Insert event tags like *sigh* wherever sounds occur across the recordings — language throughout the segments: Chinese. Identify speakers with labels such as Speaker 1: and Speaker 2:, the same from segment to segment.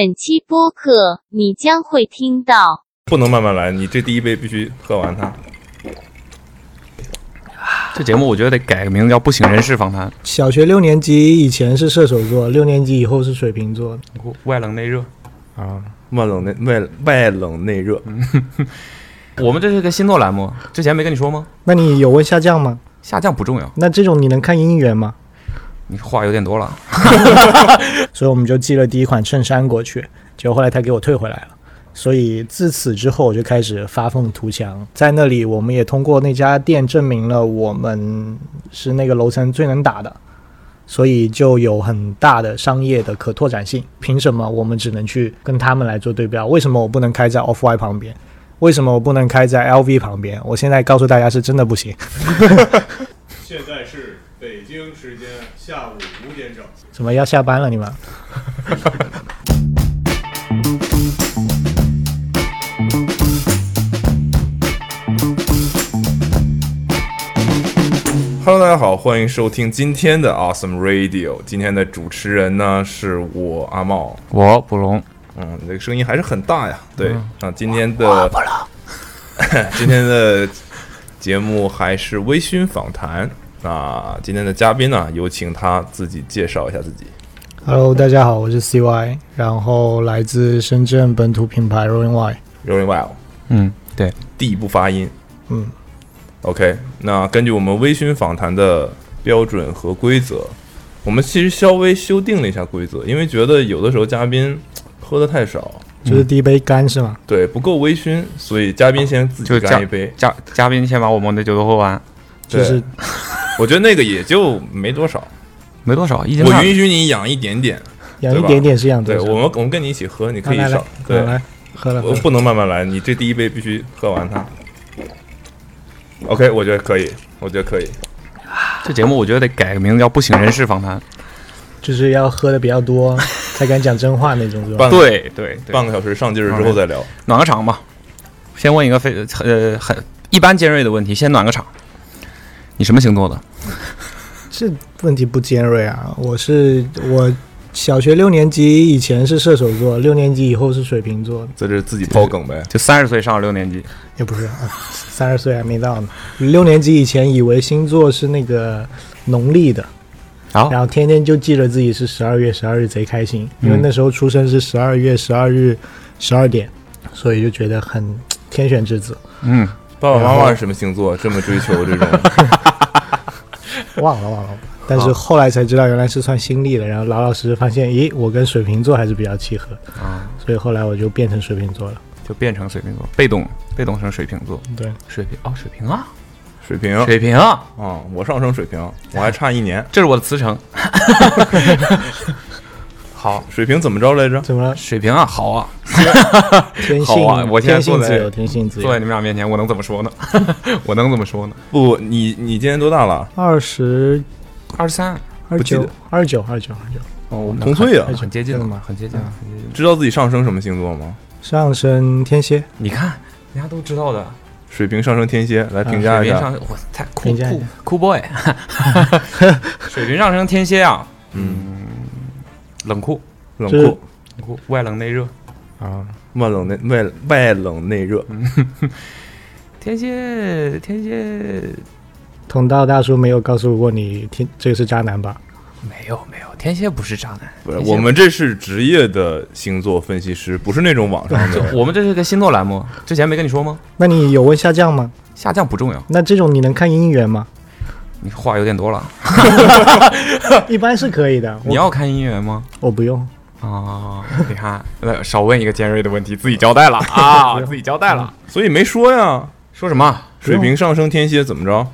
Speaker 1: 本期播客你将会听到
Speaker 2: 不能慢慢来，你这第一杯必须喝完它。
Speaker 3: 这节目我觉得得改个名字叫《不省人事访谈
Speaker 4: 小学六年级以前是射手座，六年级以后是水瓶座。》，
Speaker 3: 外冷内热。
Speaker 2: 啊，外冷内外外冷内热，
Speaker 3: 我们这是个星座栏目，之前没跟你说吗？
Speaker 4: 那你有问下降吗？
Speaker 3: 下降不重要，
Speaker 4: 那这种你能看姻缘吗？
Speaker 3: 你话有点多了。
Speaker 4: 所以我们就寄了第一款衬衫过去，结果后来他给我退回来了。所以自此之后，我就开始发愤图强。在那里，我们也通过那家店证明了我们是那个楼层最能打的，所以就有很大的商业的可拓展性。凭什么我们只能去跟他们来做对标？为什么我不能开在 Off White 旁边？为什么我不能开在 LV 旁边？我现在告诉大家，是真的不行。
Speaker 5: 现在是北京时间下午五点整。
Speaker 4: 怎么要下班了你们？
Speaker 2: Hello，大家好，欢迎收听今天的 Awesome Radio。今天的主持人呢是我阿茂，
Speaker 3: 我捕龙，
Speaker 2: 嗯，这个声音还是很大呀。对，啊，今天的 *laughs* 今天的节目还是微醺访谈。那今天的嘉宾呢，有请他自己介绍一下自己。嗯
Speaker 4: Hello，大家好，我是 CY，然后来自深圳本土品牌 Rolling Y。
Speaker 2: Rolling Wild，
Speaker 3: 嗯，对，
Speaker 2: 第一不发音。
Speaker 4: 嗯
Speaker 2: ，OK。那根据我们微醺访谈的标准和规则，我们其实稍微修订了一下规则，因为觉得有的时候嘉宾喝的太少，
Speaker 4: 就是第一杯干是吗？
Speaker 2: 对，不够微醺，所以嘉宾先自己
Speaker 3: 就
Speaker 2: 干
Speaker 3: 嘉
Speaker 2: 一杯。
Speaker 3: 嘉嘉宾先把我们的酒都喝完，
Speaker 2: 对
Speaker 4: 就是
Speaker 2: 我觉得那个也就没多少，
Speaker 3: 没多少，一斤
Speaker 2: 我
Speaker 3: 半。
Speaker 2: 允许你养一点点。
Speaker 4: 养
Speaker 2: 对
Speaker 4: 一
Speaker 2: 吧
Speaker 4: 点点是养多
Speaker 2: 对
Speaker 4: 少？
Speaker 2: 我们，我们跟你一起喝，你可以
Speaker 4: 来
Speaker 2: 少
Speaker 4: 来。
Speaker 2: 对
Speaker 4: 来，来喝了喝
Speaker 2: 我
Speaker 4: 了。
Speaker 2: 不能慢慢来，你这第一杯必须喝完它。OK，我觉得可以，我觉得可以。
Speaker 3: 这节目我觉得得改个名字叫《不省人事访谈》。
Speaker 4: 就是要喝的比较多，才敢讲真话那种，
Speaker 2: *laughs*
Speaker 4: 是吧
Speaker 2: 半？
Speaker 3: 对对对，
Speaker 2: 半个小时上劲儿之后再聊。
Speaker 3: 暖个场吧。先问一个非呃很一般尖锐的问题，先暖个场。你什么星座的？
Speaker 4: 这问题不尖锐啊。我是我小学六年级以前是射手座，六年级以后是水瓶座，
Speaker 2: 这是自己抛梗呗。
Speaker 3: 就三十岁上六年级，
Speaker 4: 也不是啊，三十岁还没到呢。六年级以前以为星座是那个农历的，
Speaker 3: 然后
Speaker 4: 然后天天就记着自己是十二月十二日，贼开心，因为
Speaker 3: 嗯
Speaker 4: 那时候出生是十二月十二日十二点，所以就觉得很天选之子。
Speaker 3: 嗯，
Speaker 2: 爸爸妈妈是什么星座？这么追求这
Speaker 3: *laughs*
Speaker 2: 种？
Speaker 4: 忘了忘了，但是后来才知道原来是算新历的，然后老老实实发现，咦，我跟水瓶座还是比较契合的，
Speaker 3: 啊，
Speaker 4: 所以后来我就变成水瓶座了。
Speaker 3: 就变成水瓶座，被动被动成水瓶座，
Speaker 4: 对，
Speaker 3: 水瓶哦，水瓶啊，
Speaker 2: 水平
Speaker 3: 水瓶啊，
Speaker 2: 啊，我上升水平，我还差一年。
Speaker 3: 这是我的辞呈。 *laughs* 好，
Speaker 2: 水平怎么着来着？
Speaker 4: 怎么了？
Speaker 3: 水瓶啊，好啊，
Speaker 4: 天
Speaker 3: 好
Speaker 4: 性，
Speaker 3: 啊我现在
Speaker 4: 天性
Speaker 3: 坐在
Speaker 4: 自由，天性自
Speaker 3: 坐在
Speaker 4: 由。
Speaker 3: 你们俩面前，我能怎么说呢？ *laughs* 我能怎么说呢？
Speaker 2: 不，你你今年多大了？
Speaker 4: 二十
Speaker 3: 二十三，
Speaker 4: 二
Speaker 2: 不记得
Speaker 4: 九，二九，二九，二九，
Speaker 2: 哦，同岁啊
Speaker 4: 还，
Speaker 3: 很接近了
Speaker 4: 真的
Speaker 3: 嘛，
Speaker 4: 吗
Speaker 3: 很接近了，很接近了。
Speaker 2: 知道自己上升什么星座吗？
Speaker 4: 上升天蝎，
Speaker 3: 你看，人家都知道的。
Speaker 2: 水平上升天蝎，来评价
Speaker 3: 啊水
Speaker 2: 一下。
Speaker 3: 瓶上，我太酷
Speaker 4: 评价一
Speaker 3: 酷
Speaker 4: 下
Speaker 3: 酷 boy，水瓶上升天蝎啊，
Speaker 2: 嗯，
Speaker 3: 冷酷
Speaker 2: 冷
Speaker 4: 这
Speaker 2: 酷
Speaker 3: 冷酷，外冷内热。
Speaker 2: 啊，外冷内外外冷内热。
Speaker 3: 嗯天蝎，天蝎
Speaker 4: 同道大叔没有告诉过你，天，这个是渣男吧？
Speaker 3: 没有没有，天蝎不是渣男，
Speaker 2: 不是，
Speaker 3: 天蝎
Speaker 2: 我们这是职业的星座分析师，不是那种网上
Speaker 3: *laughs*
Speaker 2: 的。
Speaker 3: 我们这是个星座栏目，之前没跟你说吗？
Speaker 4: 那你有问下降吗？
Speaker 3: 下降不重要，
Speaker 4: 那这种你能看姻
Speaker 3: *laughs*
Speaker 4: 缘吗？
Speaker 3: 你话有点多了。
Speaker 4: 一般是可以的。
Speaker 3: 你
Speaker 4: 我
Speaker 3: 要看姻缘吗？
Speaker 4: 我不用，
Speaker 3: *laughs* 啊，你看，呃少问一个尖锐的问题，自己交代了 *laughs* 啊，自己交代了。
Speaker 2: 所以没说呀。
Speaker 3: 说什么？
Speaker 2: 水平上升天蝎怎么着？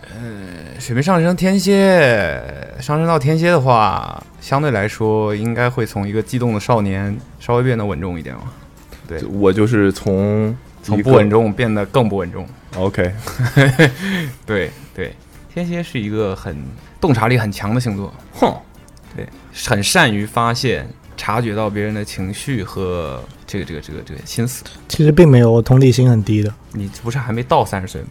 Speaker 3: 水瓶上升天蝎，上升到天蝎的话，相对来说应该会从一个激动的少年稍微变得稳重一点嘛，对
Speaker 2: 我就是从
Speaker 3: 哎从
Speaker 2: 一
Speaker 3: 不
Speaker 2: 个
Speaker 3: 稳。重变得更不稳重。
Speaker 2: OK，
Speaker 3: 对对，天蝎是一个很洞察力很强的星座，
Speaker 2: 哼，
Speaker 3: 对，很善于发现、察觉到别人的情绪和这个这个这个这个心思。
Speaker 4: 其实并没有，我同理心很低的。
Speaker 3: 你不是还没到三十岁吗？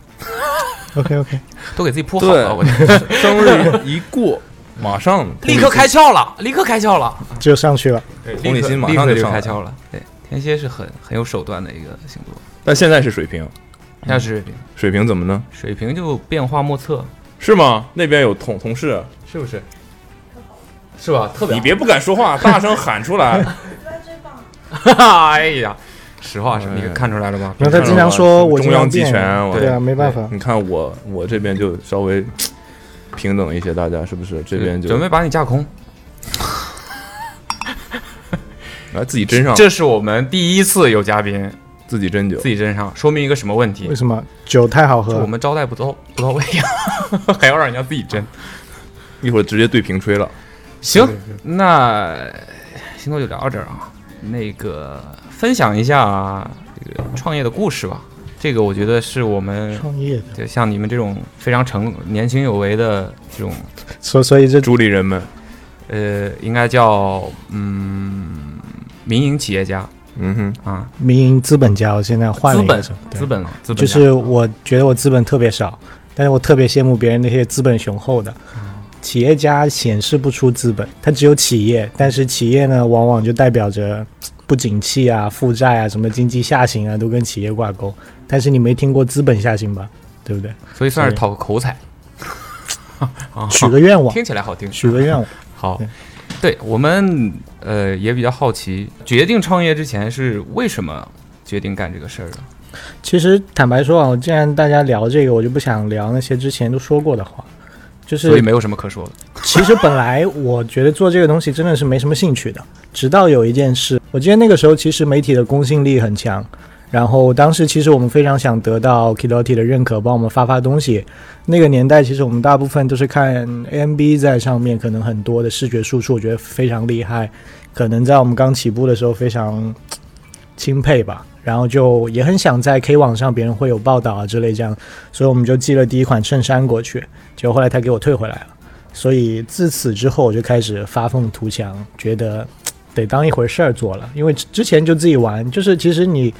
Speaker 4: OK OK，
Speaker 3: 都给自己铺好了，
Speaker 2: 对 *laughs*
Speaker 3: 我觉得。
Speaker 2: 生日一过，马
Speaker 3: *laughs*
Speaker 2: 上
Speaker 6: 立刻开窍了，立刻开窍了，
Speaker 4: 就上去了。
Speaker 2: 同理心马
Speaker 3: 立
Speaker 2: 上
Speaker 3: 刻
Speaker 2: 就
Speaker 3: 就
Speaker 2: 上
Speaker 3: 开
Speaker 2: 来
Speaker 3: 窍了。对，天蝎是很很有手段的一个星座。
Speaker 2: 但现在是水平，
Speaker 3: 那是水瓶，
Speaker 2: 水平怎么呢？
Speaker 3: 水瓶就变化莫测，
Speaker 2: 是吗？那边有同同事，
Speaker 3: 是不是？是吧？特别
Speaker 2: 你别不敢说话， *laughs* 大声喊出来。 *laughs*
Speaker 3: 好， *laughs* 哎呀，实话实说，你
Speaker 2: 哎
Speaker 3: 看出来了吗？
Speaker 4: 然后他经常说我
Speaker 2: 中央集权
Speaker 4: 经常，
Speaker 2: 我
Speaker 4: 变对啊，没办法。
Speaker 2: 你看我我这边就稍微平等一些，大家是不是？这边就
Speaker 3: 准备把你架空，
Speaker 2: 来自己斟上，
Speaker 3: 这是我们第一次有嘉宾
Speaker 2: 自己斟酒
Speaker 3: 自。己斟上，说明一个什么问题
Speaker 4: 为？什么酒太好喝
Speaker 3: 就
Speaker 4: 了？
Speaker 3: 我们招待不到不到位呀， *laughs* 还要让人家自己斟。
Speaker 2: 一会儿直接对瓶吹了。
Speaker 3: 行，那星座就聊到这儿啊。那个分享一下这个创业的故事吧，这个我觉得是我们
Speaker 4: 创业的，
Speaker 3: 就像你们这种非常成年轻有为的这种
Speaker 4: 所所以这
Speaker 2: 主理人们，
Speaker 3: 呃，应该叫嗯民营企业家
Speaker 2: 嗯哼，
Speaker 3: 啊，
Speaker 4: 民营资本家，我现在换了
Speaker 3: 资
Speaker 4: 一个
Speaker 3: 本
Speaker 4: 词对
Speaker 3: 资本资本
Speaker 4: 就
Speaker 3: 家
Speaker 4: 是我觉得我资本特别少，但是我特别羡慕别人那些资本雄厚的。企业家显示不出资本，他只有企业，但是企业呢，往往就代表着嘖不景气啊、负债啊、什么经济下行啊，都跟企业挂钩。但是你没听过资本下行吧？对
Speaker 3: *laughs*
Speaker 4: 不对？
Speaker 3: 所以算是讨口彩， *laughs*
Speaker 4: 许个愿望，
Speaker 3: 听起来好听。
Speaker 4: 许个愿望。
Speaker 3: 好，对我们呃也比较好奇，决定创业之前是为什么决定干这个事儿的？
Speaker 4: 其实坦白说啊，我既然大家聊这个，我就不想聊那些之前都说过的话。就是
Speaker 3: 所以没有什么可说的。
Speaker 4: 其实本来我觉得做这个东西真的是没什么兴趣的，直到有一件事，我记得那个时候其实媒体的公信力很强，然后当时其实我们非常想得到 Kiloti 的认可，帮我们发发东西。那个年代其实我们大部分都是看 AMB 在上面，可能很多的视觉输出，我觉得非常厉害，可能在我们刚起步的时候非常钦佩吧。然后就也很想在 K 网上别人会有报道啊之类这样，所以我们就寄了第一款衬衫过去，结果后来他给我退回来了。所以自此之后，我就开始发愤图强，觉得得当一回事儿做了。因为之之前就自己玩，就是其实你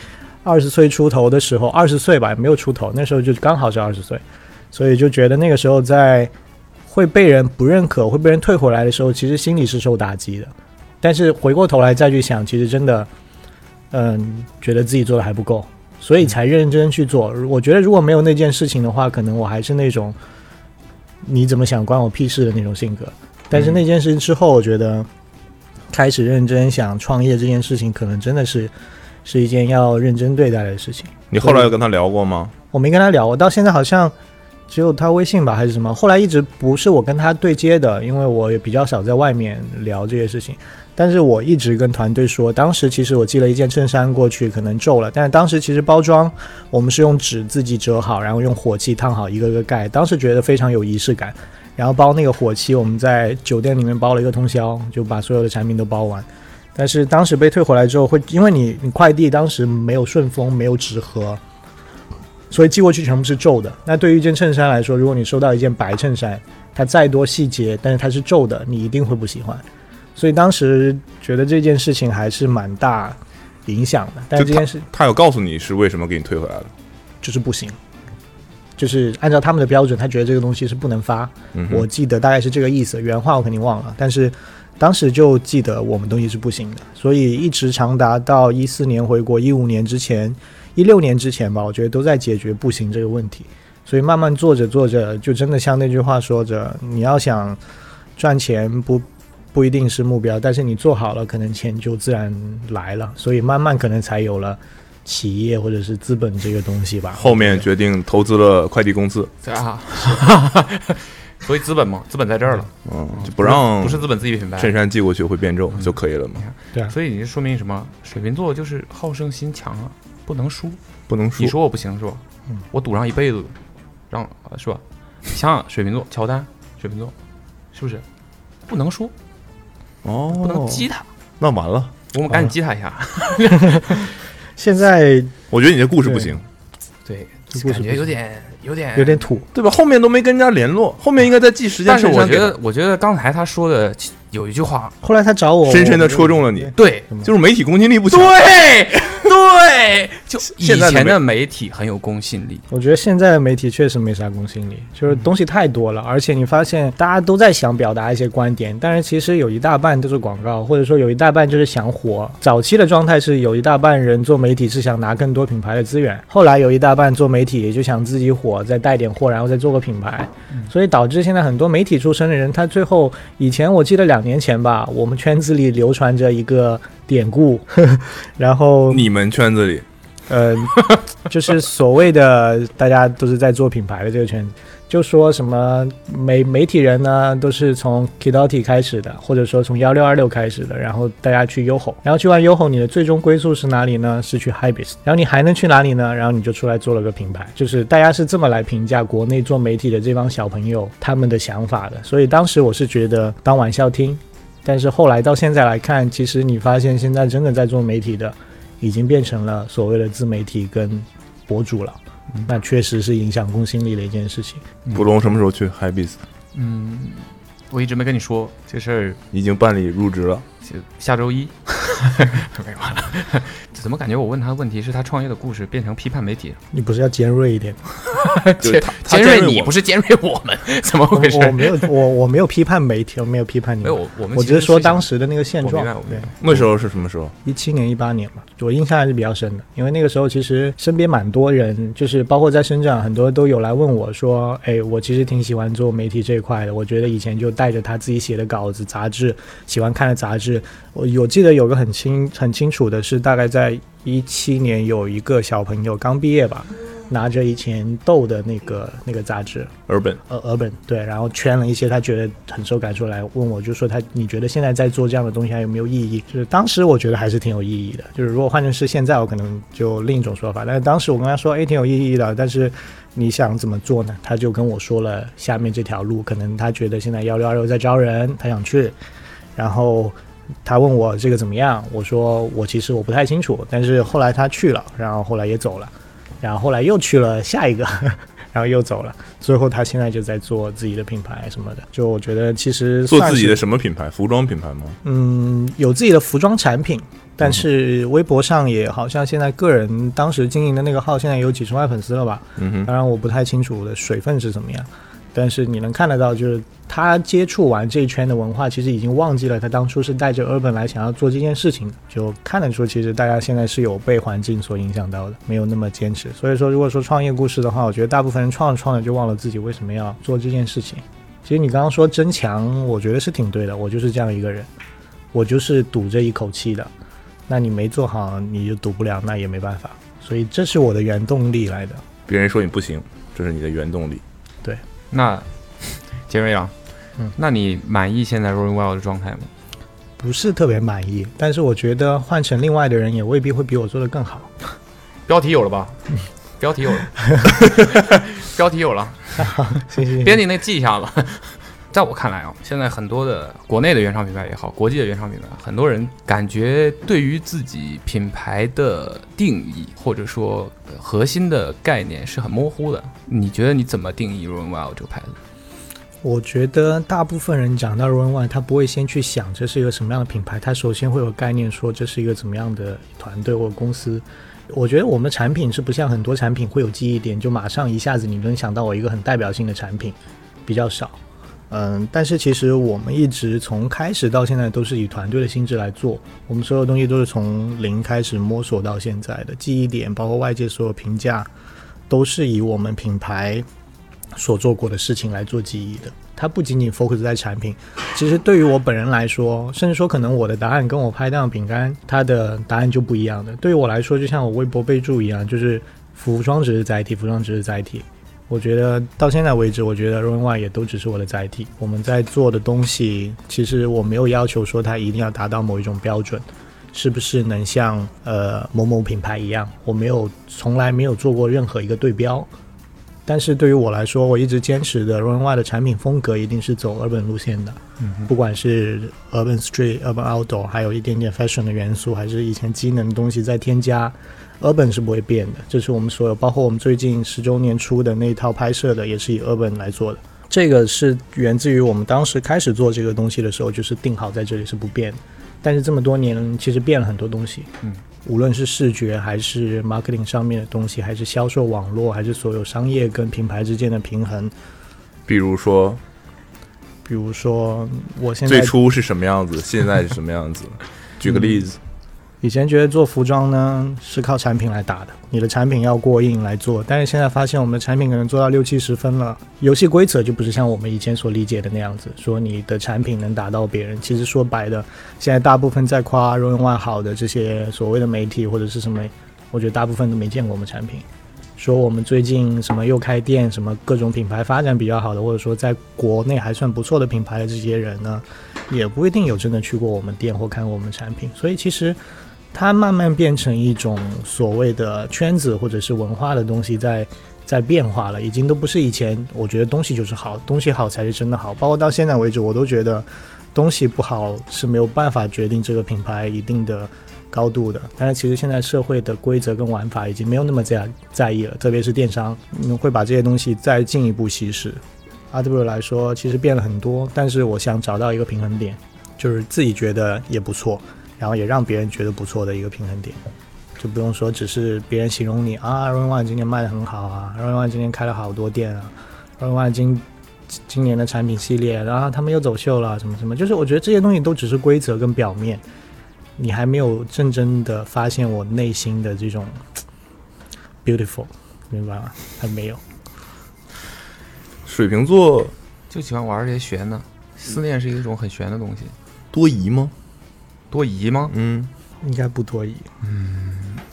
Speaker 4: 二十岁出头的时候，二十岁吧，也没有出头，那时候就刚好是二十岁，所以就觉得那个时候在会被人不认可、会被人退回来的时候，其实心里是受打击的。但是回过头来再去想，其实真的，嗯，觉得自己做的还不够，所以才认真去做。我觉得如果没有那件事情的话，可能我还是那种你怎么想关我屁事的那种性格。但是那件事情之后，我觉得开始认真想创业这件事情，可能真的是是一件要认真对待的事情。
Speaker 2: 你后来有跟他聊过吗？
Speaker 4: 我没跟他聊，我到现在好像只有他微信吧，还是什么。后来一直不是我跟他对接的，因为我也比较少在外面聊这些事情。但是我一直跟团队说，当时其实我寄了一件衬衫过去，可能皱了，但是当时其实包装我们是用纸自己折好，然后用火漆烫好，一个个盖。当时觉得非常有仪式感。然后包那个火漆，我们在酒店里面包了一个通宵，就把所有的产品都包完。但是当时被退回来之后会，因为你你快递当时没有顺丰，没有纸盒，所以寄过去全部是皱的。那对于一件衬衫来说，如果你收到一件白衬衫，它再多细节，但是它是皱的，你一定会不喜欢。所以当时觉得这件事情还是蛮大影响的，但
Speaker 2: 就是
Speaker 4: 这件事
Speaker 2: 他有告诉你是为什么给你退回来了？
Speaker 4: 就是不行，就是按照他们的标准，他觉得这个东西是不能发。
Speaker 2: 嗯哼
Speaker 4: 我记得大概是这个意思，原话我肯定忘了，但是当时就记得我们东西是不行的，所以一直长达到一四年回国，一五年之前，一六年之前吧，我觉得都在解决不行这个问题。所以慢慢做着做着，就真的像那句话说着，你要想赚钱不不一定是目标，但是你做好了，可能钱就自然来了。所以慢慢可能才有了企业或者是资本这个东西吧。
Speaker 2: 后面决定投资了快递公司，
Speaker 3: 啊， *laughs* 所以资本嘛，资本在这儿了，
Speaker 2: 嗯，就不让
Speaker 3: 不是资本自己品牌。
Speaker 2: 衬衫寄过去会变皱就可以了嘛，
Speaker 4: 对啊，
Speaker 3: 所以你就说明什么？水瓶座就是好胜心强啊，不能输。嗯
Speaker 2: 不能输
Speaker 3: 你。说我不行是吧？我赌上一辈子，让呃是吧？你想想水瓶座，乔丹，水瓶座，是不是？不能输，
Speaker 2: 哦，
Speaker 3: 不能激他，
Speaker 2: 那完了，
Speaker 3: 我们赶紧激他一下。
Speaker 4: 现在
Speaker 2: 我觉得你这故事不行，
Speaker 3: 对
Speaker 4: 这，故事
Speaker 3: 感
Speaker 4: 不
Speaker 3: 觉
Speaker 4: 是
Speaker 3: 有点有点
Speaker 4: 有点土，
Speaker 2: 对吧？后面都没跟人家联络，后面应该再寄时间
Speaker 3: 但是
Speaker 2: 衬
Speaker 3: 我
Speaker 2: 衫
Speaker 3: 觉
Speaker 2: 给他。
Speaker 3: 得，我觉得刚才他说的有一句话，
Speaker 4: 后来他找我，
Speaker 2: 深深地
Speaker 4: 我就
Speaker 2: 戳中了你
Speaker 3: 对
Speaker 4: 嗯
Speaker 2: 就是媒体公信力不强，
Speaker 3: 对，
Speaker 7: 对，就
Speaker 8: 以
Speaker 7: 以
Speaker 8: 前
Speaker 7: 前
Speaker 8: 的
Speaker 7: 的
Speaker 8: 媒体很有公信力，
Speaker 4: 我觉得现在的媒体确实没啥公信力，就是东西太多了，而且你发现大家都在想表达一些观点，但是其实有一大半都是广告，或者说有一大半就是想火。早期的状态是有一大半人做媒体是想拿更多品牌的资源，后来有一大半做媒体也就想自己火，再带点货，然后再做个品牌，所以导致现在很多媒体出身的人，他最后以前我记得两年前吧，我们圈子里流传着一个典故， *laughs* 呵呵然后
Speaker 2: 你们圈子里
Speaker 4: 呃，就是所谓的大家都是在做品牌的这个圈子，就说什么媒媒体人呢，都是从 Kidoti 开始的，或者说从幺六二六开始的，然后大家去 YOHO，然后去完 YOHO，你的最终归宿是哪里呢？是去 Hybris，然后你还能去哪里呢？然后你就出来做了个品牌，就是大家是这么来评价国内做媒体的这帮小朋友他们的想法的，所以当时我是觉得当玩笑听。但是后来到现在来看，其实你发现现在真的在做媒体的已经变成了所谓的自媒体跟博主了。
Speaker 8: 嗯
Speaker 4: 那确实是影响公信力的一件事情。
Speaker 2: 捕龙什么时候去 h i b i s
Speaker 8: 嗯我一直没跟你说这事儿，
Speaker 2: 已经办理入职了。
Speaker 8: 就下周一 *laughs* 没完了。怎么感觉我问他的问题是他创业的故事变成批判媒体了？
Speaker 4: 你不是要尖锐
Speaker 8: *laughs*
Speaker 4: 一点？
Speaker 2: 就是他他
Speaker 7: 尖锐
Speaker 2: 我
Speaker 7: 你不是尖锐我们，怎么
Speaker 4: 我
Speaker 7: 回事？
Speaker 4: 我没有，我我没有批判媒体，我没有批判
Speaker 8: *laughs*
Speaker 4: 你
Speaker 8: 没
Speaker 4: 们，
Speaker 8: 有，我们
Speaker 4: 我
Speaker 8: 其
Speaker 4: 只
Speaker 8: 实
Speaker 4: 是说
Speaker 8: 想
Speaker 4: 当时的那个现
Speaker 8: 我
Speaker 4: 状
Speaker 8: 明白我。明
Speaker 4: 对
Speaker 8: 白，
Speaker 3: 嗯
Speaker 2: 那时候是什么时候？
Speaker 4: 一七年、一八年嘛，我印象还是比较深的，因为那个时候其实身边蛮多人，就是包括在深圳，啊很多都有来问我说：“哎，我其实挺喜欢做媒体这一块的，我觉得以前就带着他自己写的稿子、杂志，喜欢看的杂志。我有记得有个很清 *laughs* 很清楚的是，大概在一七年有一个小朋友刚毕业吧，拿着以前豆的那个那个杂志，
Speaker 2: urban
Speaker 4: 呃 urban 对，然后圈了一些他觉得很受感触来问我，就说他你觉得现在在做这样的东西还有没有意义？就是当时我觉得还是挺有意义的，就是如果换成是现在，我可能就另一种说法。但是当时我跟他说，哎，挺有意义的，但是你想怎么做呢？他就跟我说了下面这条路，可能他觉得现在幺六二六在招人，他想去，然后。他问我这个怎么样，我说我其实我不太清楚，但是后来他去了，然后后来也走了， *laughs* 然后后来又去了下一个，然后又走了，最后他现在就在做自己的品牌什么的。就我觉得其实
Speaker 2: 做
Speaker 4: 算
Speaker 2: 自己
Speaker 4: 是
Speaker 2: 的什么品牌？服装品牌吗？
Speaker 4: 嗯，有自己的服装产品，但是微博上也好像现在个人当时经营的那个号，现在有几十万粉丝了吧？
Speaker 2: 嗯哼，
Speaker 4: 当然我不太清楚我的水分是怎么样，但是你能看得到，就是他接触完这一圈的文化，其实已经忘记了他当初是带着 urban 来想要做这件事情的，就看得出其实大家现在是有被环境所影响到的，没有那么坚持。所以说，如果说创业故事的话，我觉得大部分人创着创着就忘了自己为什么要做这件事情。其实你刚刚说争强，我觉得是挺对的，我就是这样一个人，我就是赌这一口气的。那你没做好，你就赌不了，那也没办法。所以这是我的原动力来的。
Speaker 2: 别人说你不行，这是你的原动力。
Speaker 8: 那 *laughs* 杰瑞啊，
Speaker 4: 嗯
Speaker 8: 那你满意现在 Rolling Wild 的状态吗？
Speaker 4: 不是特别满意，但是我觉得换成另外的人也未必会比我做的更好。
Speaker 8: 标题有了 *laughs* 吧？标题有 *laughs* 了，标题有了，
Speaker 4: 谢谢。
Speaker 8: 编辑那记下了。 *laughs* 在我看来啊，现在很多的国内的原创品牌也好，国际的原创品牌，很多人感觉对于自己品牌的定义或者说呃核心的概念是很模糊的。你觉得你怎么定义 Rolling Wild 这个牌子？
Speaker 4: 我觉得大部分人讲到 Run One，他不会先去想这是一个什么样的品牌，他首先会有概念说这是一个怎么样的团队或公司。我觉得我们产品是不像很多产品会有记忆点，就马上一下子你能想到我一个很代表性的产品，比较少。嗯，但是其实我们一直从开始到现在都是以团队的性质来做，我们所有东西都是从零开始摸索到现在的记忆点，包括外界所有评价，都是以我们品牌所做过的事情来做记忆的。它不仅仅 focus 在产品，其实对于我本人来说，甚至说可能我的答案跟我拍档饼干它的答案就不一样的。对于我来说，就像我微博备注一样，就是服装只是载体，服装只是载体。我觉得到现在为止，我觉得 Run One 也都只是我的载体。我们在做的东西，其实我没有要求说它一定要达到某一种标准，是不是能像呃某某品牌一样？我没有从来没有做过任何一个对标。但是对于我来说，我一直坚持的 Run One 的产品风格一定是走 urban 路线的，不管是 urban street、urban outdoor，还有一点点 fashion 的元素，还是以前机能的东西在添加，urban 是不会变的。这是我们所有，包括我们最近十周年出的那一套拍摄的，也是以 urban 来做的。这个是源自于我们当时开始做这个东西的时候，就是定好在这里是不变的。但是这么多年，其实变了很多东西。无论是视觉还是 marketing 上面的东西，还是销售网络，还是所有商业跟品牌之间的平衡。
Speaker 2: 比如说
Speaker 4: 比如说，我现在
Speaker 2: 最初是什么样子，现在是什么样子？举个例子，
Speaker 4: 以前觉得做服装呢是靠产品来打的，你的产品要过硬来做，但是现在发现我们的产品可能做到六七十分了，游戏规则就不是像我们以前所理解的那样子，说你的产品能打到别人。其实说白的，现在大部分在夸 r o n One 好的这些所谓的媒体或者是什么，我觉得大部分都没见过我们产品。说我们最近什么又开店，什么各种品牌发展比较好的，或者说在国内还算不错的品牌的这些人呢，也不一定有真的去过我们店或看过我们产品。所以其实它慢慢变成一种所谓的圈子或者是文化的东西在在变化了，已经都不是以前我觉得东西就是好，东西好才是真的好。包括到现在为止，我都觉得东西不好是没有办法决定这个品牌一定的高度的。但是其实现在社会的规则跟玩法已经没有那么在在意了，特别是电商，嗯，会把这些东西再进一步稀释。啊阿德布来说，其实变了很多，但是我想找到一个平衡点，就是自己觉得也不错，然后也让别人觉得不错的一个平衡点，就不用说只是别人形容你啊 r o n One 今年卖的很好啊 r o n One 今年开了好多店啊 r o n One 今今年的产品系列，然后他们又走秀了什么什么，就是我觉得这些东西都只是规则跟表面，你还没有认真的发现我内心的这种 beautiful，明白吗？还没有。
Speaker 2: 水瓶座
Speaker 3: 就喜欢玩这些玄的。思念是一种很玄的东西，
Speaker 2: 多疑吗？
Speaker 3: 多疑吗？
Speaker 2: 嗯，
Speaker 4: 应该不多疑，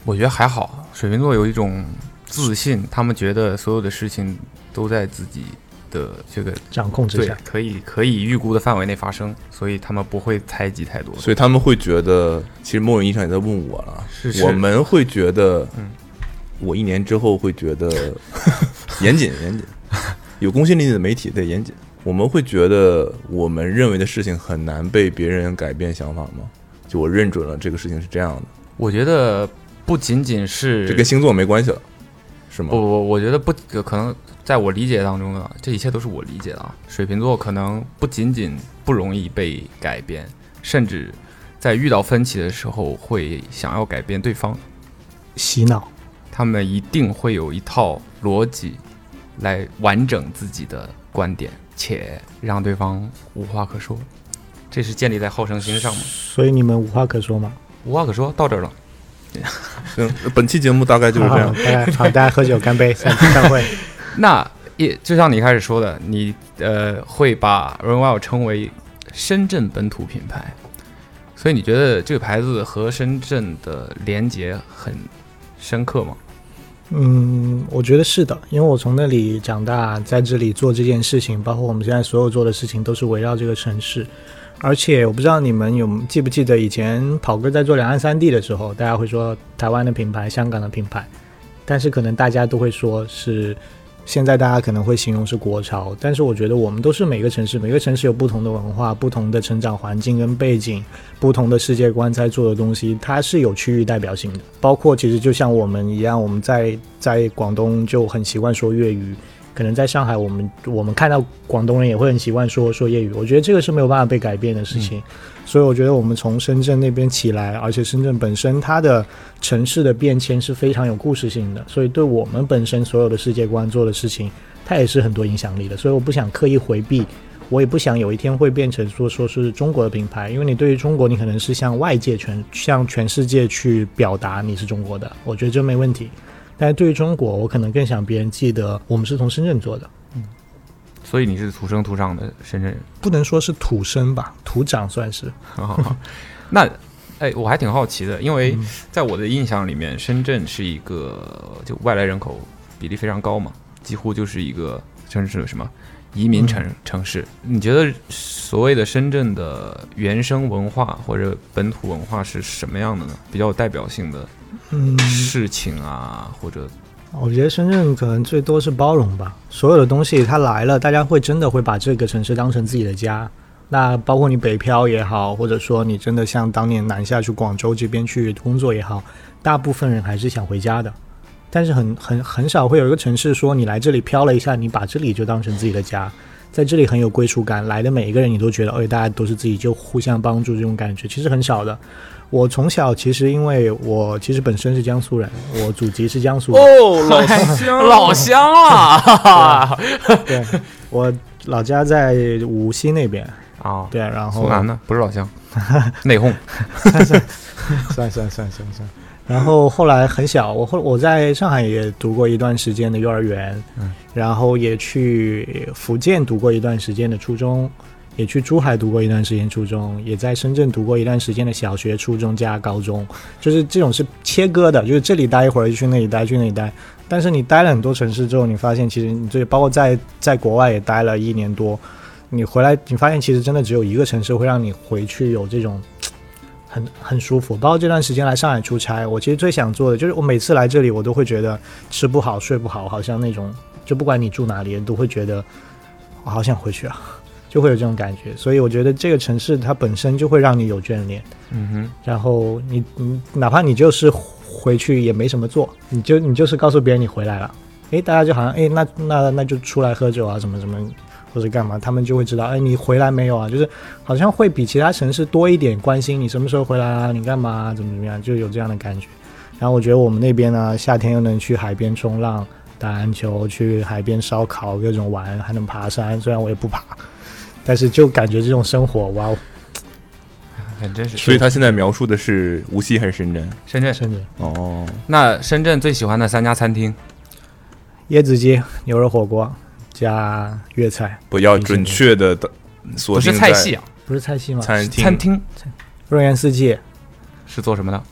Speaker 3: 我觉得还好。水瓶座有一种自信，他们觉得所有的事情都在自己的这个
Speaker 4: 掌控之
Speaker 3: 对
Speaker 4: 下。
Speaker 3: 可以可以预估的范围内发生，所以他们不会猜忌太多。
Speaker 2: 所以他们会觉得，其实某种意义上也在问我了。
Speaker 3: 是是
Speaker 2: 我们会觉得，
Speaker 8: 嗯
Speaker 2: 我一年之后会
Speaker 8: *laughs*
Speaker 2: 觉得严谨严谨，有公信力的媒体得严谨。我们会觉得我们认为的事情很难被别人改变想法吗？就我认准了这个事情是这样的，
Speaker 3: 我觉得不仅仅是
Speaker 2: 这跟星座没关系了，是吗
Speaker 3: 不？不，我觉得不可能，在我理解当中啊，这一切都是我理解的啊。水瓶座可能不仅仅不容易被改变，甚至在遇到分歧的时候会想要改变对方，
Speaker 4: 洗脑，
Speaker 3: 他们一定会有一套逻辑来完整自己的观点，且让对方无话可说。这是建立在好胜心上吗？
Speaker 4: 所以你们无话可说吗？
Speaker 3: *laughs* 无话可说到这儿了。
Speaker 2: 行，本期节目大概就是这
Speaker 4: *laughs*
Speaker 8: *laughs*
Speaker 4: 好
Speaker 2: 样。
Speaker 4: 好大家好，大家喝酒干杯，散散会。
Speaker 3: 那也就像你一开始说的，你呃会把 r o n w e l 称为深圳本土品牌，所以你觉得这个牌子和深圳的连接很深刻吗？
Speaker 4: 嗯，我觉得是的，因为我从那里长大，在这里做这件事情，包括我们现在所有做的事情，都是围绕这个城市。而且我不知道你们有记不记得以前跑哥在做两岸三地的时候，大家会说台湾的品牌、香港的品牌，但是可能大家都会说是现在大家可能会形容是国潮，但是我觉得我们都是每个城市，每个城市有不同的文化、不同的成长环境跟背景，不同的世界观在做的东西，它是有区域代表性的。包括其实就像我们一样，我们在在广东就很习惯说粤语，可能在上海我们我们看到广东人也会很习惯说说粤语。我觉得这个是没有办法被改变的事情，所以我觉得我们从深圳那边起来，而且深圳本身它的城市的变迁是非常有故事性的，所以对我们本身所有的世界观做的事情，它也是很多影响力的。所以我不想刻意回避。我也不想有一天会变成说说是中国的品牌，因为你对于中国，你可能是向外界全向全世界去表达你是中国的，我觉得这没问题。但是对于中国，我可能更想别人记得我们是从深圳做的，
Speaker 3: 所以你是土生土长的深圳人。
Speaker 4: 不能说是土生吧，土长算是。
Speaker 3: 啊好好 *laughs* 好，那哎，我还挺好奇的，因为
Speaker 2: 嗯
Speaker 3: 在我的印象里面，深圳是一个就外来人口比例非常高嘛，几乎就是一个甚至什么移民城、
Speaker 2: 嗯
Speaker 3: 城市。你觉得所谓的深圳的原生文化或者本土文化是什么样的呢？比较有代表性的
Speaker 4: 嗯，
Speaker 3: 事情啊，或者
Speaker 4: 我觉得深圳可能最多是包容吧，所有的东西它来了，大家会真的会把这个城市当成自己的家。那包括你北漂也好，或者说你真的像当年南下去广州这边去工作也好，大部分人还是想回家的。但是很很很少会有一个城市说你来这里漂了一下，你把这里就当成自己的家，在这里很有归属感，来的每一个人你都觉得，哎，大家都是自己就互相帮助这种感觉，其实很少的。我从小其实因为我其实本身是江苏人，我祖籍是江苏
Speaker 3: *laughs*
Speaker 4: 人，
Speaker 2: 哦，老乡，
Speaker 7: 老乡
Speaker 3: 啊
Speaker 2: *laughs*
Speaker 7: 了，
Speaker 4: 对，我老家在无锡那边，
Speaker 8: 啊，
Speaker 4: 对，然后
Speaker 8: 苏南的
Speaker 2: 哦 *laughs*
Speaker 8: 不是老乡，内讧。
Speaker 4: 算算算算算。然后后来很小，我后我在上海也读过一段时间的幼儿园，
Speaker 8: 嗯
Speaker 4: 然后也去福建读过一段时间的初中，也去珠海读过一段时间初中，也在深圳读过一段时间的小学、初中加高中，就是这种是切割的，就是这里待一会儿，去那里待，去那里待。但是你待了很多城市之后，你发现其实你这包括在在国外也待了一年多，你回来你发现其实真的只有一个城市会让你回去有这种很很舒服。包括这段时间来上海出差，我其实最想做的就是，我每次来这里，我都会觉得吃不好、睡不好，好像那种就不管你住哪里，都会觉得我好想回去啊， *laughs* 就会有这种感觉。所以我觉得这个城市它本身就会让你有眷恋，
Speaker 8: 嗯哼，
Speaker 4: 然后你你哪怕你就是回去也没什么做，你就你就是告诉别人你回来了，诶，大家就好像诶，那那那就出来喝酒啊，什么什么。或者干嘛，他们就会知道，哎，你回来没有啊？就是好像会比其他城市多一点关心你什么时候回来啊，你干嘛、啊，怎么怎么样，就有这样的感觉。然后我觉得我们那边呢，夏天又能去海边冲浪、打篮球，去海边烧烤各种玩，还能爬山，虽然我也不爬，但是就感觉这种生活，哇哦，
Speaker 8: 还真是。
Speaker 2: 所以他现在描述的是无锡还是深圳？
Speaker 8: 深圳，
Speaker 4: 甚至
Speaker 2: 哦，
Speaker 8: 那深圳最喜欢的三家餐厅，
Speaker 4: 椰子鸡、牛肉火锅加粤菜，
Speaker 2: 不要准确的锁
Speaker 8: 不
Speaker 2: 定
Speaker 8: 是
Speaker 2: 在
Speaker 8: 菜系啊，
Speaker 4: 不是菜系吗？
Speaker 2: 餐厅
Speaker 8: 餐厅
Speaker 4: 润园四季、
Speaker 8: 是做什么的？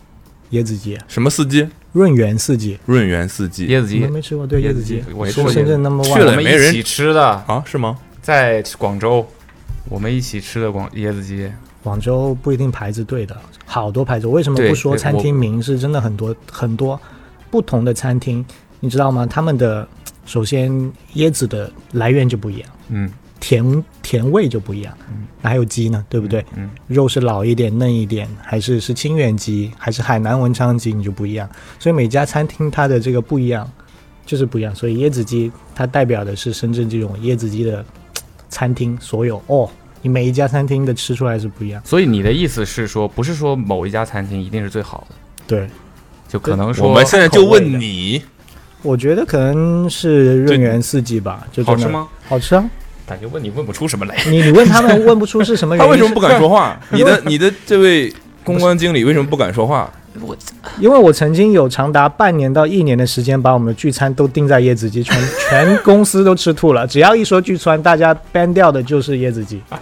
Speaker 4: 椰子鸡、
Speaker 2: 什么四季？
Speaker 4: 润园四季，
Speaker 2: 润园四季
Speaker 8: 椰子
Speaker 4: 你
Speaker 8: 鸡
Speaker 4: 们，没吃过对椰子鸡？
Speaker 8: 我
Speaker 2: 没
Speaker 8: 吃
Speaker 2: 吃
Speaker 8: 过
Speaker 2: 过
Speaker 8: 椰
Speaker 4: 深
Speaker 8: 子
Speaker 4: 圳 number one
Speaker 2: 去了
Speaker 8: 我们
Speaker 2: 没人
Speaker 8: 一起吃的，
Speaker 2: 啊？是吗？
Speaker 8: 在广州，我们一起吃的广椰子鸡，
Speaker 4: 广州不一定牌子对的，好多牌子。为什么
Speaker 8: 对
Speaker 4: 不说餐厅名？是真的很多很多不同的餐厅，你知道吗？他们的首先椰子的来源就不一样，
Speaker 8: 嗯，
Speaker 4: 甜甜味就不一样。那还有鸡呢，对不对？
Speaker 8: 嗯，
Speaker 4: 肉是老一点、嫩一点，还是是清远鸡，还是海南文昌鸡，你就不一样。所以每家餐厅它的这个不一样，就是不一样。所以椰子鸡它代表的是深圳这种椰子鸡的嘖餐厅所有哦。你每一家餐厅的吃出来是不一样，
Speaker 8: 所以你的意思是说，不是说某一家餐厅一定是最好的，
Speaker 4: 对，
Speaker 8: 就可能说
Speaker 2: 我们现在就问你，
Speaker 4: 我觉得可能是润园四季吧，就
Speaker 8: 好
Speaker 4: 真的
Speaker 8: 吃吗？
Speaker 4: 好吃啊！
Speaker 8: 感觉问你问不出什么来，
Speaker 4: 你你问他们问不出是
Speaker 2: *laughs*
Speaker 4: 什么原
Speaker 2: 他
Speaker 4: 因，
Speaker 2: 为什么不敢说话？ *laughs* 你的你的这位公关经理为什么不敢说话？
Speaker 4: 是？因为我曾经有长达半年到一年的时间，把我们的聚餐都定在椰子鸡，全 *laughs* 全公司都吃吐了。只要一说聚餐，大家 ban 掉的就是椰子鸡。
Speaker 8: *laughs*
Speaker 2: 啊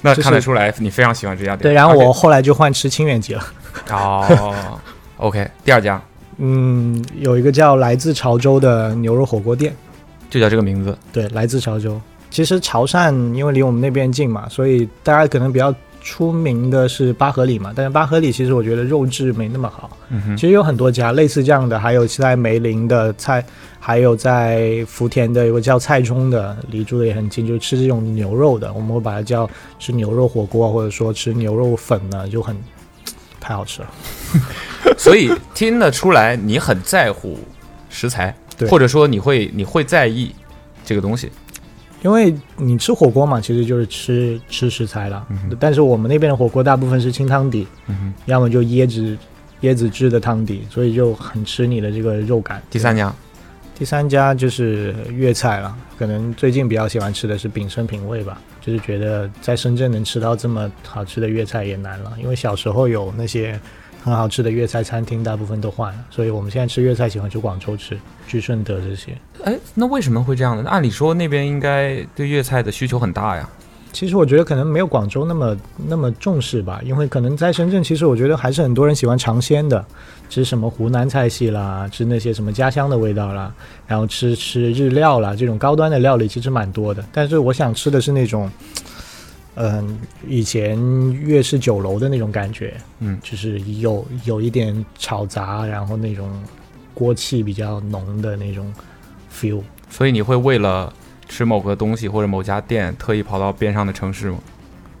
Speaker 8: 那
Speaker 4: 就是
Speaker 8: 看得出来你非常喜欢这家店。
Speaker 4: 对，然后我
Speaker 8: OK
Speaker 4: 后来就换吃清远鸡了。
Speaker 8: 哦，OK，第二家
Speaker 4: 嗯，有一个叫来自潮州的牛肉火锅店，
Speaker 8: 就叫这个名字，
Speaker 4: 对，来自潮州。其实潮汕因为离我们那边近嘛，所以大家可能比较出名的是八合里嘛。但是八合里其实我觉得肉质没那么好，
Speaker 8: 嗯哼，
Speaker 4: 其实有很多家类似这样的，还有在梅林的菜，还有在福田的有个叫菜中的，离住的也很近，就是吃这种牛肉的，我们会把它叫吃牛肉火锅，或者说吃牛肉粉呢，就很太好吃了。
Speaker 8: 所以听得出来你很在乎食材，
Speaker 4: 对
Speaker 8: 或者说你会你会在意这个东西，
Speaker 4: 因为你吃火锅嘛，其实就是吃吃食材了。但是我们那边的火锅大部分是清汤底，
Speaker 8: 嗯
Speaker 4: 要么就椰子椰子汁的汤底，所以就很吃你的这个肉感。
Speaker 8: 第三家
Speaker 4: 第三家就是粤菜了，可能最近比较喜欢吃的是丙申品味吧，就是觉得在深圳能吃到这么好吃的粤菜也难了，因为小时候有那些很好吃的粤菜餐厅，大部分都换了，所以我们现在吃粤菜喜欢去广州吃，去顺德这些。
Speaker 8: 哎，那为什么会这样呢？按理说那边应该对粤菜的需求很大呀。
Speaker 4: 其实我觉得可能没有广州那么那么重视吧，因为可能在深圳，其实我觉得还是很多人喜欢尝鲜的，吃什么湖南菜系啦，吃那些什么家乡的味道啦，然后吃吃日料啦，这种高端的料理其实蛮多的。但是我想吃的是那种，嗯、以前粤式酒楼的那种感觉，
Speaker 8: 嗯
Speaker 4: 就是有有一点炒杂，然后那种锅气比较浓的那种 feel。
Speaker 8: 所以你会为了吃某个东西或者某家店，特意跑到边上的城市吗？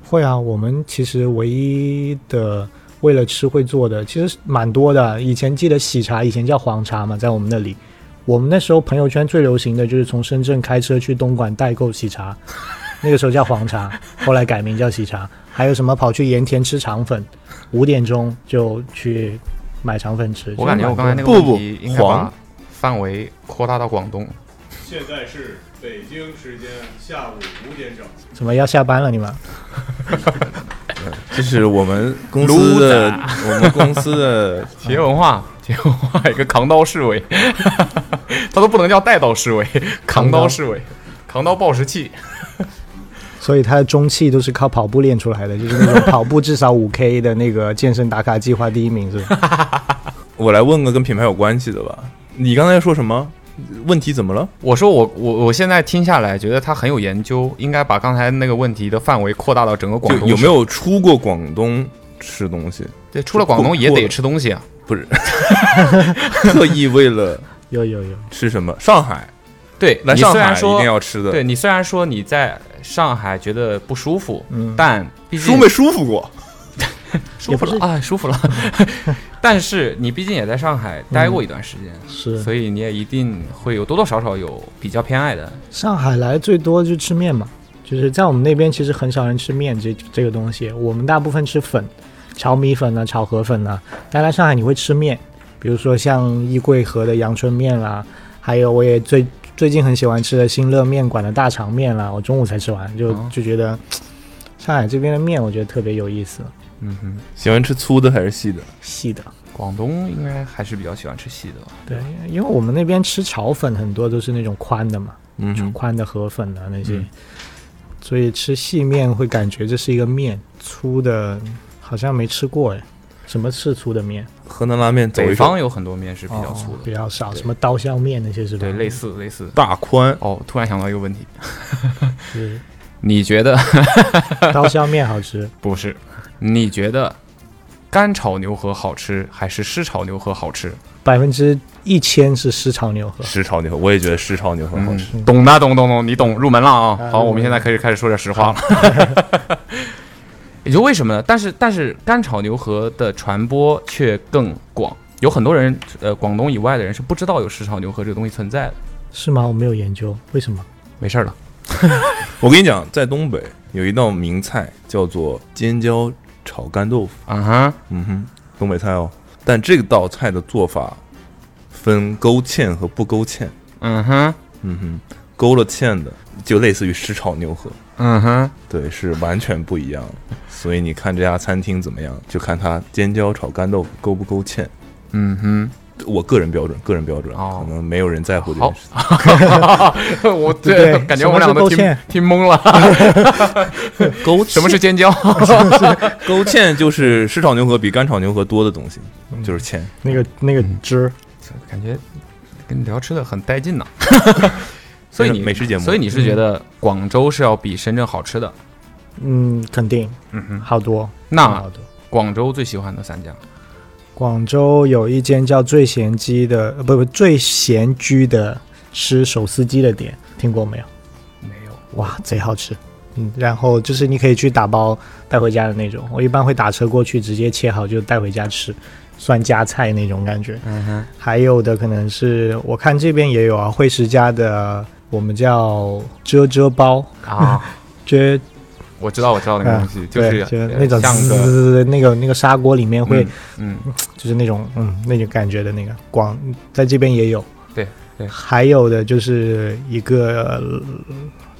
Speaker 4: 会啊，我们其实唯一的为了吃会做的，其实蛮多的。以前记得喜茶，以前叫黄茶嘛，在我们那里，我们那时候朋友圈最流行的就是从深圳开车去东莞代购喜茶， *laughs* 那个时候叫黄茶，后来改名叫喜茶。还有什么跑去盐田吃肠粉，五点钟就去买肠粉吃。
Speaker 3: 我感觉我刚才那个
Speaker 2: 不
Speaker 3: 问
Speaker 2: 不
Speaker 3: 题应该把
Speaker 2: 黄
Speaker 3: 范围扩大到广东。
Speaker 9: 现在是北京时间下午五点整。
Speaker 4: 怎么要下班了你们？
Speaker 2: 这是我们公司的，我们公司的
Speaker 3: 企业文化， *laughs* 企业文化一个扛刀侍卫， *laughs* 他都不能叫带刀侍卫，扛刀侍卫，扛刀暴食器。
Speaker 4: 所以他的中气都是靠跑步练出来的，就是那种跑步至少五 K 的那个健身打卡计划第一名是
Speaker 3: *laughs*
Speaker 4: 吧？
Speaker 2: 我来问个跟品牌有关系的吧。你刚才说什么？问题怎么了？
Speaker 3: 我说我我我现在听下来，觉得他很有研究，应该把刚才那个问题的范围扩大到整个广
Speaker 2: 就
Speaker 3: 东。
Speaker 2: 有没？有出过广东吃东西？ *laughs*
Speaker 3: 对，除了广东也得吃东西啊。
Speaker 2: 不是，特意为了
Speaker 4: 有有有，
Speaker 2: 吃什么？上海
Speaker 3: 对，
Speaker 2: 来
Speaker 3: 你
Speaker 2: 上
Speaker 3: 虽
Speaker 2: 海
Speaker 3: 然
Speaker 2: 一
Speaker 3: 说
Speaker 2: 定要吃的。
Speaker 3: 对，你虽然说你在上海觉得不舒服，
Speaker 4: 嗯
Speaker 3: 但毕竟
Speaker 2: 舒没舒服过？
Speaker 3: 舒服了，哎，舒服 *laughs* 了。但是你毕竟也在上海待过一段时间，
Speaker 4: 是
Speaker 3: 所以你也一定会有多多少少有比较偏爱的。
Speaker 4: 上海来最多就吃面嘛，就是在我们那边其实很少人吃面这这个东西，我们大部分吃粉，炒米粉啊，炒河粉啊。但来上海你会吃面，比如说像易桂河的阳春面啦、还有我也最最近很喜欢吃的新乐面馆的大肠面啦、我中午才吃完，就
Speaker 3: 哦
Speaker 4: 就觉得嘖上海这边的面我觉得特别有意思，
Speaker 3: 嗯哼，
Speaker 2: 喜欢吃粗的还是细的？
Speaker 4: 细的。
Speaker 3: 广东应该还是比较喜欢吃细的吧？
Speaker 4: 对，因为我们那边吃炒粉很多都是那种宽的嘛，
Speaker 2: 嗯哼，
Speaker 4: 宽的河粉啊那些，
Speaker 2: 嗯
Speaker 4: 所以吃细面会感觉这是一个面，粗的好像没吃过哎。什么是粗的面？
Speaker 2: 河南拉面走
Speaker 3: 北
Speaker 2: 一手
Speaker 3: 方有很多面是比较粗
Speaker 4: 哦
Speaker 3: 的，
Speaker 4: 比较少，什么刀削面那些是吧？
Speaker 3: 对，类似类似。
Speaker 2: 大宽，
Speaker 3: 哦，突然想到一个问题，
Speaker 4: 似。
Speaker 3: 你觉得
Speaker 4: 刀削面
Speaker 3: *laughs*
Speaker 4: 好吃，
Speaker 3: 不是？你觉得干炒牛河好吃还是湿炒牛河好吃？
Speaker 4: 百分之一千是湿炒牛河。
Speaker 2: 石炒牛河，我也觉得石炒牛河好吃。
Speaker 3: 嗯懂的懂懂懂，你懂入门了啊
Speaker 4: 啊！
Speaker 3: 好，
Speaker 4: 入门
Speaker 3: 我们现在可以开始说点实话了。 *laughs* 也就为什么呢？但是但是干炒牛河的传播却更广，有很多人呃广东以外的人是不知道有湿炒牛河这个东西存在的。
Speaker 4: 是吗？我没有研究，为什么？
Speaker 3: 没事儿了，
Speaker 2: 我跟你讲，在东北有一道名菜叫做尖椒炒干豆腐，
Speaker 3: 嗯哼，
Speaker 2: 嗯哼，东北菜哦。但这道菜的做法分勾芡和不勾芡，
Speaker 3: 嗯哼，
Speaker 2: 嗯哼，勾了芡的就类似于石炒牛河，
Speaker 3: 嗯哼，
Speaker 2: 对，是完全不一样的。所以你看这家餐厅怎么样，就看它尖椒炒干豆腐勾不勾芡。
Speaker 4: *laughs*
Speaker 3: 嗯
Speaker 2: 我个人标准，个人标准，
Speaker 3: 哦
Speaker 2: 可能没有人在乎这件事情。
Speaker 3: 哼，我
Speaker 4: 对
Speaker 3: 这感觉我们
Speaker 4: 什
Speaker 3: 俩
Speaker 4: 么是
Speaker 3: 都
Speaker 4: 勾
Speaker 3: 听
Speaker 4: 芡
Speaker 3: 听懵了，
Speaker 4: *laughs*
Speaker 2: 勾
Speaker 3: 什么是尖椒？
Speaker 2: 勾芡？就是湿炒牛河比干炒牛河多的东西，就是芡。
Speaker 4: 那
Speaker 3: 嗯
Speaker 4: 个那个汁儿，
Speaker 3: 感觉跟你聊吃的很
Speaker 2: *laughs*
Speaker 3: 带劲呢。所以你
Speaker 2: 美食节目
Speaker 3: 所以你是觉得广州是要比深圳好吃的？
Speaker 4: 嗯，肯定，
Speaker 3: 嗯哼，
Speaker 4: 好多，
Speaker 3: 那
Speaker 2: 嗯
Speaker 4: 好多。
Speaker 3: 广州最喜欢的三家，
Speaker 4: 广州有一间叫醉贤鸡的，呃不不醉贤居的吃手撕鸡的店，听过没有？
Speaker 3: 没有。
Speaker 4: 哇，贼好吃。嗯，然后就是你可以去打包带回家的那种，我一般会打车过去，直接切好就带回家吃，算夹菜那种感觉。
Speaker 3: 嗯哼，
Speaker 4: 还有的可能是我看这边也有啊，惠食家的我们叫遮遮包，
Speaker 3: 啊，
Speaker 4: 遮啊
Speaker 3: 我知道，我知道那个东
Speaker 4: *laughs*
Speaker 3: 西，
Speaker 4: 对
Speaker 3: 是
Speaker 4: 就是
Speaker 3: 呃
Speaker 4: 那种
Speaker 3: 像
Speaker 4: 滋滋
Speaker 3: 个
Speaker 4: 滋滋那个那个砂锅里面会、
Speaker 3: 嗯，
Speaker 4: 就是那种嗯那种感觉的那个广，在这边也有。
Speaker 3: 对对
Speaker 4: 还有的就是一个呃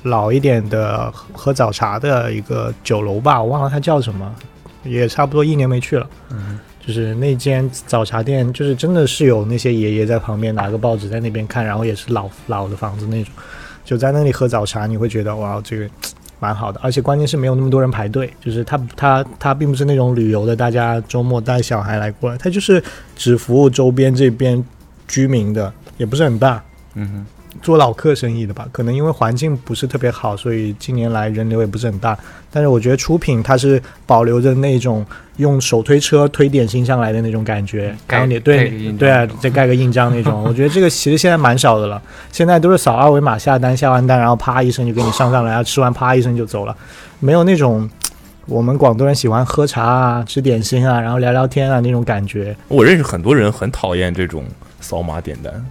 Speaker 4: 老一点的喝喝早茶的一个酒楼吧，我忘了它叫什么，也差不多一年没去了。
Speaker 3: 嗯，
Speaker 4: 就是那间早茶店，就是真的是有那些爷爷在旁边拿个报纸在那边看，然后也是老老的房子那种，就在那里喝早茶，你会觉得哇，这个蛮好的，而且关键是没有那么多人排队，就是它它它并不是那种旅游的，大家周末带小孩来过来，它就是只服务周边这边居民的，也不是很大，
Speaker 3: 嗯哼，
Speaker 4: 做老客生意的吧，可能因为环境不是特别好，所以近年来人流也不是很大。但是我觉得出品它是保留着那种用手推车推点心上来的那种感觉，
Speaker 3: 盖
Speaker 4: 然后你
Speaker 3: 嗯盖
Speaker 4: 对
Speaker 3: 个印章
Speaker 4: 对啊
Speaker 3: 那种，
Speaker 4: 再盖个印章那种。我觉得这个其实现在蛮少的了，现在都是扫二维码下单，下完单然后啪一声就给你上上来，然后吃完啪一声就走了，没有那种。我们广东人喜欢喝茶啊，吃点心啊，然后聊聊天啊那种感觉，
Speaker 2: 我认识很多人很讨厌这种扫码点单，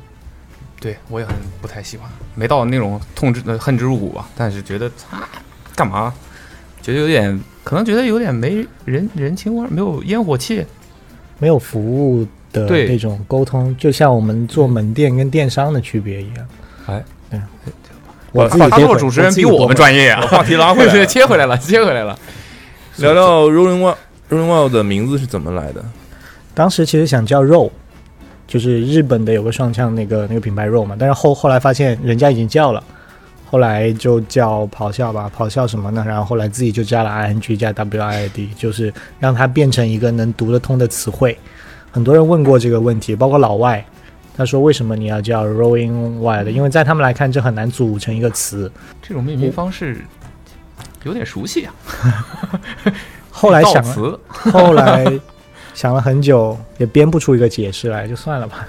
Speaker 3: 对我也很不太喜欢，没到那种痛之呃恨之入骨吧，但是觉得啊干嘛
Speaker 8: 觉得有点，可能觉得有点没人人情味儿，没有烟火气。
Speaker 4: 没有服务的
Speaker 8: 对
Speaker 4: 那种沟通，就像我们做门店跟电商的区别一样。
Speaker 8: 哎，
Speaker 4: 对，
Speaker 2: 把
Speaker 4: 我自己
Speaker 8: 他
Speaker 4: 接
Speaker 8: 做
Speaker 4: 回
Speaker 8: 主持人
Speaker 4: 自己
Speaker 8: 比我们
Speaker 4: 做
Speaker 8: 专业啊！
Speaker 2: 话题拉回来
Speaker 8: 对，
Speaker 2: 了，
Speaker 8: 切回来了，切回来了。
Speaker 2: 聊聊 Rolling Wild。Rolling Wild 的名字是怎么来的？
Speaker 4: 当时其实想叫肉，就是日本的有个双枪那个那个品牌肉嘛，但是后后来发现人家已经叫了，后来就叫咆哮吧，咆哮什么呢？然后后来自己就加了 ing 加 wid，就是让它变成一个能读得通的词汇。很多人问过这个问题，包括老外，他说为什么你要叫 rolling wild？因为在他们来看，这很难组成一个词。
Speaker 8: 这种命名方式有点熟悉啊。
Speaker 4: 后来
Speaker 8: 造
Speaker 4: 想了，
Speaker 8: 词，
Speaker 4: 后来想了很久，也编不出一个解释来，就算了吧。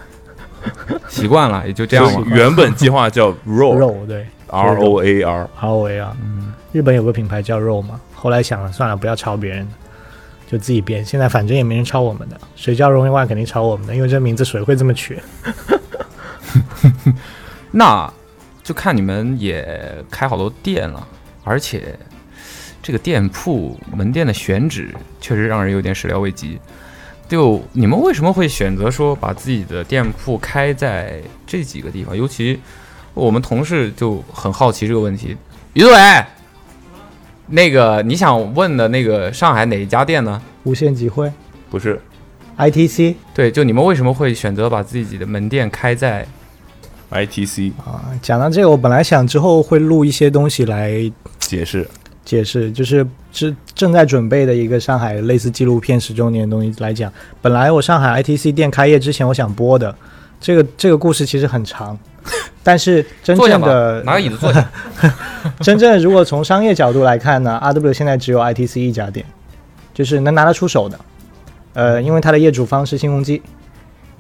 Speaker 8: 习惯了也就这样
Speaker 2: 就是
Speaker 8: 吧。
Speaker 2: 原本计划叫 Roar
Speaker 4: 肉对。
Speaker 2: R O A R，
Speaker 4: R O A 啊，日本有个品牌叫肉嘛，后来想了算了，不要抄别人的，就自己编。现在反正也没人抄我们的，谁叫 Rolling One 肯定抄我们的，因为这名字谁会这么取？
Speaker 8: 那就看你们也开好多店了，而且这个店铺门店的选址确实让人有点始料未及。就你们为什么会选择说把自己的店铺开在这几个地方？尤其我们同事就很好奇这个问题。于志伟，那个你想问的那个上海哪一家店呢？
Speaker 4: 无限集会
Speaker 2: 不是
Speaker 4: I T C
Speaker 8: 对，就你们为什么会选择把自己的门店开在
Speaker 2: I T C
Speaker 4: 啊，讲到这个，我本来想之后会录一些东西来
Speaker 2: 解释。
Speaker 4: 解释，就是正正在准备的一个上海类似纪录片十周年的东西来讲。本来我上海 ITC 店开业之前，我想播的这个这个故事其实很长，但是真
Speaker 8: 坐下
Speaker 4: 正
Speaker 8: 吧
Speaker 4: 的，
Speaker 8: 拿个椅子坐
Speaker 3: *laughs*
Speaker 8: 下。
Speaker 4: 真正如果从商业角度来看呢，RW 现在只有 ITC 一家店，就是能拿得出手的。呃，因为它的业主方是新鸿基。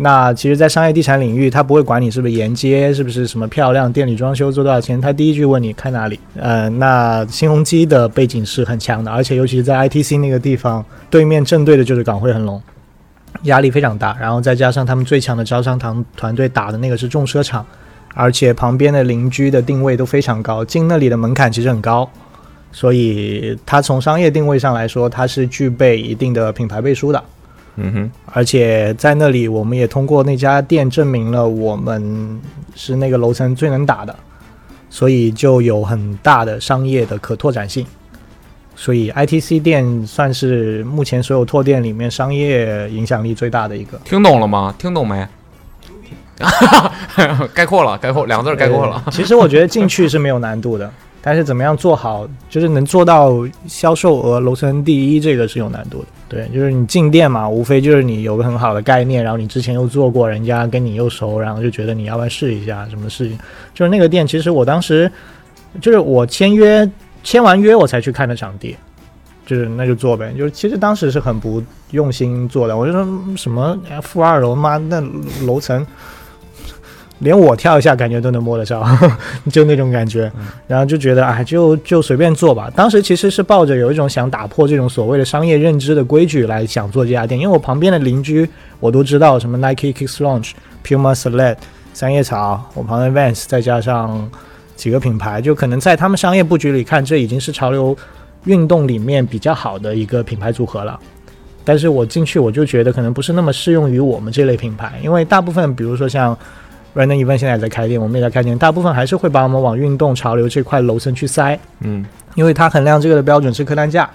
Speaker 4: 那其实，在商业地产领域，它不会管你是不是沿街，是不是什么漂亮，店里装修做多少钱，它第一句问你开哪里。呃，那新鸿基的背景是很强的，而且尤其是在 ITC 那个地方，对面正对的就是港汇恒隆，压力非常大。然后再加上他们最强的招商团团队打的那个是重车厂，而且旁边的邻居的定位都非常高，进那里的门槛其实很高，所以它从商业定位上来说，它是具备一定的品牌背书的。
Speaker 2: 嗯哼，
Speaker 4: 而且在那里，我们也通过那家店证明了我们是那个楼层最能打的，所以就有很大的商业的可拓展性。所以 ITC 店算是目前所有拓店里面商业影响力最大的一个。
Speaker 8: 听懂了吗？听懂没？ *laughs* 概括了，概括两个字儿概括了。
Speaker 4: 呃其实我觉得进去是没有难度的，但是怎么样做好，就是能做到销售额楼层第一，这个是有难度的。对，就是你进店嘛，无非就是你有个很好的概念，然后你之前又做过，人家跟你又熟，然后就觉得你要不要试一下什么事情。就是那个店，其实我当时就是我签约，签完约我才去看的场地。就是那就做呗，就是其实当时是很不用心做的，我就说嗯什么哎负二楼妈那楼层，连我跳一下感觉都能摸得着， *laughs* 就那种感觉，然后就觉得哎就就随便做吧。当时其实是抱着有一种想打破这种所谓的商业认知的规矩来想做这家店，因为我旁边的邻居我都知道什么 Nike Kicks Launch、Puma Select、三叶草，我旁边 Vans 再加上几个品牌，就可能在他们商业布局里看，这已经是潮流运动里面比较好的一个品牌组合了。但是我进去我就觉得可能不是那么适用于我们这类品牌，因为大部分比如说像 Random Event 现在也在开店，我们也在开店，大部分还是会把我们往运动潮流这块楼层去塞。
Speaker 2: 嗯，
Speaker 4: 因为它衡量这个的标准是客单价，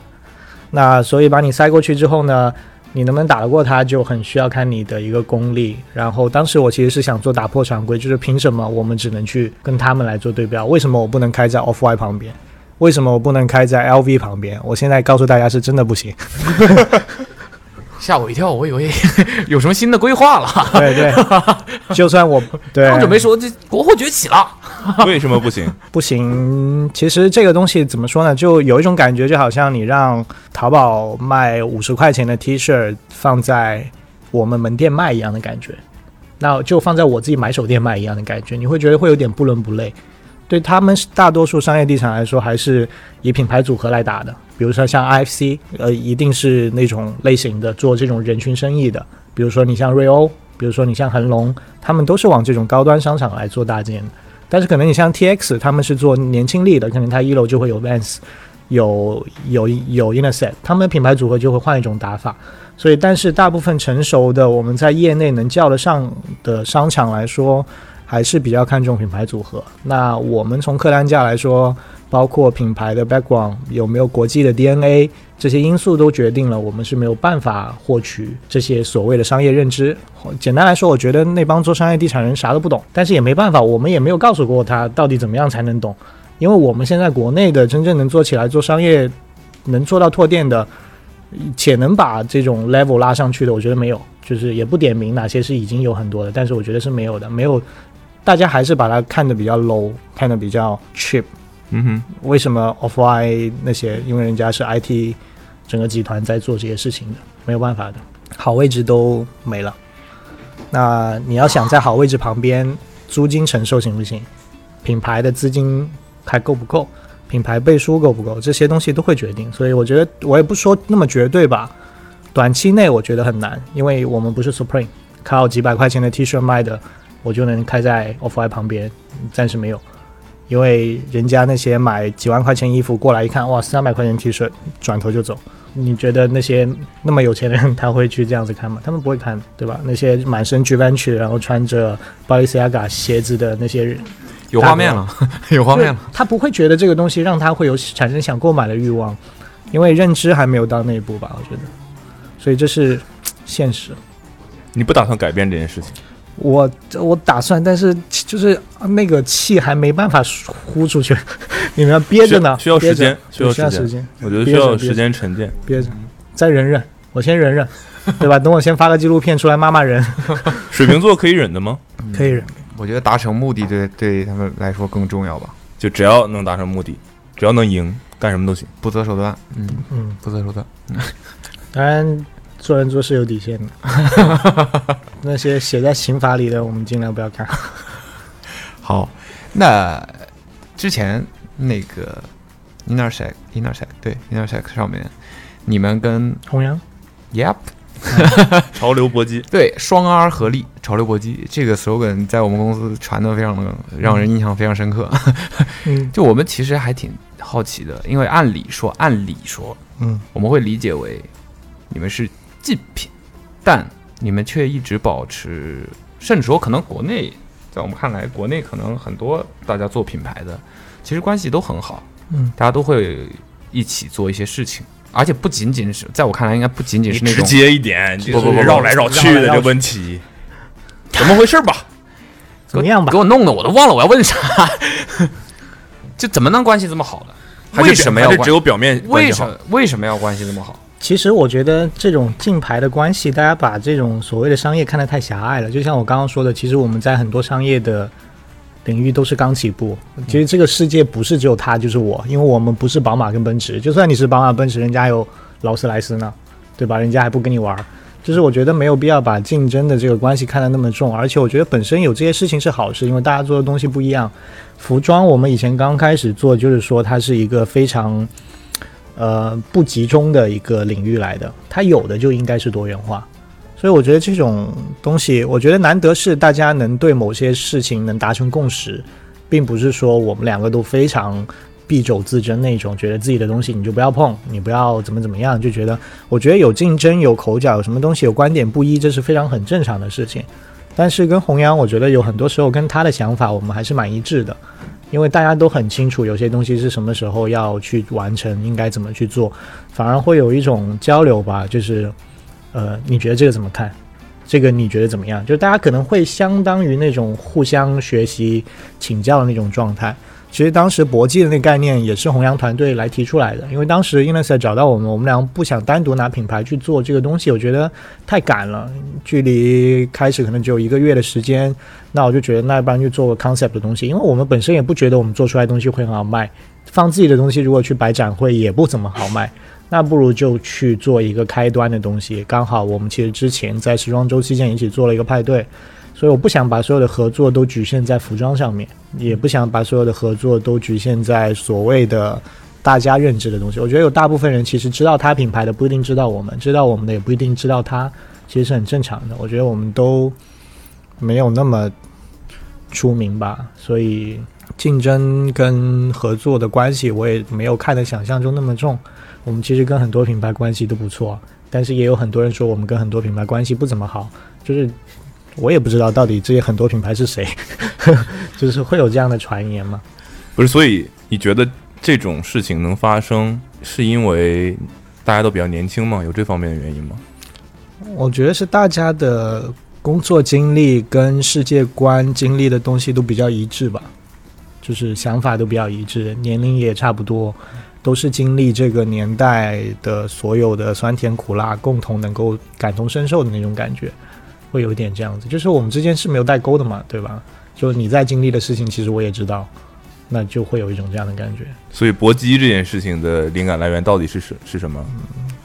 Speaker 4: 那所以把你塞过去之后呢，你能不能打得过它就很需要看你的一个功力。然后当时我其实是想做打破常规，就是凭什么我们只能去跟他们来做对标？为什么我不能开在 Off White 旁边？为什么我不能开在 LV 旁边？我现在告诉大家是真的不行。 *laughs*
Speaker 8: 吓我一跳，我以为 *laughs* 有什么新的规划了。*laughs*
Speaker 4: 对对，就算我对
Speaker 8: 刚准备说这国货崛起了，
Speaker 2: *laughs* 为什么不行？
Speaker 4: 不行，其实这个东西怎么说呢？就有一种感觉，就好像你让淘宝卖五十块钱的 T 恤放在我们门店卖一样的感觉，那就放在我自己买手店卖一样的感觉，你会觉得会有点不伦不类。对他们大多数商业地产来说，还是以品牌组合来打的。比如说像 IFC，呃，一定是那种类型的做这种人群生意的。比如说你像瑞欧，比如说你像恒隆，他们都是往这种高端商场来做搭建的。但是可能你像 TX，他们是做年轻力的，可能它一楼就会有 Vans，有有有 Innerset，他们的品牌组合就会换一种打法。所以，但是大部分成熟的我们在业内能叫得上的商场来说，还是比较看重品牌组合。那我们从客单价来说，包括品牌的 background 有没有国际的 DNA，这些因素都决定了我们是没有办法获取这些所谓的商业认知。简单来说，我觉得那帮做商业地产人啥都不懂，但是也没办法，我们也没有告诉过他到底怎么样才能懂，因为我们现在国内的真正能做起来做商业，能做到拓店的。且能把这种 level 拉上去的，我觉得没有，就是也不点名哪些是已经有很多的，但是我觉得是没有的，没有，大家还是把它看得比较 low，看得比较 cheap。
Speaker 2: 嗯哼，
Speaker 4: 为什么 offline 那些，因为人家是 IT 整个集团在做这些事情的，没有办法的，好位置都没了。那你要想在好位置旁边，租金承受行不行？品牌的资金还够不够？品牌背书够不够？这些东西都会决定。所以我觉得我也不说那么绝对吧，短期内我觉得很难，因为我们不是 Supreme，靠几百块钱的 T 恤卖的，我就能开在 Off White 旁边，暂时没有。因为人家那些买几万块钱衣服过来一看，哇，三百块钱 T 恤，转头就走。你觉得那些那么有钱的人他会去这样子看吗？他们不会看，对吧？那些满身 Givenchy，然后穿着 Balenciaga 鞋子的那些人，
Speaker 8: 有画面了， *laughs* 有画面了。
Speaker 4: 他不会觉得这个东西让他会有产生想购买的欲望，因为认知还没有到那一步吧，我觉得。所以这是现实。
Speaker 2: 你不打算改变这件事情？
Speaker 4: 我我打算，但是就是啊那个气还没办法呼出去， *laughs* 你们要憋着呢，
Speaker 2: 需要需要时间
Speaker 4: 憋
Speaker 2: 需要
Speaker 4: 着对需
Speaker 2: 时间
Speaker 4: 要啊时间，
Speaker 2: 我觉得需
Speaker 4: 憋着
Speaker 2: 要
Speaker 4: 憋
Speaker 2: 时间沉淀。
Speaker 4: 憋着，再忍忍，我先
Speaker 2: *laughs*
Speaker 4: 忍忍，对吧？等我先发个纪录片出来骂骂人，
Speaker 2: 水瓶座可以忍的吗？ *laughs*
Speaker 4: 可以忍。
Speaker 3: 我觉得达成目的对对他们来说更重要吧，
Speaker 2: 就只要能达成目的，只要能赢，干什么都行。
Speaker 3: 不择手段。
Speaker 8: 嗯，
Speaker 4: 嗯，
Speaker 8: 不择手段。
Speaker 4: 当然做人做事有底线的，
Speaker 2: *laughs*
Speaker 4: 那些写在刑法里的我们尽量不要看。
Speaker 3: 好，那之前那个 Innersec Innersec 对 Innersec 上面，你们跟
Speaker 4: 弘扬
Speaker 3: Yep
Speaker 2: 潮流搏击，
Speaker 3: 对双 R 合力潮流搏击这个 slogan 在我们公司传的非常的让人印象非常深刻。 *laughs*
Speaker 4: 嗯
Speaker 3: 就我们其实还挺好奇的，因为按理说按理说
Speaker 4: 嗯，
Speaker 3: 我们会理解为你们是竞品，但你们却一直保持，甚至说可能国内，在我们看来，国内可能很多大家做品牌的，其实关系都很好，
Speaker 4: 嗯，
Speaker 3: 大家都会一起做一些事情，而且不仅仅是，在我看来，应该不仅仅
Speaker 2: 你
Speaker 3: 是那
Speaker 2: 直
Speaker 3: 种，
Speaker 2: 接一点，你
Speaker 3: 不不不
Speaker 2: 绕来绕去的
Speaker 4: 绕来绕
Speaker 2: 这
Speaker 4: 去
Speaker 2: 问题，怎么回事吧？
Speaker 4: 怎么样
Speaker 3: *laughs*
Speaker 4: 吧
Speaker 3: 给？我弄得我都忘了我要问啥，就怎么能关系这么好
Speaker 2: 还
Speaker 3: 呢？
Speaker 2: 是
Speaker 3: 为
Speaker 2: 表
Speaker 3: 什么要
Speaker 2: 还是
Speaker 3: 关
Speaker 2: 只有表面关
Speaker 3: 为
Speaker 2: 系
Speaker 3: 什
Speaker 2: 好？
Speaker 3: 么为什么要关系这么好？
Speaker 4: 其实我觉得这种竞牌的关系，大家把这种所谓的商业看得太狭隘了。就像我刚刚说的，其实我们在很多商业的领域都是刚起步。其实这个世界不是只有他就是我，因为我们不是宝马跟奔驰。就算你是宝马、奔驰，人家有劳斯莱斯呢，对吧？人家还不跟你玩儿。就是我觉得没有必要把竞争的这个关系看得那么重，而且我觉得本身有这些事情是好事，因为大家做的东西不一样。服装我们以前刚开始做，就是说它是一个非常呃不集中的一个领域来的，它有的就应该是多元化。所以我觉得这种东西，我觉得难得是大家能对某些事情能达成共识，并不是说我们两个都非常敝帚自珍那种，觉得自己的东西你就不要碰，你不要怎么怎么样，就觉得我觉得有竞争、有口角、有什么东西有观点不一，这是非常很正常的事情。但是跟弘扬，我觉得有很多时候跟他的想法我们还是蛮一致的，因为大家都很清楚有些东西是什么时候要去完成，应该怎么去做，反而会有一种交流吧，就是，呃，你觉得这个怎么看？这个你觉得怎么样？就大家可能会相当于那种互相学习、请教的那种状态。其实当时搏击的那个概念也是弘扬团队来提出来的，因为当时 i n n e s 找到我们，我们俩不想单独拿品牌去做这个东西，我觉得太赶了，距离开始可能只有一个月的时间，那我就觉得那要不然就做个 concept 的东西，因为我们本身也不觉得我们做出来的东西会很好卖，放自己的东西如果去摆展会也不怎么好卖，那不如就去做一个开端的东西。刚好我们其实之前在时装周期间一起做了一个派对，所以我不想把所有的合作都局限在服装上面，也不想把所有的合作都局限在所谓的。大家认知的东西，我觉得有大部分人其实知道他品牌的不一定知道我们，知道我们的也不一定知道他，其实是很正常的。我觉得我们都没有那么出名吧，所以竞争跟合作的关系，我也没有看的想象中那么重。我们其实跟很多品牌关系都不错，但是也有很多人说我们跟很多品牌关系不怎么好，就是我也不知道到底这些很多品牌是谁， *laughs* 就是会有这样的传言嘛。
Speaker 2: 不是，所以你觉得这种事情能发生，是因为大家都比较年轻吗？有这方面的原因吗？
Speaker 4: 我觉得是大家的工作经历跟世界观经历的东西都比较一致吧，就是想法都比较一致，年龄也差不多，都是经历这个年代的所有的酸甜苦辣，共同能够感同身受的那种感觉，会有一点这样子。就是我们之间是没有代沟的嘛，对吧？就你在经历的事情，其实我也知道，那就会有一种这样的感觉。
Speaker 2: 所以搏击这件事情的灵感来源到底是是是什么？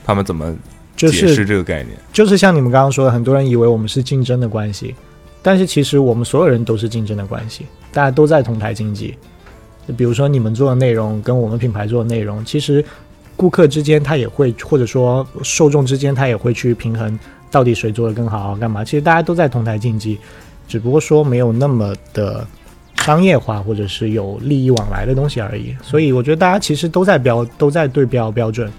Speaker 2: 他们怎么
Speaker 4: 就
Speaker 2: 解
Speaker 4: 是
Speaker 2: 释这个概念？
Speaker 4: 就是像你们刚刚说的，很多人以为我们是竞争的关系，但是其实我们所有人都是竞争的关系，大家都在同台竞技。就比如说你们做的内容跟我们品牌做的内容，其实顾客之间他也会，或者说受众之间他也会去平衡，到底谁做的更好，干嘛？其实大家都在同台竞技，只不过说没有那么的商业化，或者是有利益往来的东西而已。所以我觉得大家其实都在标，都在对标标准。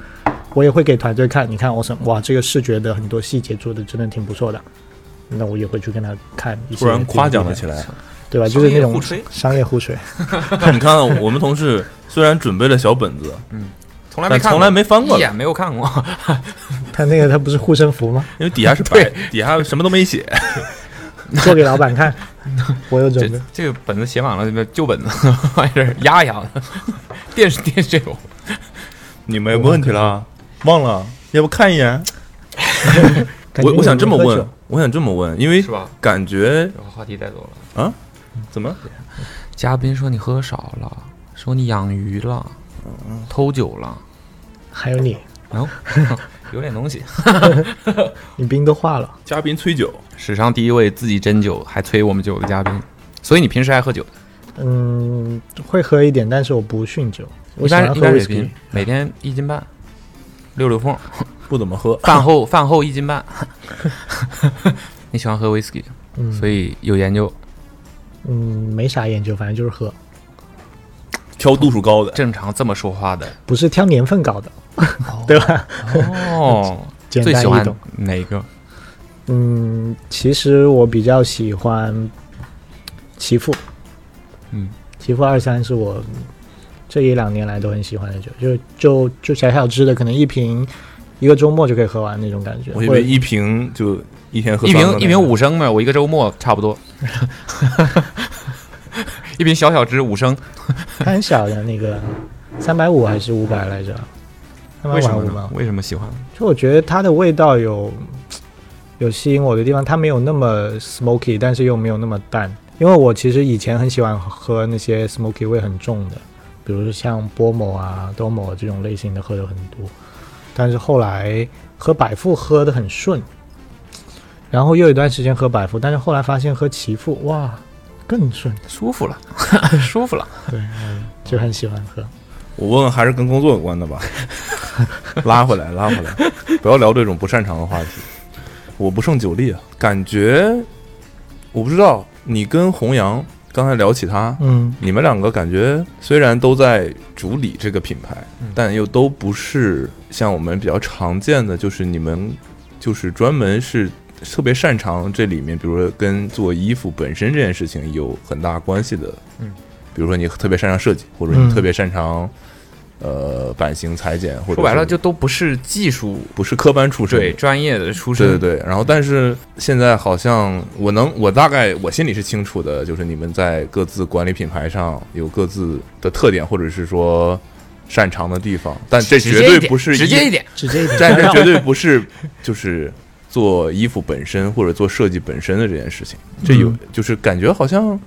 Speaker 4: 我也会给团队看，你看 awesome，哇，这个视觉的很多细节做的真的挺不错的，那我也会去跟他看一些。
Speaker 2: 突然夸奖了起，来。
Speaker 4: 对吧？就是那
Speaker 3: 商业互
Speaker 4: 种
Speaker 3: 吹
Speaker 4: *laughs* 商业互吹，
Speaker 2: 你看，我们同事 *laughs* 虽然准备了小本子，
Speaker 3: 从来没
Speaker 2: 但
Speaker 3: 看过，
Speaker 2: 从来没翻过
Speaker 3: 一
Speaker 2: 来，
Speaker 3: 眼没有 *laughs* 看过。
Speaker 4: 他那个他不是护身符吗？ *laughs*
Speaker 2: 因为底下是 *laughs* 白，底下什么都没写。
Speaker 4: 做给老板看，我有准备
Speaker 3: 这。这个本子写满了，旧本子完事儿压一压。 *laughs* 电视电视这种，
Speaker 2: 你没问题啦，忘了，要不看一眼？
Speaker 4: 感觉
Speaker 2: 我我想这么
Speaker 4: 你们喝
Speaker 2: 问
Speaker 4: 酒，，
Speaker 2: 我想这么问，因为
Speaker 3: 是吧
Speaker 2: 感觉
Speaker 3: 这个话题带走了。
Speaker 2: 怎么？
Speaker 3: 嘉宾说你喝少了，说你养鱼了，偷酒了，哦
Speaker 4: 还有你，
Speaker 3: 然后嗯 *laughs* 有点东西。
Speaker 4: 你冰都化了，
Speaker 2: 嘉宾催酒，
Speaker 3: 史上第一位自己斟酒还催我们酒的嘉宾，所以你平时爱喝酒，
Speaker 4: 嗯，会喝一点，但是我不酗酒，我
Speaker 3: 一
Speaker 4: 喜欢
Speaker 3: 般一
Speaker 4: 喝
Speaker 3: 般
Speaker 4: w
Speaker 3: 水
Speaker 4: h
Speaker 3: 平每天一斤半，六六凤，
Speaker 2: 不怎么喝。
Speaker 3: 饭
Speaker 4: *laughs*
Speaker 3: 后饭后一斤半。你喜欢喝 whisky，
Speaker 4: 嗯，
Speaker 3: 所以有研究，
Speaker 4: 嗯没啥研究，反正就是喝，
Speaker 2: 挑度数高的，
Speaker 3: 正常这么说话的
Speaker 4: 不是挑年份搞的， *laughs* 对吧？
Speaker 3: 哦。
Speaker 4: 简
Speaker 3: 最
Speaker 4: 单
Speaker 3: 喜
Speaker 4: 易
Speaker 3: 欢
Speaker 4: 懂。
Speaker 3: 哪个？
Speaker 4: 嗯，其实我比较喜欢奇富，
Speaker 3: 嗯，
Speaker 4: 奇富二三是我这一两年来都很喜欢的酒，就就就小小支的，可能一瓶一个周末就可以喝完那种感觉。
Speaker 2: 我以
Speaker 4: 或者
Speaker 2: 为一瓶就一天喝
Speaker 3: 一
Speaker 2: 三个
Speaker 3: 瓶
Speaker 2: 呢
Speaker 3: 一瓶五升嘛，我一个周末差
Speaker 4: *laughs*
Speaker 3: 不多。一瓶小小支五升，
Speaker 4: 它很小的那个三百五还是五百来着？三
Speaker 3: 为
Speaker 4: 百五
Speaker 3: 什
Speaker 4: 还
Speaker 3: 么
Speaker 4: 五
Speaker 3: 呢
Speaker 4: 吗？？
Speaker 3: 为什么喜欢？
Speaker 4: 就我觉得它的味道有有吸引我的地方，它没有那么 smoky，但是又没有那么淡。因为我其实以前很喜欢喝那些 smoky 味很重的，比如像波某啊、多某这种类型的喝的很多，但是后来喝百富喝的很顺，然后又有一段时间喝百富，但是后来发现喝奇富哇更顺，
Speaker 3: 舒
Speaker 4: *laughs*
Speaker 3: 服了，舒服了。
Speaker 4: 就很喜欢喝。
Speaker 2: 我问问还是跟工作有关的
Speaker 3: *laughs*
Speaker 2: 吧，拉回来，拉回来，不要聊这种不擅长的话题。我不胜酒力啊，感觉我不知道你跟弘扬刚才聊起他，
Speaker 4: 嗯，
Speaker 2: 你们两个感觉虽然都在主理这个品牌，
Speaker 3: 嗯
Speaker 2: 但又都不是像我们比较常见的，就是你们就是专门是特别擅长这里面，比如说跟做衣服本身这件事情有很大关系的，
Speaker 3: 嗯，
Speaker 2: 比如说你特别擅长设计，或者你
Speaker 4: 嗯
Speaker 2: 特别擅长、呃版型裁剪，或者
Speaker 3: 说白了，
Speaker 2: 是
Speaker 3: 就都不是技术
Speaker 2: 不是科班出身的，
Speaker 4: 嗯
Speaker 3: 对专业的出身。
Speaker 2: 对对对，然后但是现在好像我能，我大概我心里是清楚的，就是你们在各自管理品牌上有各自的特点，或者是说擅长的地方，但这
Speaker 3: 直
Speaker 2: 绝
Speaker 3: 接一
Speaker 2: 对
Speaker 3: 点
Speaker 2: 不是
Speaker 3: 直接一，点。
Speaker 4: 直接一点。
Speaker 2: 但这绝对不是就是做衣服本身或者做设计本身的这件事情，这有
Speaker 4: 嗯
Speaker 2: 就是感觉好像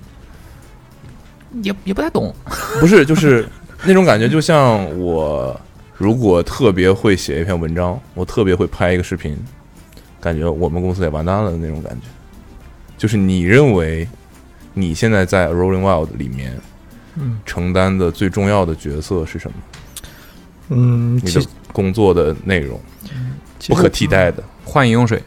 Speaker 3: 也也不太懂，
Speaker 2: *laughs* 不是就是那种感觉，就像我如果特别会写一篇文章，我特别会拍一个视频，感觉我们公司也完蛋了的那种感觉。就是你认为你现在在 Rolling Wild 里面
Speaker 4: 嗯
Speaker 2: 承担的最重要的角色是什么？
Speaker 4: 嗯，
Speaker 2: 你
Speaker 4: 其
Speaker 2: 的
Speaker 4: 实
Speaker 2: 工作的内容
Speaker 4: 其
Speaker 2: 不
Speaker 4: 实
Speaker 2: 可替代的。
Speaker 3: 换饮用水。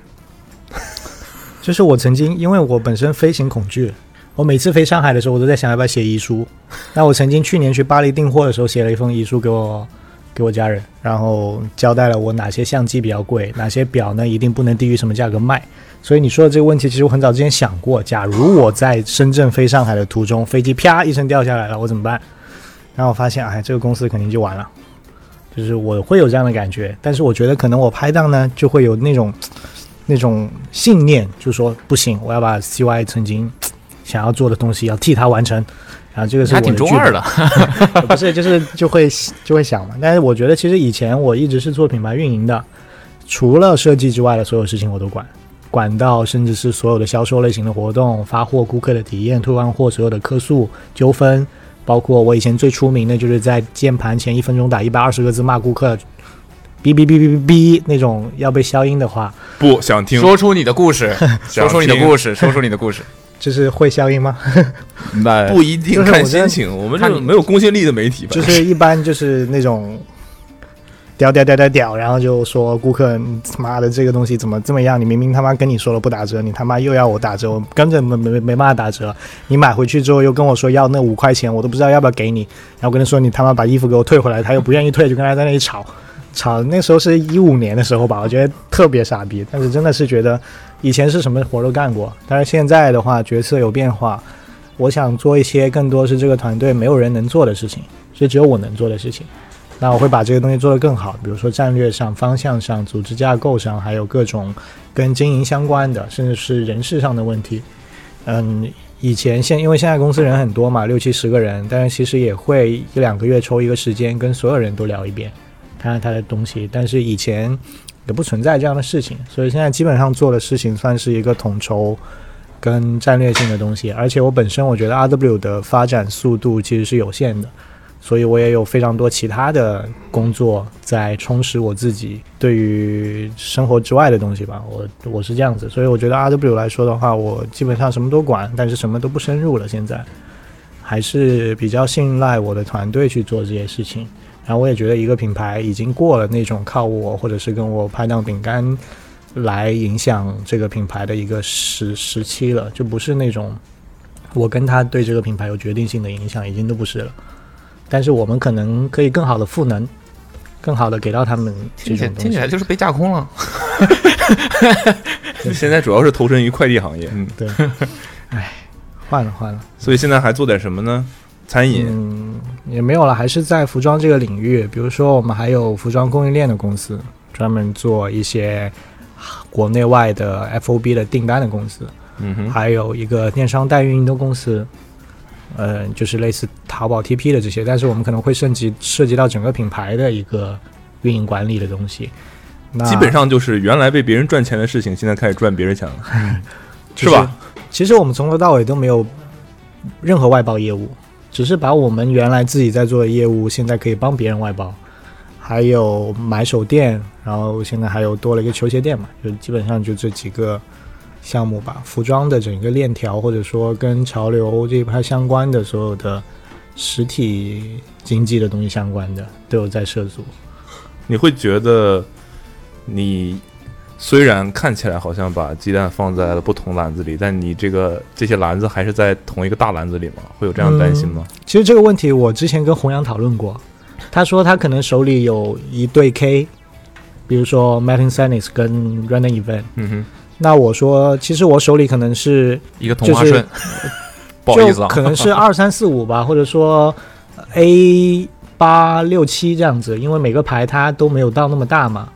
Speaker 4: 就是我曾经，因为我本身飞行恐惧，我每次飞上海的时候，我都在想要不要写遗书。那我曾经去年去巴黎订货的时候，写了一封遗书给我给我家人，然后交代了我哪些相机比较贵，哪些表呢一定不能低于什么价格卖。所以你说的这个问题，其实我很早之前想过，假如我在深圳飞上海的途中，飞机啪一声掉下来了，我怎么办？然后我发现，哎，这个公司肯定就完了。就是我会有这样的感觉，但是我觉得可能我拍档呢就会有那种那种信念，就说不行，我要把 CY 曾经想要做的东西要替他完成。然后这个是我
Speaker 3: 还
Speaker 4: 的
Speaker 3: 挺中
Speaker 4: 剧
Speaker 3: 二
Speaker 4: 本
Speaker 3: 的，
Speaker 4: 不是，就是就会就会想嘛。但是我觉得，其实以前我一直是做品牌运营的，除了设计之外的所有事情我都管，管到甚至是所有的销售类型的活动、发货、顾客的体验、退换货、所有的客诉、纠纷，包括我以前最出名的就是在键盘前一分钟打一百二十个字骂顾客，哔哔哔哔哔哔那种要被消音的话，
Speaker 2: 不想听，
Speaker 3: 说出你的故事，
Speaker 2: 想
Speaker 3: 说出你的
Speaker 2: 听
Speaker 3: 故事，说出你的故事。
Speaker 4: 就是会消音吗？
Speaker 3: 那
Speaker 2: 不一定
Speaker 4: 就是
Speaker 2: 看
Speaker 4: 我觉
Speaker 2: 心
Speaker 4: 得
Speaker 2: 情，我们这
Speaker 3: 看
Speaker 2: 种没有公信力的媒体吧， *laughs*
Speaker 4: 就是一般就是那种屌屌屌屌屌，然后就说顾客你他妈的这个东西怎么这么样？你明明他妈跟你说了不打折，你他妈又要我打折，我根本没没没办法打折。你买回去之后又跟我说要那五块钱，我都不知道要不要给你。然后我跟他说你他妈把衣服给我退回来，他又不愿意退，就跟他在那里吵。吵，那时候是一五年的时候吧，我觉得特别傻逼，但是真的是觉得以前是什么活都干过，但是现在的话角色有变化，我想做一些更多是这个团队没有人能做的事情，所以只有我能做的事情。那我会把这个东西做得更好，比如说战略上、方向上、组织架构上，还有各种跟经营相关的，甚至是人事上的问题。嗯，以前现因为现在公司人很多嘛，六七十个人，但是其实也会一两个月抽一个时间跟所有人都聊一遍，看看他的东西。但是以前也不存在这样的事情，所以现在基本上做的事情算是一个统筹，跟战略性的东西，而且我本身我觉得 RW 的发展速度其实是有限的，所以我也有非常多其他的工作在充实我自己对于生活之外的东西吧。我我是这样子，所以我觉得 RW 来说的话，我基本上什么都管，但是什么都不深入了。现在还是比较信赖我的团队去做这些事情。然后我也觉得一个品牌已经过了那种靠我或者是跟我拍档饼干来影响这个品牌的一个时时期了，就不是那种我跟他对这个品牌有决定性的影响，已经都不是了。但是我们可能可以更好的赋能，更好的给到他们
Speaker 3: 听
Speaker 4: 这
Speaker 3: 起来
Speaker 4: 种
Speaker 3: 听
Speaker 4: 东
Speaker 3: 起
Speaker 4: 西
Speaker 3: 来。就是被架空了。
Speaker 2: 现在主要是投身于快递行业，嗯，
Speaker 4: 对，哎，换了换了，
Speaker 2: 所以现在还做点什么呢？餐饮，
Speaker 4: 嗯，也没有了，还是在服装这个领域。比如说，我们还有服装供应链的公司，专门做一些国内外的 FOB 的订单的公司。
Speaker 2: 嗯哼，
Speaker 4: 还有一个电商代运营的公司，呃，就是类似淘宝 TP 的这些，但是我们可能会涉及涉及到整个品牌的一个运营管理的东西。那
Speaker 2: 基本上就是原来被别人赚钱的事情，现在开始赚别人钱了，
Speaker 4: *laughs* 就是
Speaker 2: 吧？
Speaker 4: 其实我们从头到尾都没有任何外包业务，只是把我们原来自己在做的业务，现在可以帮别人外包。还有买手店，然后现在还有多了一个球鞋店嘛，就基本上就这几个项目吧。服装的整个链条，或者说跟潮流这一派相关的所有的实体经济的东西相关的，都有在涉足。
Speaker 2: 你会觉得你虽然看起来好像把鸡蛋放在了不同篮子里，但你这个这些篮子还是在同一个大篮子里吗？会有这样的担心吗？
Speaker 4: 其实这个问题我之前跟洪阳讨论过，他说他可能手里有一对 K，比如说 Martin Sanis 跟 Random Event。
Speaker 2: 嗯哼，
Speaker 4: 那我说，其实我手里可能是
Speaker 3: 一个同
Speaker 4: 就
Speaker 3: 花
Speaker 4: 是
Speaker 3: 顺， *laughs* 不好意思
Speaker 4: 就
Speaker 3: 啊，
Speaker 4: 可
Speaker 3: *laughs*
Speaker 4: 能是二三四五吧，或者说 A 八六七这样子，因为每个牌它都没有到那么大嘛。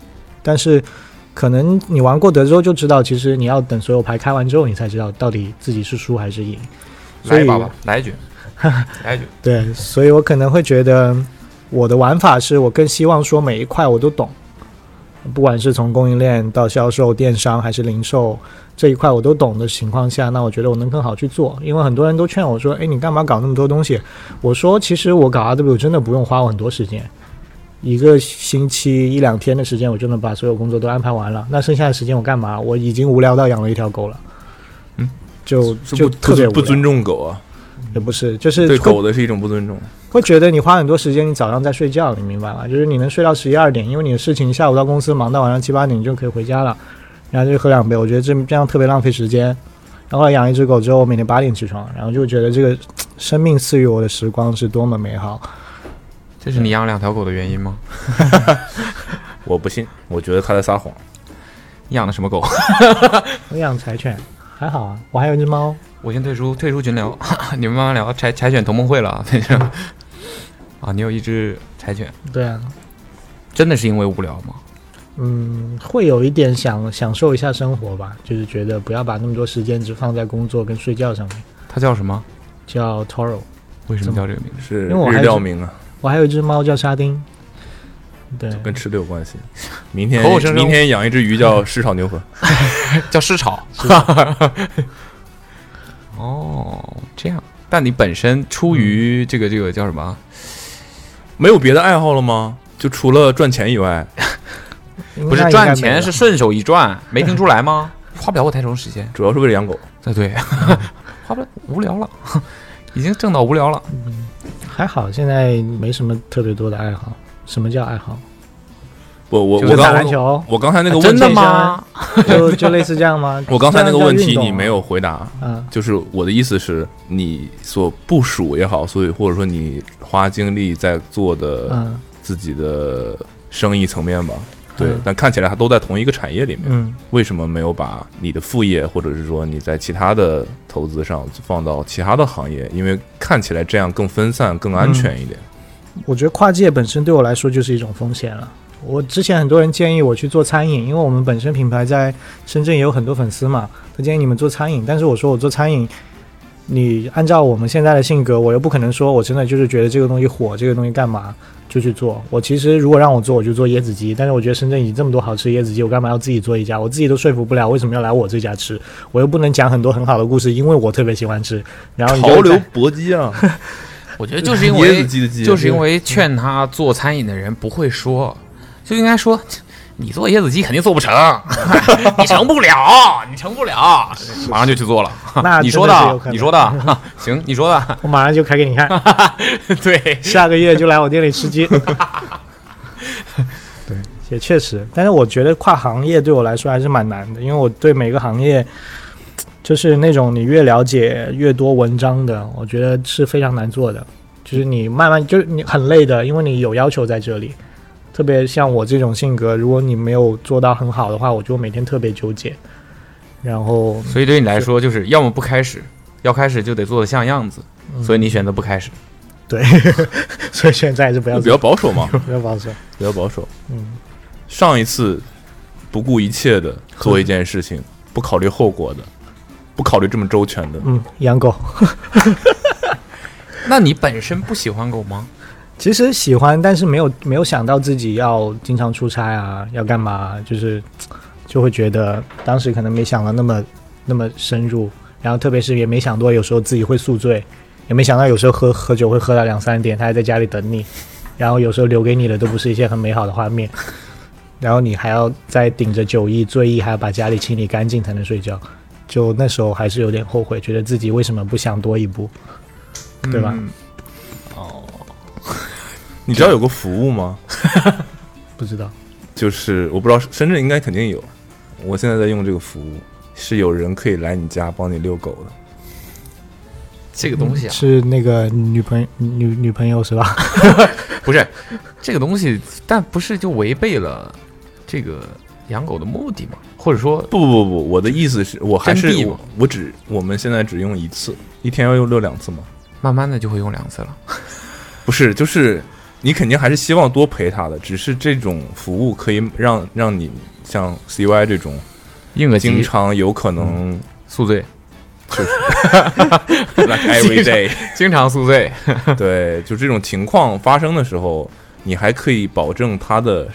Speaker 4: 但是可能你玩过德州就知道，其实你要等所有牌开完之后，你才知道到底自己是输还是赢。所
Speaker 3: 来
Speaker 4: 以
Speaker 3: 一把吧，来一局，来一局。
Speaker 4: 对，所以我可能会觉得我的玩法是我更希望说每一块我都懂，不管是从供应链到销售、电商还是零售这一块我都懂的情况下，那我觉得我能更好去做。因为很多人都劝我说：“哎，你干嘛搞那么多东西？”我说：“其实我搞 RW 真的不用花我很多时间。”一个星期一两天的时间，我就能把所有工作都安排完了。那剩下的时间我干嘛？我已经无聊到养了一条狗了，
Speaker 2: 嗯，
Speaker 4: 就
Speaker 2: 是
Speaker 4: 就
Speaker 2: 不
Speaker 4: 特别
Speaker 2: 不不
Speaker 4: 无聊
Speaker 2: 尊重狗啊，
Speaker 4: 也不是，就是 *laughs*
Speaker 2: 对
Speaker 4: 会
Speaker 2: 狗的是一种不尊重。
Speaker 4: 会觉得你花很多时间，你早上在睡觉，你明白吗？就是你能睡到十一二点，因为你的事情下午到公司忙到晚上七八点，你就可以回家了，然后就喝两杯。我觉得这这样特别浪费时间，然后后来养了一只狗之后，我每天八点起床，然后就觉得这个生命赐予我的时光是多么美好。
Speaker 3: 这是你养两条狗的原因吗？
Speaker 2: 我不信，我觉得他在撒谎。
Speaker 3: 你养的什么狗？
Speaker 4: 我养柴犬还好啊，我还有一只猫。
Speaker 3: 我先退出退出群聊， *laughs* 你们慢慢聊。柴柴犬同盟会了啊， *laughs* 那是啊，你有一只柴犬，
Speaker 4: 对啊，
Speaker 3: 真的是因为无聊吗？
Speaker 4: 嗯，会有一点想享受一下生活吧，就是觉得不要把那么多时间只放在工作跟睡觉上面。
Speaker 3: 它叫什么？
Speaker 4: 叫 Toro，
Speaker 3: 为什么叫这个名字？
Speaker 2: 是
Speaker 4: 因为我还
Speaker 2: 日料名啊，
Speaker 4: 我还有一只猫叫沙丁。对，
Speaker 2: 跟吃的有关系。明天
Speaker 3: 口口声声
Speaker 2: 明天养一只鱼叫市场牛河，
Speaker 3: 叫市草。 *laughs* 哦，这样。但你本身出于这个这个叫什么？
Speaker 2: 没有别的爱好了吗？就除了赚钱以外，
Speaker 4: 不
Speaker 3: 不是赚钱，是顺手一赚，没听出来吗？ *laughs* 花不了我太长时 *laughs* 间。
Speaker 2: 主要是为了养狗。
Speaker 3: 对对， *laughs* 花不了，无聊了， *laughs* 已经挣到无聊了。
Speaker 4: 还好，现在没什么特别多的爱好。什么叫爱好？
Speaker 2: 不，我
Speaker 4: 就
Speaker 2: 我
Speaker 4: 是打篮
Speaker 2: 刚
Speaker 4: 球，
Speaker 2: 我刚才那个问
Speaker 3: 哎真
Speaker 2: 题？
Speaker 3: 的，吗？
Speaker 4: 就就类似这样吗
Speaker 2: *laughs* 我刚才那个问题
Speaker 4: 这样叫运动
Speaker 2: 你没有回答。
Speaker 4: 啊？
Speaker 2: 就是我的意思是，你所部署也好，所以或者说你花精力在做的
Speaker 4: 嗯
Speaker 2: 自己的生意层面吧，呃对
Speaker 4: 嗯，
Speaker 2: 但看起来它都在同一个产业里面，
Speaker 4: 嗯
Speaker 2: 为什么没有把你的副业或者是说你在其他的投资上放到其他的行业？因为看起来这样更分散、更安全一点。
Speaker 4: 嗯，我觉得跨界本身对我来说就是一种风险了。我之前很多人建议我去做餐饮，因为我们本身品牌在深圳也有很多粉丝嘛，他建议你们做餐饮，但是我说我做餐饮，你按照我们现在的性格，我又不可能说我真的就是觉得这个东西火，这个东西干嘛就去做。我其实如果让我做，我就做椰子鸡，但是我觉得深圳已经这么多好吃的椰子鸡，我干嘛要自己做一家？我自己都说服不了，为什么要来我这家吃？我又不能讲很多很好的故事，因为我特别喜欢吃。
Speaker 3: 嗯
Speaker 4: 然后你就
Speaker 2: 潮流
Speaker 4: 在
Speaker 2: 搏击啊，
Speaker 3: 我觉得就是 *laughs* 因
Speaker 2: 椰
Speaker 3: 为
Speaker 2: 子鸡的鸡，
Speaker 3: 就是因为劝他做餐饮的人不会说，就应该说你做椰子鸡肯定做不成， *laughs* 你成不了，你成不了， *laughs* 马上就去做了。
Speaker 4: 那
Speaker 3: *laughs* 你
Speaker 4: 啊真
Speaker 3: 说
Speaker 4: 是有
Speaker 3: 的啊
Speaker 4: 可，能
Speaker 3: 你说
Speaker 4: *laughs*
Speaker 3: 的， *laughs* 行，你说的，
Speaker 4: 我马上就开给你看。
Speaker 2: *laughs*
Speaker 3: 对，
Speaker 4: 下个月就来我店里吃鸡。对，也确实，但是我觉得跨行业对我来说还是蛮难的，因为我对每个行业，就是那种你越了解越多文章的，我觉得是非常难做的。就是你慢慢就是你很累的，因为你有要求在这里。特别像我这种性格，如果你没有做到很好的话，我就每天特别纠结。然后，
Speaker 3: 所以对你来说就是要么不开始，要开始就得做的像样子，
Speaker 4: 嗯
Speaker 3: 所以你选择不开始。
Speaker 4: 对， *laughs* 所以现在还是不要
Speaker 2: 比较保守嘛，
Speaker 4: 不要保守。
Speaker 2: 比较保守。
Speaker 4: 嗯，
Speaker 2: 上一次不顾一切的做一件事 *laughs* 情，不考虑后果的，不考虑这么周全的，
Speaker 4: 嗯，养狗。
Speaker 3: *laughs* 那你本身不喜欢狗吗？
Speaker 4: 其实喜欢，但是没有没有想到自己要经常出差啊，要干嘛啊、就是就会觉得当时可能没想到那么那么深入，然后特别是也没想到有时候自己会宿醉，也没想到有时候喝喝酒会喝到两三点，他还在家里等你，然后有时候留给你的都不是一些很美好的画面，然后你还要再顶着酒意、醉意，还要把家里清理干净才能睡觉，就那时候还是有点后悔，觉得自己为什么不想多一步，对吧？
Speaker 2: 你知道有个服务吗？
Speaker 4: 不知道，
Speaker 2: 就是我不知道深圳应该肯定有，我现在在用这个服务，是有人可以来你家帮你遛狗的。
Speaker 3: 这个东西啊，
Speaker 4: 是那个女朋女女朋友是吧？ *laughs*
Speaker 3: 不是这个东西，但不是就违背了这个养狗的目的吗？或者说
Speaker 2: 不不不，我的意思是我还
Speaker 3: 真
Speaker 2: 是
Speaker 3: 谛
Speaker 2: 我
Speaker 3: 吗
Speaker 2: 我只我们现在只用一次，一天要用遛两次吗？
Speaker 3: 慢慢的就会用两次了？
Speaker 2: 不是，就是你肯定还是希望多陪他的，只是这种服务可以让让你像 CY 这种
Speaker 3: 应个
Speaker 2: 经
Speaker 3: 急
Speaker 2: 常有可能
Speaker 3: 宿醉，
Speaker 2: *laughs* like every day，
Speaker 3: 经常宿醉，
Speaker 2: 对，就这种情况发生的时候，你还可以保证他的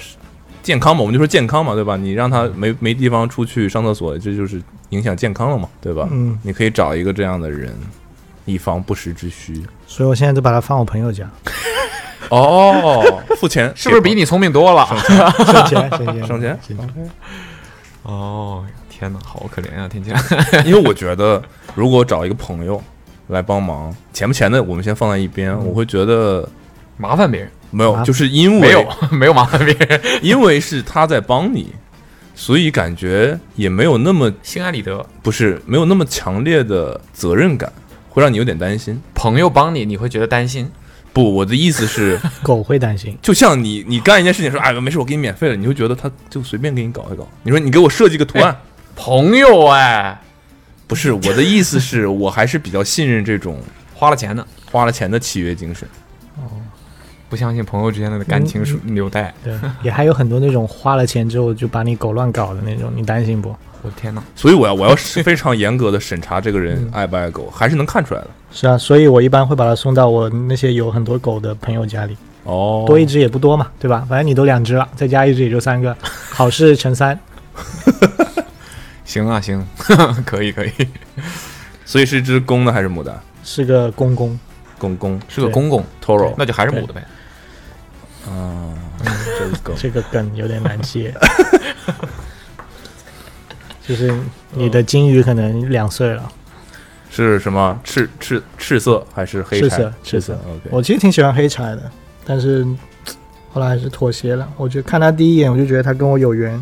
Speaker 2: 健康嘛？我们就说健康嘛，对吧？你让他没没地方出去上厕所，这就是影响健康了嘛，对吧？
Speaker 4: 嗯，
Speaker 2: 你可以找一个这样的人，以防不时之需。
Speaker 4: 所以我现在都把它放我朋友
Speaker 3: *laughs*
Speaker 4: 家，
Speaker 2: 哦， *laughs* 付钱
Speaker 3: *laughs* 是不是比你聪明多了？
Speaker 4: 省钱省钱
Speaker 2: 省钱？
Speaker 3: *laughs* 哦，天哪，好可怜啊！听起来
Speaker 2: 因为我觉得，如果找一个朋友来帮忙，钱不钱的我们先放在一边，我会觉得
Speaker 3: *laughs* 麻烦别人，
Speaker 2: 没有，*laughs*
Speaker 4: 啊
Speaker 3: *laughs*
Speaker 2: 就是因为
Speaker 3: 没有没有麻烦别人，
Speaker 2: 因为是他在帮你，所以感觉也没有那么
Speaker 3: 心安理得。
Speaker 2: 不是没有那么强烈的责任感，会让你有点担心。
Speaker 3: 朋友帮你，你会觉得担心。
Speaker 2: 不，我的意思
Speaker 4: *laughs*
Speaker 2: 是，
Speaker 4: 狗会担心。
Speaker 2: 就像你你干一件事情说，哎，没事，我给你免费了，你会觉得他就随便给你搞一搞。你说你给我设计个图案，
Speaker 4: 哎
Speaker 3: 朋友哎，
Speaker 2: 不是我的意思是，我还是比较信任这种
Speaker 3: 花了钱呢，
Speaker 2: 花了钱的契约精神。
Speaker 3: 不相信朋友之间的感情是纽带。
Speaker 4: 对，也还有很多那种花了钱之后就把你狗乱搞的那种，你担心不？
Speaker 3: 我的天哪！
Speaker 2: 所以我要我要是非常严格的审查这个
Speaker 4: 嗯
Speaker 2: 人爱不爱狗，还是能看出来的。
Speaker 4: 是啊，所以我一般会把它送到我那些有很多狗的朋友家里，
Speaker 2: 哦，
Speaker 4: 多
Speaker 3: 嗯
Speaker 4: 一只也不多嘛，对吧？反正你都两只了，再加一只也就
Speaker 3: *laughs*
Speaker 4: 三个，好事成三。
Speaker 3: 行啊行， *laughs* 可以可以，
Speaker 2: 所以是只公的还是母的？
Speaker 4: 是个公公，
Speaker 2: 公公
Speaker 3: 是个
Speaker 4: 对
Speaker 3: 公公，
Speaker 2: Toro，
Speaker 3: 那就还是母的呗。
Speaker 2: 啊，
Speaker 4: 嗯
Speaker 2: 这个
Speaker 4: 这个梗有点
Speaker 3: *laughs*
Speaker 4: 难接。就是你的金鱼可能两岁了，
Speaker 2: 是什么？赤赤赤色还是黑
Speaker 4: 赤
Speaker 2: 柴
Speaker 4: 色赤色
Speaker 2: OK，
Speaker 4: 我其实挺喜欢黑柴的，但是嘖后来还是妥协了。我觉得看它第一眼，我就觉得它跟我有缘，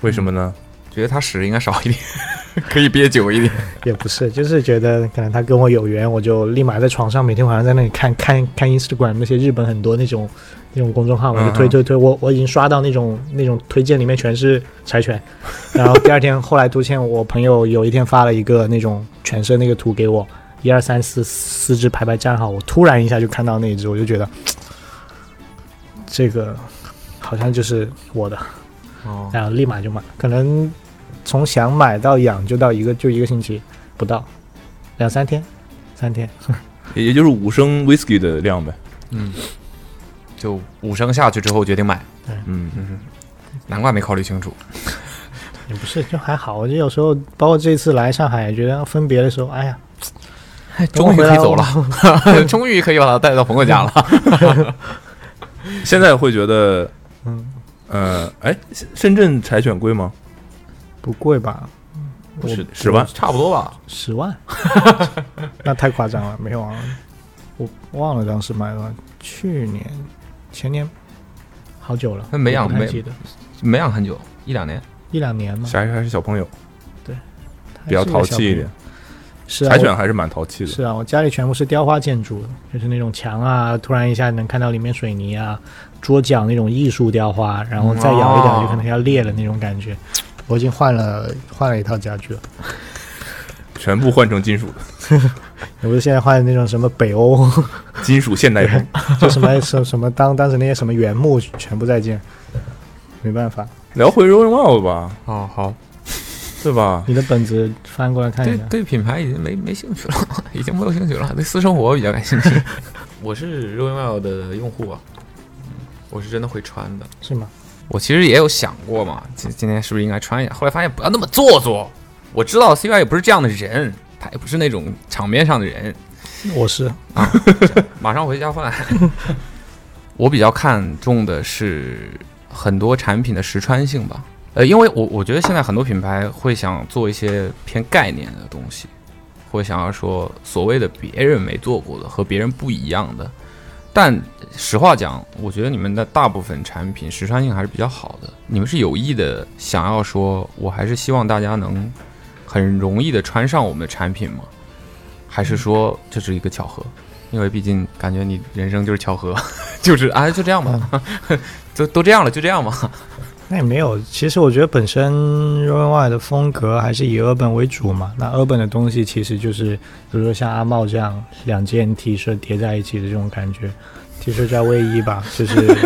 Speaker 2: 为什么呢？
Speaker 3: 觉得他屎应该少一点， *laughs* 可以憋久一点。
Speaker 4: *laughs* 也不是，就是觉得可能他跟我有缘，我就立马在床上每天晚上在那里看看看 Instagram 那些日本很多那种那种公众号，我就推推推，我我已经刷到那种那种推荐里面全是柴犬，然后第二天后来出现我朋友有一天发了一个那种全身那个图给我，一二三四四只排排站好，我突然一下就看到那一只，我就觉得这个好像就是我的，
Speaker 3: 哦，
Speaker 4: 然后立马就买，可能从想买到养就到一个就一个星期不到，两三天，三天。
Speaker 2: 也也就是五升 whisky 的量呗。
Speaker 3: *laughs* 就五升下去之后决定买，
Speaker 2: 嗯，
Speaker 3: 难怪没考虑清楚。
Speaker 4: 也不是，就还好。我就有时候，包括这次来上海，觉得分别的时候，哎呀，等我
Speaker 3: 哎终于
Speaker 4: 回
Speaker 3: 可
Speaker 4: 来
Speaker 3: 以走了， *laughs* 终于可以把他带到朋友家了。
Speaker 2: 现在会觉得，
Speaker 4: 嗯，
Speaker 2: 呃，哎，深深圳柴犬贵吗？
Speaker 4: 不贵吧？
Speaker 2: 不是十万，
Speaker 3: 差不多吧。
Speaker 4: 十万？ *laughs* 那太夸张了，没有啊，我忘了当时买了，去年、前年，好久了，
Speaker 3: 那没养
Speaker 4: 我不太
Speaker 3: 没
Speaker 4: 记得
Speaker 3: 没养很久，一两年。
Speaker 4: 一两年嘛，
Speaker 2: 还还是小朋友，
Speaker 4: 它
Speaker 2: 比较
Speaker 4: 是个
Speaker 2: 淘
Speaker 4: 小
Speaker 2: 气一
Speaker 4: 朋友
Speaker 2: 点。。
Speaker 4: 是啊，
Speaker 2: 柴
Speaker 4: 我
Speaker 2: 犬还是蛮淘气的。
Speaker 4: 是啊，我家里全部是雕花建筑，就是那种墙啊，突然一下能看到里面水泥啊，桌角那种艺术雕花，然后再摇一摇就可能要裂了那种感觉。嗯哦我已经换了换了一套家具了，
Speaker 2: 全部换成金属的，
Speaker 4: 我不是现在换那种什么北欧， *laughs*
Speaker 2: 金属现代风。
Speaker 4: 就什么什什么当当时那些什么原木全部再见，没办法，
Speaker 2: 聊回 Rolling Wild 吧，
Speaker 3: 哦，好，
Speaker 2: 对吧？
Speaker 4: 你的本子翻过来看
Speaker 3: 对
Speaker 4: 一下。
Speaker 3: 对，品牌已经没没兴趣了， *laughs* 已经没有兴趣了，对私生活比较感兴趣。 *laughs* 我是 r o y a l 的用户啊，我是真的会穿的。
Speaker 4: 是吗？
Speaker 3: 我其实也有想过嘛，今今天是不是应该穿一下？后来发现不要那么做作。我知道 C Y 也不是这样的人，他也不是那种场面上的人。
Speaker 4: 我是
Speaker 3: 马上回家换。 *laughs* 我比较看重的是很多产品的实穿性吧，呃，因为我我觉得现在很多品牌会想做一些偏概念的东西，会想要说所谓的别人没做过的和别人不一样的。但实话讲，我觉得你们的大部分产品实穿性还是比较好的，你们是有意的想要说，我还是希望大家能很容易的穿上我们的产品吗？还是说这是一个巧合？因为毕竟感觉你人生就是巧合，就是啊，就这样吧，
Speaker 4: 嗯
Speaker 3: *laughs* 都都这样了，就这样吧。
Speaker 4: 那也没有。其实我觉得本身 r o y a l 的风格还是以 urban 为主嘛。那 urban 的东西其实就是，比如说像阿茂这样两件 T 恤叠在一起的这种感觉，T 恤加卫衣吧，就是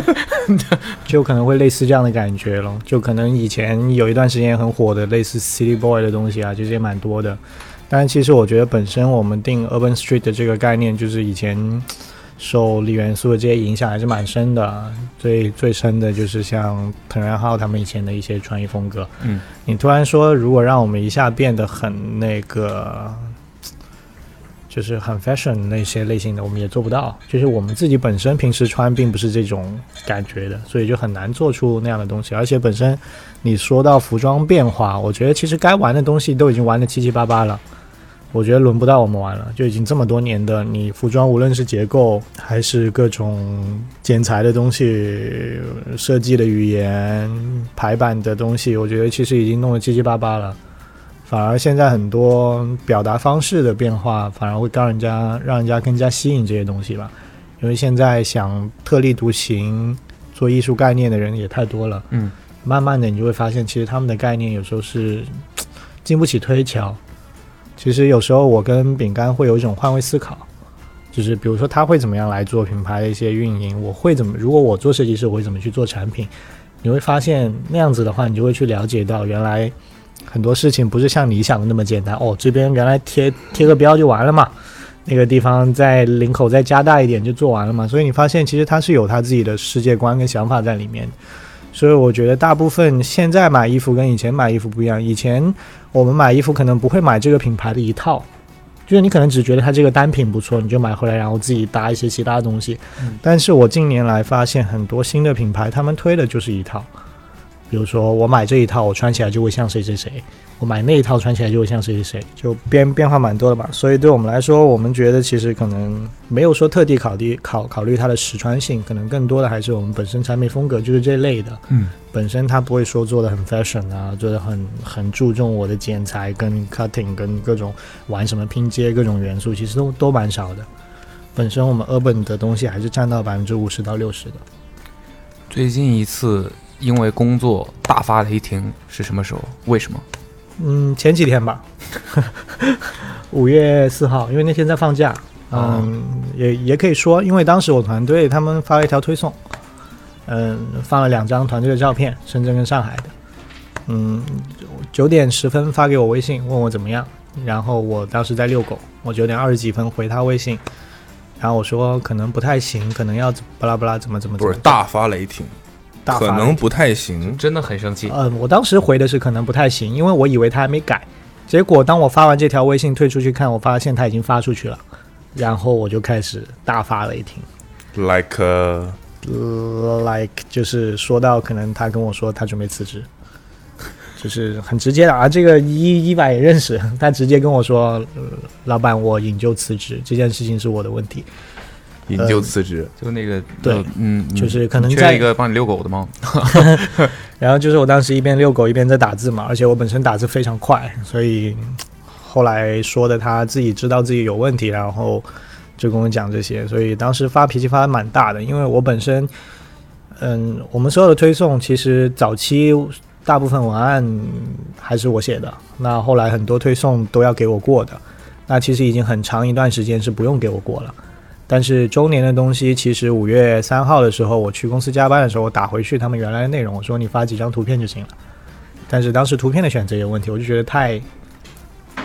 Speaker 4: 就可能会类似这样的感觉咯。就可能以前有一段时间很火的类似 City Boy 的东西啊，其实也蛮多的。但其实我觉得本身我们定 urban street 的这个概念，就是以前受李元素的这些影响还是蛮深的。啊最最深的就是像藤原浩他们以前的一些穿衣风格。
Speaker 3: 嗯，
Speaker 4: 你突然说，如果让我们一下变得很那个，就是很 fashion 那些类型的，我们也做不到。就是我们自己本身平时穿并不是这种感觉的，所以就很难做出那样的东西。而且本身你说到服装变化，我觉得其实该玩的东西都已经玩的七七八八了。我觉得轮不到我们玩了，就已经这么多年的，你服装无论是结构还是各种剪裁的东西、设计的语言、排版的东西，我觉得其实已经弄得七七八八了。反而现在很多表达方式的变化，反而会让人家让人家更加吸引这些东西吧。因为现在想特立独行、做艺术概念的人也太多了。
Speaker 3: 嗯，
Speaker 4: 慢慢的你就会发现，其实他们的概念有时候是经不起推敲。其实有时候我跟饼干会有一种换位思考，就是比如说他会怎么样来做品牌的一些运营，我会怎么，如果我做设计师，我会怎么去做产品？你会发现那样子的话，你就会去了解到原来很多事情不是像你想的那么简单哦，这边原来贴贴个标就完了嘛，那个地方在领口再加大一点就做完了嘛，所以你发现其实他是有他自己的世界观跟想法在里面的。所以我觉得大部分现在买衣服跟以前买衣服不一样，以前我们买衣服可能不会买这个品牌的一套，就是你可能只觉得它这个单品不错，你就买回来，然后自己搭一些其他东西。但是我近年来发现很多新的品牌，他们推的就是一套，比如说我买这一套，我穿起来就会像谁谁谁；我买那一套，穿起来就会像谁谁谁，就变变化蛮多的吧。所以对我们来说，我们觉得其实可能没有说特地考虑考考虑它的实穿性，可能更多的还是我们本身产品风格就是这类的。本身他不会说做的很 fashion 啊，做的很很注重我的剪裁跟 cutting 跟各种玩什么拼接各种元素，其实都都蛮少的。本身我们 urban 的东西还是占到百分之五十到六十的。
Speaker 3: 最近一次因为工作大发雷霆是什么时候？为什么？
Speaker 4: 嗯，前几天吧， *laughs* 五月四号，因为那天在放假。
Speaker 3: 哦
Speaker 4: 嗯，
Speaker 3: 啊
Speaker 4: 也也可以说，因为当时我团队他们发了一条推送，嗯，放了两张团队的照片，深圳跟上海的。嗯，九点十分发给我微信，问我怎么样。然后我当时在遛狗，我九点二十几分回他微信，然后我说可能不太行，可能要怎巴拉巴拉怎么怎么怎
Speaker 2: 不
Speaker 4: 么
Speaker 2: 是大发雷霆，
Speaker 4: 大
Speaker 2: 可
Speaker 4: 发
Speaker 2: 能不太行。
Speaker 3: 真的很生气。
Speaker 4: 嗯，我当时回的是可能不太行，因为我以为他还没改。结果当我发完这条微信退出去看，我发现他已经发出去了，然后我就开始大发雷霆
Speaker 2: Like a-
Speaker 4: ，like 就是说到可能他跟我说他准备辞职，就是很直接的啊。这个伊伊百也认识，他直接跟我说，呃老板我引咎辞职，这件事情是我的问题。
Speaker 2: 引咎辞职，
Speaker 3: 就那个
Speaker 4: 对
Speaker 3: 呃嗯，嗯
Speaker 4: 就是可能
Speaker 3: 缺
Speaker 4: 在
Speaker 3: 一个帮你遛狗的吗？
Speaker 4: 然后就是我当时一边遛狗一边在打字嘛，而且我本身打字非常快，所以嗯后来说的他自己知道自己有问题，然后就跟我讲这些，所以当时发脾气发的蛮大的，因为我本身，嗯，我们所有的推送其实早期大部分文案还是我写的，那后来很多推送都要给我过的，那其实已经很长一段时间是不用给我过了。但是周年的东西，其实五月三号的时候，我去公司加班的时候，我打回去他们原来的内容，我说你发几张图片就行了。但是当时图片的选择有问题，我就觉得太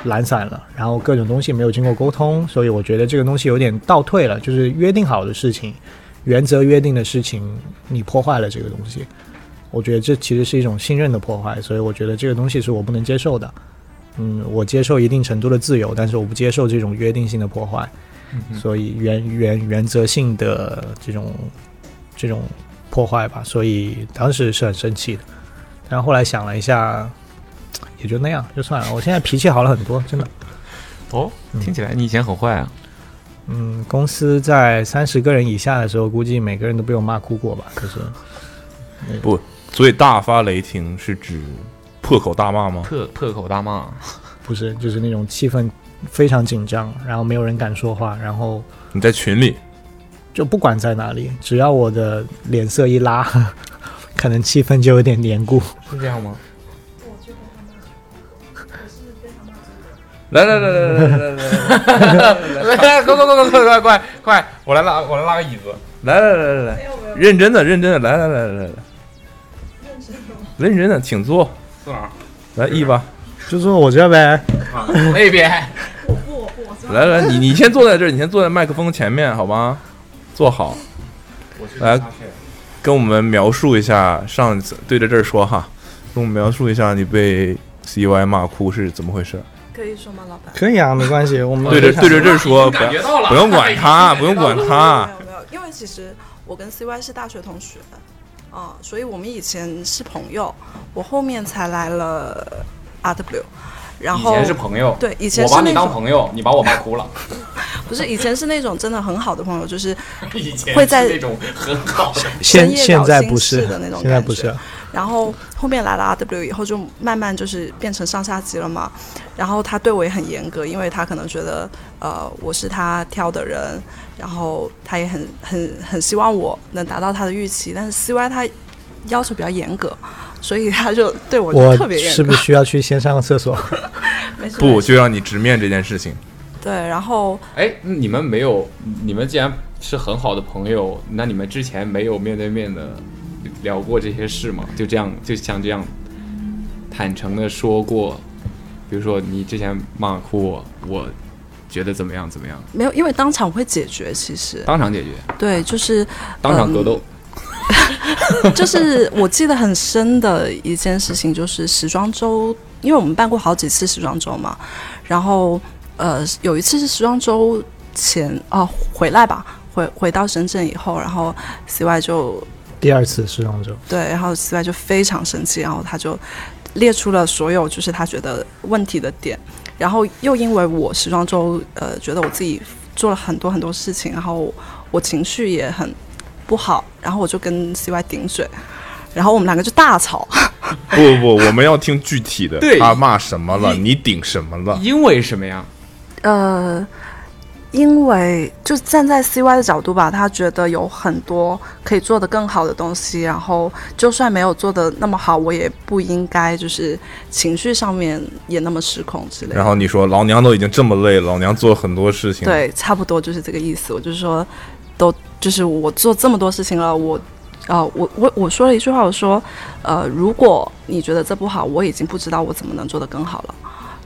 Speaker 4: 懒散了，然后各种东西没有经过沟通，所以我觉得这个东西有点倒退了，就是约定好的事情，原则约定的事情，你破坏了这个东西，我觉得这其实是一种信任的破坏，所以我觉得这个东西是我不能接受的。嗯，我接受一定程度的自由，但是我不接受这种约定性的破坏。所以原原原则性的这种这种破坏吧，所以当时是很生气的。但后来想了一下，也就那样，就算了。我现在脾气好了很多， *laughs* 真的。
Speaker 3: 哦，听起来你以前很坏啊。
Speaker 4: 嗯，公司在三十个人以下的时候，估计每个人都被我骂哭过吧。就是
Speaker 2: 所以大发雷霆是指破口大骂吗？
Speaker 3: 破破口大骂，
Speaker 4: 不是，就是那种气氛非常紧张，然后没有人敢说话，然后
Speaker 2: 你在群里
Speaker 4: 就不管在哪里，只要我的脸色一拉， *laughs* 可能气氛就有点凝固。
Speaker 3: 是这样吗？
Speaker 2: 来来来来来来来
Speaker 3: *laughs* 快快快快快快快快！我来拉，我来拉个椅子。
Speaker 2: 来来来来来，认真的认真的来来来来来，认真的请坐，
Speaker 3: 坐哪儿？
Speaker 2: 来一吧，
Speaker 4: 就坐我这呗，
Speaker 3: 啊
Speaker 10: 嗯
Speaker 3: 那边。
Speaker 2: 来来你你先坐在这儿，你先坐在麦克风前面好吗？坐好，来跟我们描述一下上一次对着这儿说哈，跟我们描述一下你被 CY 骂哭是怎么回事？
Speaker 10: 可以说吗，老板？
Speaker 4: 可以啊，没关系。我们
Speaker 2: 对着对着这儿说，不
Speaker 3: 感觉
Speaker 2: 要
Speaker 3: 到了，
Speaker 2: 不用管
Speaker 3: *laughs*
Speaker 2: 他，不用管他
Speaker 4: 啊
Speaker 10: 没，有没有，因为其实我跟 CY 是大学同学，啊、所以我们以前是朋友。我后面才来了 RW，然
Speaker 3: 以
Speaker 10: 后
Speaker 3: 前是朋友，
Speaker 10: 对以前
Speaker 3: 我
Speaker 10: 是
Speaker 3: 把你
Speaker 10: 那
Speaker 3: 当
Speaker 10: 种
Speaker 3: 朋友，你把我骂哭了。
Speaker 10: 不是以前是那种真的很好的朋友，就是
Speaker 3: *laughs* 以前
Speaker 10: 会在
Speaker 3: 是那种很好的，
Speaker 10: 深
Speaker 4: 现
Speaker 10: 夜
Speaker 4: 现
Speaker 10: 聊
Speaker 4: 在
Speaker 10: 心
Speaker 4: 不是
Speaker 10: 事的那种，
Speaker 4: 现在
Speaker 10: 感
Speaker 4: 不
Speaker 10: 觉
Speaker 4: 是，
Speaker 10: 然后后面来了 RW 以后，就慢慢就是变成上下级了嘛。然后他对我也很严格，因为他可能觉得呃我是他挑的人，然后他也很很很希望我能达到他的预期。但是 CY 他要求比较严格，所以他就对我就
Speaker 4: 我
Speaker 10: 特别严
Speaker 4: 是
Speaker 10: 格。
Speaker 4: 不是需要去先上个厕所？ *laughs*
Speaker 10: 没事
Speaker 2: 不
Speaker 10: 没事
Speaker 2: 就让你直面这件事
Speaker 3: *laughs*
Speaker 2: 情。
Speaker 10: 对，然后
Speaker 3: 哎，你们没有，你们既然是很好的朋友，那你们之前没有面对面的聊过这些事吗？就这样，就像这样坦诚的说过，比如说你之前骂哭我，我觉得怎么样怎么样，
Speaker 10: 没有，因为当场我会解决。其实
Speaker 3: 当场解决，
Speaker 10: 对，就是
Speaker 3: 当场格斗。
Speaker 10: 就是我记得很深的一件事情，就是时装周，因为我们办过好几次时装周嘛，然后呃有一次是时装周前啊、回来吧，回回到深圳以后，然后 CY 就
Speaker 4: 第二次试用周，
Speaker 10: 对，然后 CY 就非常生气，然后他就列出了所有就是他觉得问题的点，然后又因为我时装周呃觉得我自己做了很多很多事情，然后我情绪也很不好，然后我就跟 CY 顶嘴，然后我们两个就大吵，
Speaker 2: 不不不，我们要听具体的，
Speaker 3: 哎对
Speaker 2: 他骂什么了，你顶什么了。
Speaker 3: 因为什么呀？
Speaker 10: 呃，因为就站在 CY 的角度吧，他觉得有很多可以做得更好的东西，然后就算没有做得那么好，我也不应该就是情绪上面也那么失控之类的
Speaker 2: 然。后你说老娘都已经这么累了，老娘做了很多事情，，
Speaker 10: 对，差不多就是这个意思。我就是说，都就是我做这么多事情了，我，呃，我我我说了一句话，我说，呃，如果你觉得这不好，我已经不知道我怎么能做得更好了，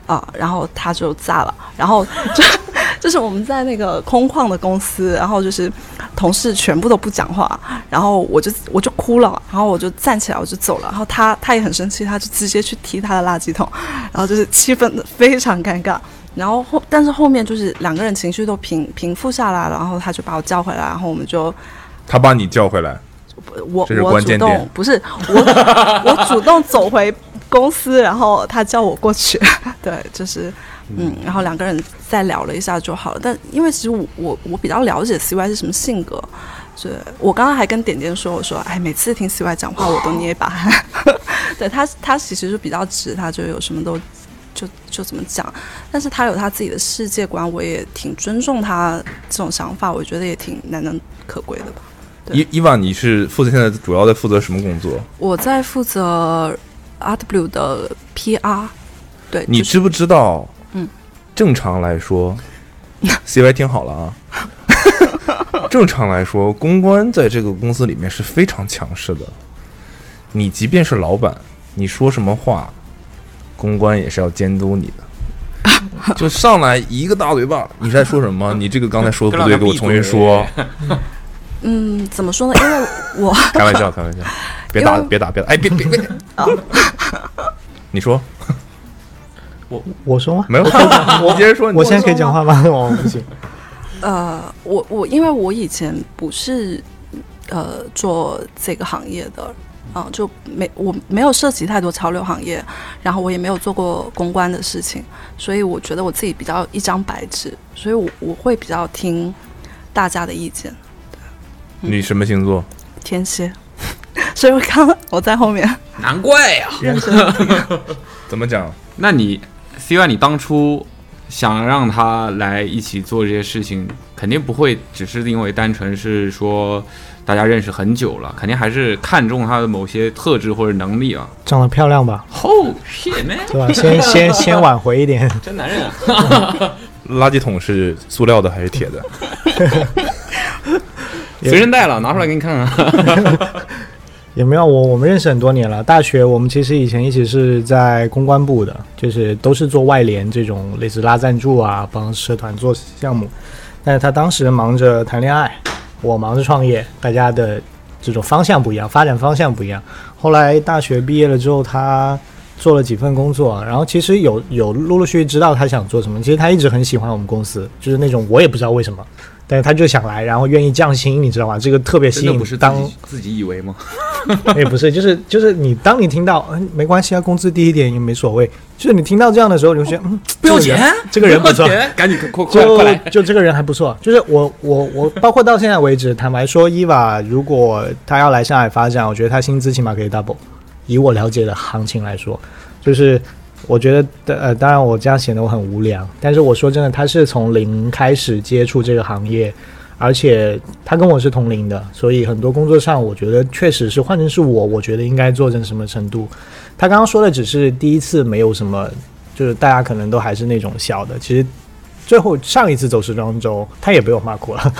Speaker 10: 啊、然后他就炸了，然后就 *laughs* 就是我们在那个空旷的公司，然后就是同事全部都不讲话，然后我就我就哭了，然后我就站起来我就走了，然后他他也很生气，他就直接去踢他的垃圾桶，然后就是气氛非常尴尬。然后后，但是后面就是两个人情绪都平平复下来了，然后他就把我叫回来，然后我们就
Speaker 2: 他把你叫回来，
Speaker 10: 我
Speaker 2: 这是
Speaker 10: 我
Speaker 2: 关
Speaker 10: 主
Speaker 2: 键
Speaker 10: 动
Speaker 2: 点
Speaker 10: 不是我我主动走回公司，然后他叫我过去， *laughs* 对，就是嗯，然后两个人再聊了一下就好了。但因为其实我我我比较了解 CY 是什么性格，是我刚刚还跟点点说，我说哎，每次听 CY 讲话我都捏一把汗， *laughs* 对他他其实就比较直，他就有什么都。就就怎么讲，但是他有他自己的世界观，我也挺尊重他这种想法，我觉得也挺难能可贵的吧。对
Speaker 2: 伊伊万，你是负责现在主要在负责什么工作？
Speaker 10: 我在负责 RW 的 PR，对，
Speaker 2: 你
Speaker 10: 就是
Speaker 2: 知不知道？
Speaker 10: 嗯，
Speaker 2: 正常来说 *laughs* ，CY 听好了啊。 *laughs* 正常来说，公关在这个公司里面是非常强势的。你即便是老板，你说什么话，公关也是要监督你的。
Speaker 10: *laughs*
Speaker 2: 就上来一个大嘴巴，你在说什么？你这个刚才说的不对，给我重新说。
Speaker 10: 嗯，怎么说呢？因为我
Speaker 2: 开
Speaker 4: *laughs*
Speaker 2: 玩笑，开玩笑，别打，别打，别打！哎，别别别！
Speaker 4: 哦
Speaker 2: 你说
Speaker 4: 我说吗？
Speaker 2: 没有？ *laughs* 我接着说，你
Speaker 4: 我现在可以讲话吗？ *laughs* 我不行。
Speaker 10: 呃，我我因为我以前不是呃做这个行业的，啊、就没我没有涉及太多潮流行业，然后我也没有做过公关的事情，所以我觉得我自己比较一张白纸，所以我我会比较听大家的意见。
Speaker 2: 你什么星座？
Speaker 10: 天蝎， *laughs* 所以我刚刚我在后面
Speaker 3: 难怪呀、
Speaker 10: 认真地听。
Speaker 2: 怎么讲？
Speaker 3: 那你 C Y，你当初想让他来一起做这些事情，肯定不会只是因为单纯是说大家认识很久了，肯定还是看中他的某些特质或者能力啊。
Speaker 4: 长得漂亮吧，
Speaker 3: Oh shit man，
Speaker 4: 对吧？
Speaker 10: *laughs*
Speaker 4: 先先先挽回一点，
Speaker 3: 真男人啊！
Speaker 2: 垃圾桶是塑料的还是铁的？
Speaker 3: 随身带了，拿出来给你看啊看。
Speaker 4: 也没有我我们认识很多年了。大学我们其实以前一起是在公关部的，就是都是做外联这种类似拉赞助啊，帮社团做项目。但是他当时忙着谈恋爱，我忙着创业，大家的这种方向不一样，发展方向不一样。后来大学毕业了之后，他做了几份工作，然后其实有有陆陆续续知道他想做什么。其实他一直很喜欢我们公司，就是那种我也不知道为什么，但是他就想来，然后愿意降薪，你知道吗？这个特别吸
Speaker 3: 真的
Speaker 4: 引
Speaker 3: 不是自
Speaker 4: 当
Speaker 3: 己自己以为吗？
Speaker 4: *laughs* 也哎不是，就是就是你当你听到嗯没关系啊，工资低一点也没所谓，就是你听到这样的时候，你就觉得嗯
Speaker 3: 不要
Speaker 4: 这个人
Speaker 3: 钱，
Speaker 4: 这个人不
Speaker 3: 要，
Speaker 4: 错
Speaker 3: 钱，赶紧快快快
Speaker 4: 就
Speaker 3: 来！
Speaker 4: 就这个人还不错，就是我我我，包括到现在为止，坦白说，伊娃如果他要来上海发展，我觉得他薪资起码可以 double。以我了解的行情来说，就是我觉得呃，当然我这样显得我很无良，但是我说真的，他是从零开始接触这个行业，而且他跟我是同龄的，所以很多工作上，我觉得确实是换成是我，我觉得应该做成什么程度。他刚刚说的只是第一次没有什么，就是大家可能都还是那种小的，其实最后上一次走时装周，他也被我骂哭了，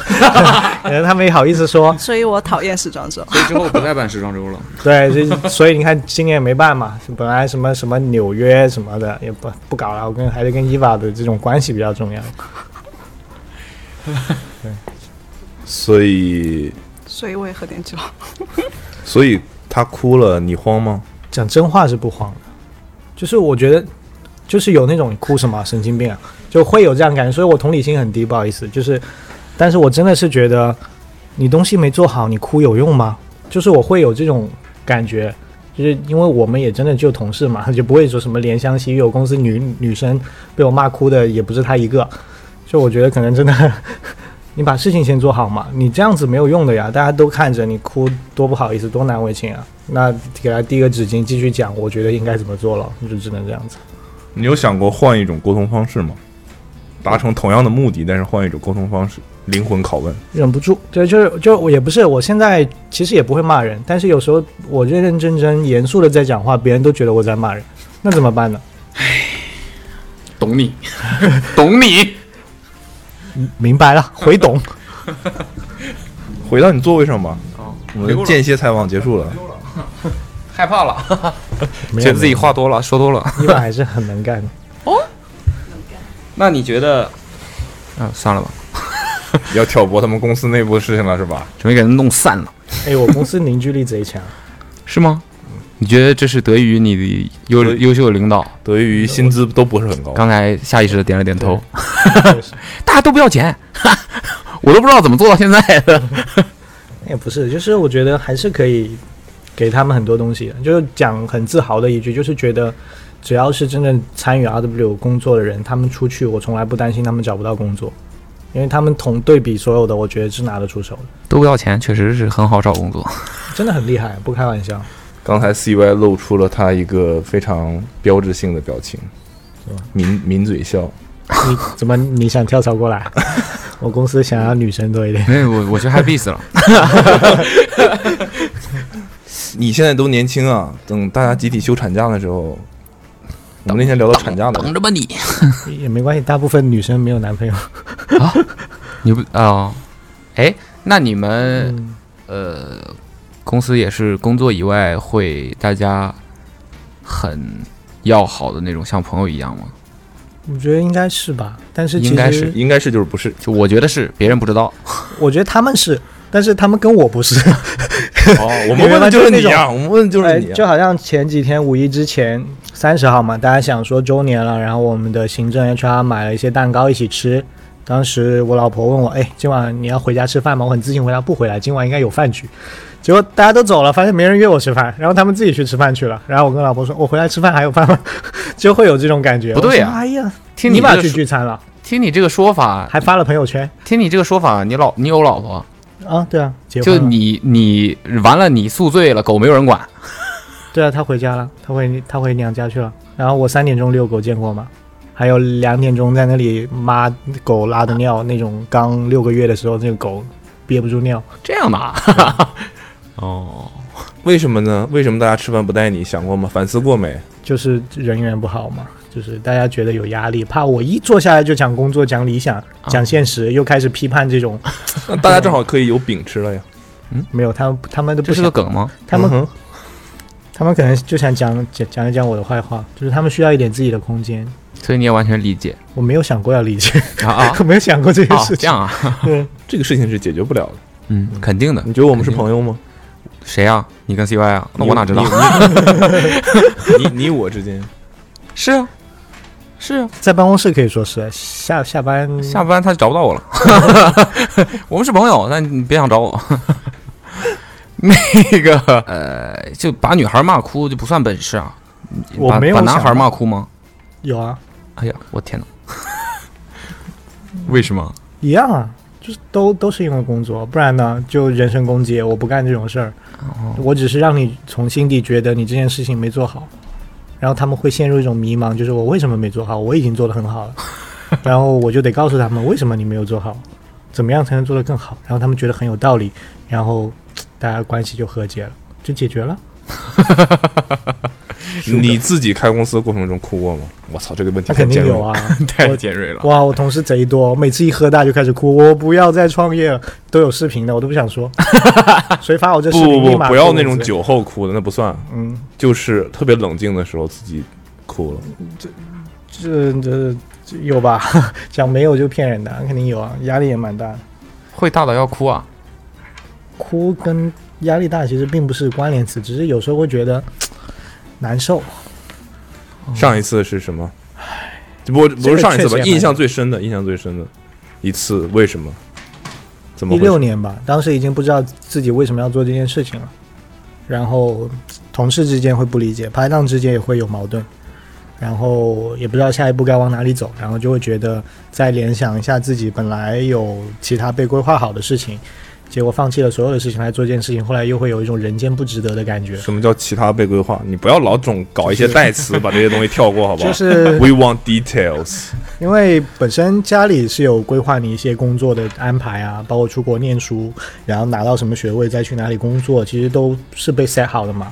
Speaker 4: 可能他没好意思说。
Speaker 10: 所以我讨厌时装周。
Speaker 3: 所以之后不再办时装周了。
Speaker 4: 对，这所以你看今年没办嘛，本来什么什么纽约什么的也不不搞了，我跟还是跟伊娃的这种关系比较重要。
Speaker 2: *laughs* 所以
Speaker 10: 所以我也喝点酒。
Speaker 2: 所以他哭了，你慌吗？
Speaker 4: 讲真话是不慌的，就是我觉得就是有那种你哭什么啊神经病啊，就会有这样感觉，所以我同理心很低，不好意思，就是，但是我真的是觉得你东西没做好，你哭有用吗？就是我会有这种感觉，就是因为我们也真的就同事嘛， *laughs* 就不会说什么怜香惜玉，有公司女女生被我骂哭的也不是她一个，就我觉得可能真的。你把事情先做好嘛，你这样子没有用的呀，大家都看着你哭，多不好意思，多难为情啊。那给他递个纸巾，继续讲，我觉得应该怎么做了，就只能这样子。
Speaker 2: 你有想过换一种沟通方式吗？达成同样的目的，但是换一种沟通方式，灵魂拷问。
Speaker 4: 忍不住，对，就是就我也不是，我现在其实也不会骂人，但是有时候我认认真真、严肃的在讲话，别人都觉得我在骂人，那怎么办呢？
Speaker 3: 懂
Speaker 4: *laughs*
Speaker 3: 你，懂你。
Speaker 4: 明白了，回懂。
Speaker 2: 回到你座位上吧。
Speaker 3: 哦，
Speaker 2: 我们间歇采访结束了。
Speaker 3: 害怕了，
Speaker 4: *laughs* 没
Speaker 3: 觉
Speaker 4: 有
Speaker 3: 得自己话多了，说多了。
Speaker 4: *laughs* 没有伊娃还是很能干的。
Speaker 3: 那你觉得？啊，算了吧，
Speaker 2: 要挑拨他们公司内部的事情了是吧？
Speaker 3: 准备给人弄散了，
Speaker 4: 哎，我公司凝聚力贼强，
Speaker 3: 是吗？你觉得这是得益于你的优
Speaker 2: 所以
Speaker 3: 优秀的领导？
Speaker 2: 得益于薪资都不是很高，
Speaker 3: 刚才下意识的点了点头，
Speaker 4: 确实
Speaker 3: *laughs* 大家都不要钱， *laughs* 我都不知道怎么做到现在的。 *laughs*
Speaker 4: 也不是，就是我觉得还是可以给他们很多东西的。就是讲很自豪的一句，就是觉得只要是真正参与 RW 工作的人，他们出去，我从来不担心他们找不到工作，因为他们同对比所有的，我觉得是拿得出手的，
Speaker 3: 都不要钱，确实是很好找工作。
Speaker 4: 真的很厉害，不开玩笑。
Speaker 2: 刚才 CY 露出了他一个非常标志性的表情，抿抿嘴笑。
Speaker 4: 你怎么你想跳槽过来？ *laughs* 我公司想要女生多一点，
Speaker 3: *laughs* 没有，我我去 happy 死了。
Speaker 2: 你现在都年轻啊，等大家集体休产假的时候， *laughs* 我们那天聊到产假了，
Speaker 3: 着吧你。
Speaker 4: 也没关系，大部分女生没有男朋友。
Speaker 3: 你不啊？哎、那你们、呃，公司也是工作以外会大家很要好的那种，像朋友一样吗？
Speaker 4: 我觉得应该是吧，但是其实
Speaker 3: 应该是
Speaker 2: 应该是就是不是？
Speaker 3: 就我觉得是，别人不知道。
Speaker 4: 我觉得他们是，但是他们跟我不是。
Speaker 2: 哦，我 *laughs* 们问的就是你啊，我们问的就是
Speaker 4: 哎，
Speaker 2: 你、
Speaker 4: 就
Speaker 2: 啊。
Speaker 4: 好像前几天五一之前三十号嘛，大家想说周年了，然后我们的行政 HR 买了一些蛋糕一起吃。当时我老婆问我，哎，今晚你要回家吃饭吗？我很自信回答不回来，今晚应该有饭局。结果大家都走了，发现没人约我吃饭，然后他们自己去吃饭去了。然后我跟老婆说，我回来吃饭还有饭吗？ *laughs* 就会有这种感觉。
Speaker 3: 不对
Speaker 4: 呀、
Speaker 3: 呀
Speaker 4: 哎呀，
Speaker 3: 听
Speaker 4: 你
Speaker 3: 你
Speaker 4: 爸
Speaker 3: 这个
Speaker 4: 去
Speaker 3: 说，
Speaker 4: 聚餐了，
Speaker 3: 听你这个说法，
Speaker 4: 还发了朋友圈
Speaker 3: 听你这个说法，你老你有老婆，
Speaker 4: 啊？对啊，结婚
Speaker 3: 就
Speaker 4: 了
Speaker 3: 你你完了，你宿醉了，狗没有人管。
Speaker 4: 对啊，他回家了，他回他回娘家去了。然后我三点钟遛狗见过吗？还有两点钟在那里妈狗拉的尿，那种刚六个月的时候，那个狗憋不住尿，
Speaker 3: 这样的啊， *laughs* 哦，
Speaker 2: 为什么呢？为什么大家吃饭不带你？想过吗？反思过 *laughs* 没？
Speaker 4: 就是人缘不好嘛，就是大家觉得有压力，怕我一坐下来就讲工作、讲
Speaker 3: 啊
Speaker 4: 理想、讲现实，又开始批判这种
Speaker 2: 那大家正好可以有饼吃了呀。
Speaker 4: 没有他们他们都
Speaker 3: 这
Speaker 4: 不
Speaker 3: 是个
Speaker 4: 想，
Speaker 3: 梗吗？
Speaker 4: 他们
Speaker 2: 嗯哼
Speaker 4: 他们可能就想讲讲讲一讲我的坏话，就是他们需要一点自己的空间。
Speaker 3: 所以你也完全理解
Speaker 4: 我没有想过要理解，
Speaker 3: 啊
Speaker 4: *laughs*
Speaker 3: 啊
Speaker 4: 我没有想过这个
Speaker 3: 啊
Speaker 4: 事，
Speaker 3: 这
Speaker 4: 情。
Speaker 3: 样啊，
Speaker 2: 这个事情是解决不了的。
Speaker 3: 嗯，肯定的
Speaker 2: 你。觉得我们是朋友吗？
Speaker 3: 谁啊？你跟 CY 啊？那我哪知道？
Speaker 2: 你你你你我之间
Speaker 3: 是啊，是啊，
Speaker 4: 在办公室可以说是下下班
Speaker 3: 下班他就找不到
Speaker 4: *laughs*
Speaker 3: 我了。 *laughs* 我们是朋友，但你别想找我。 *laughs* 那个呃，就把女孩骂哭就不算本事啊。
Speaker 4: 我
Speaker 3: 把
Speaker 4: 没有
Speaker 3: 把男
Speaker 4: 想
Speaker 3: 孩骂哭吗？
Speaker 4: 有啊，
Speaker 3: 哎呀，我天哪！为什么？
Speaker 4: 一样啊，就是都都是因为工作，不然呢就人身攻击，我不干这种事儿，我只是让你从心底觉得你这件事情没做好，然后他们会陷入一种迷茫，就是我为什么没做好？我已经做得很好了，然后我就得告诉他们为什么你没有做好，怎么样才能做得更好，然后他们觉得很有道理，然后嘖大家关系就和解了，就解决了。
Speaker 2: 你自己开公司过程中哭过吗？我操，这个问题 *laughs*
Speaker 4: 那
Speaker 2: 太
Speaker 4: 肯
Speaker 2: 尖
Speaker 4: 定
Speaker 2: 锐
Speaker 4: 有
Speaker 2: 了。
Speaker 4: 啊，
Speaker 3: 太
Speaker 4: 我
Speaker 3: 尖锐了。
Speaker 4: 哇，我同事贼多，我每次一喝大就开始哭，我不要再创业了，都有视频的，我都不
Speaker 2: *laughs*
Speaker 4: 想说。谁发我这视
Speaker 2: 不
Speaker 4: 频？
Speaker 2: 不
Speaker 4: 立
Speaker 2: 不，
Speaker 4: 马
Speaker 2: 不要
Speaker 4: 扣
Speaker 2: 那
Speaker 4: 工
Speaker 2: 种
Speaker 4: 资。
Speaker 2: 酒后哭的，那不算，
Speaker 4: 嗯，
Speaker 2: 就是特别冷静的时候自己哭了。
Speaker 4: 这这这有吧？ *laughs* 讲没有就骗人的，肯定有啊，压力也蛮大的。
Speaker 3: 会大到要哭啊？
Speaker 4: 哭跟压力大其实并不是关联词，只是有时候会觉得难受。嗯
Speaker 2: 上一次是什么？不不是上一次吧？印象最深的，印象最深的一次，为什么？怎么
Speaker 4: 一
Speaker 2: 回
Speaker 4: 六
Speaker 2: 事？
Speaker 4: 年吧，当时已经不知道自己为什么要做这件事情了，然后同事之间会不理解，拍档之间也会有矛盾，然后也不知道下一步该往哪里走，然后就会觉得再联想一下自己本来有其他被规划好的事情，结果放弃了所有的事情来做这件事情，后来又会有一种人间不值得的感觉。
Speaker 2: 什么叫其他被规划？你不要老总搞一些代词，把这些东西跳过，好不好
Speaker 4: *laughs* 就是
Speaker 2: ？We want details。
Speaker 4: 因为本身家里是有规划你一些工作的安排啊，包括出国念书，然后拿到什么学位再去哪里工作，其实都是被 set 好的嘛。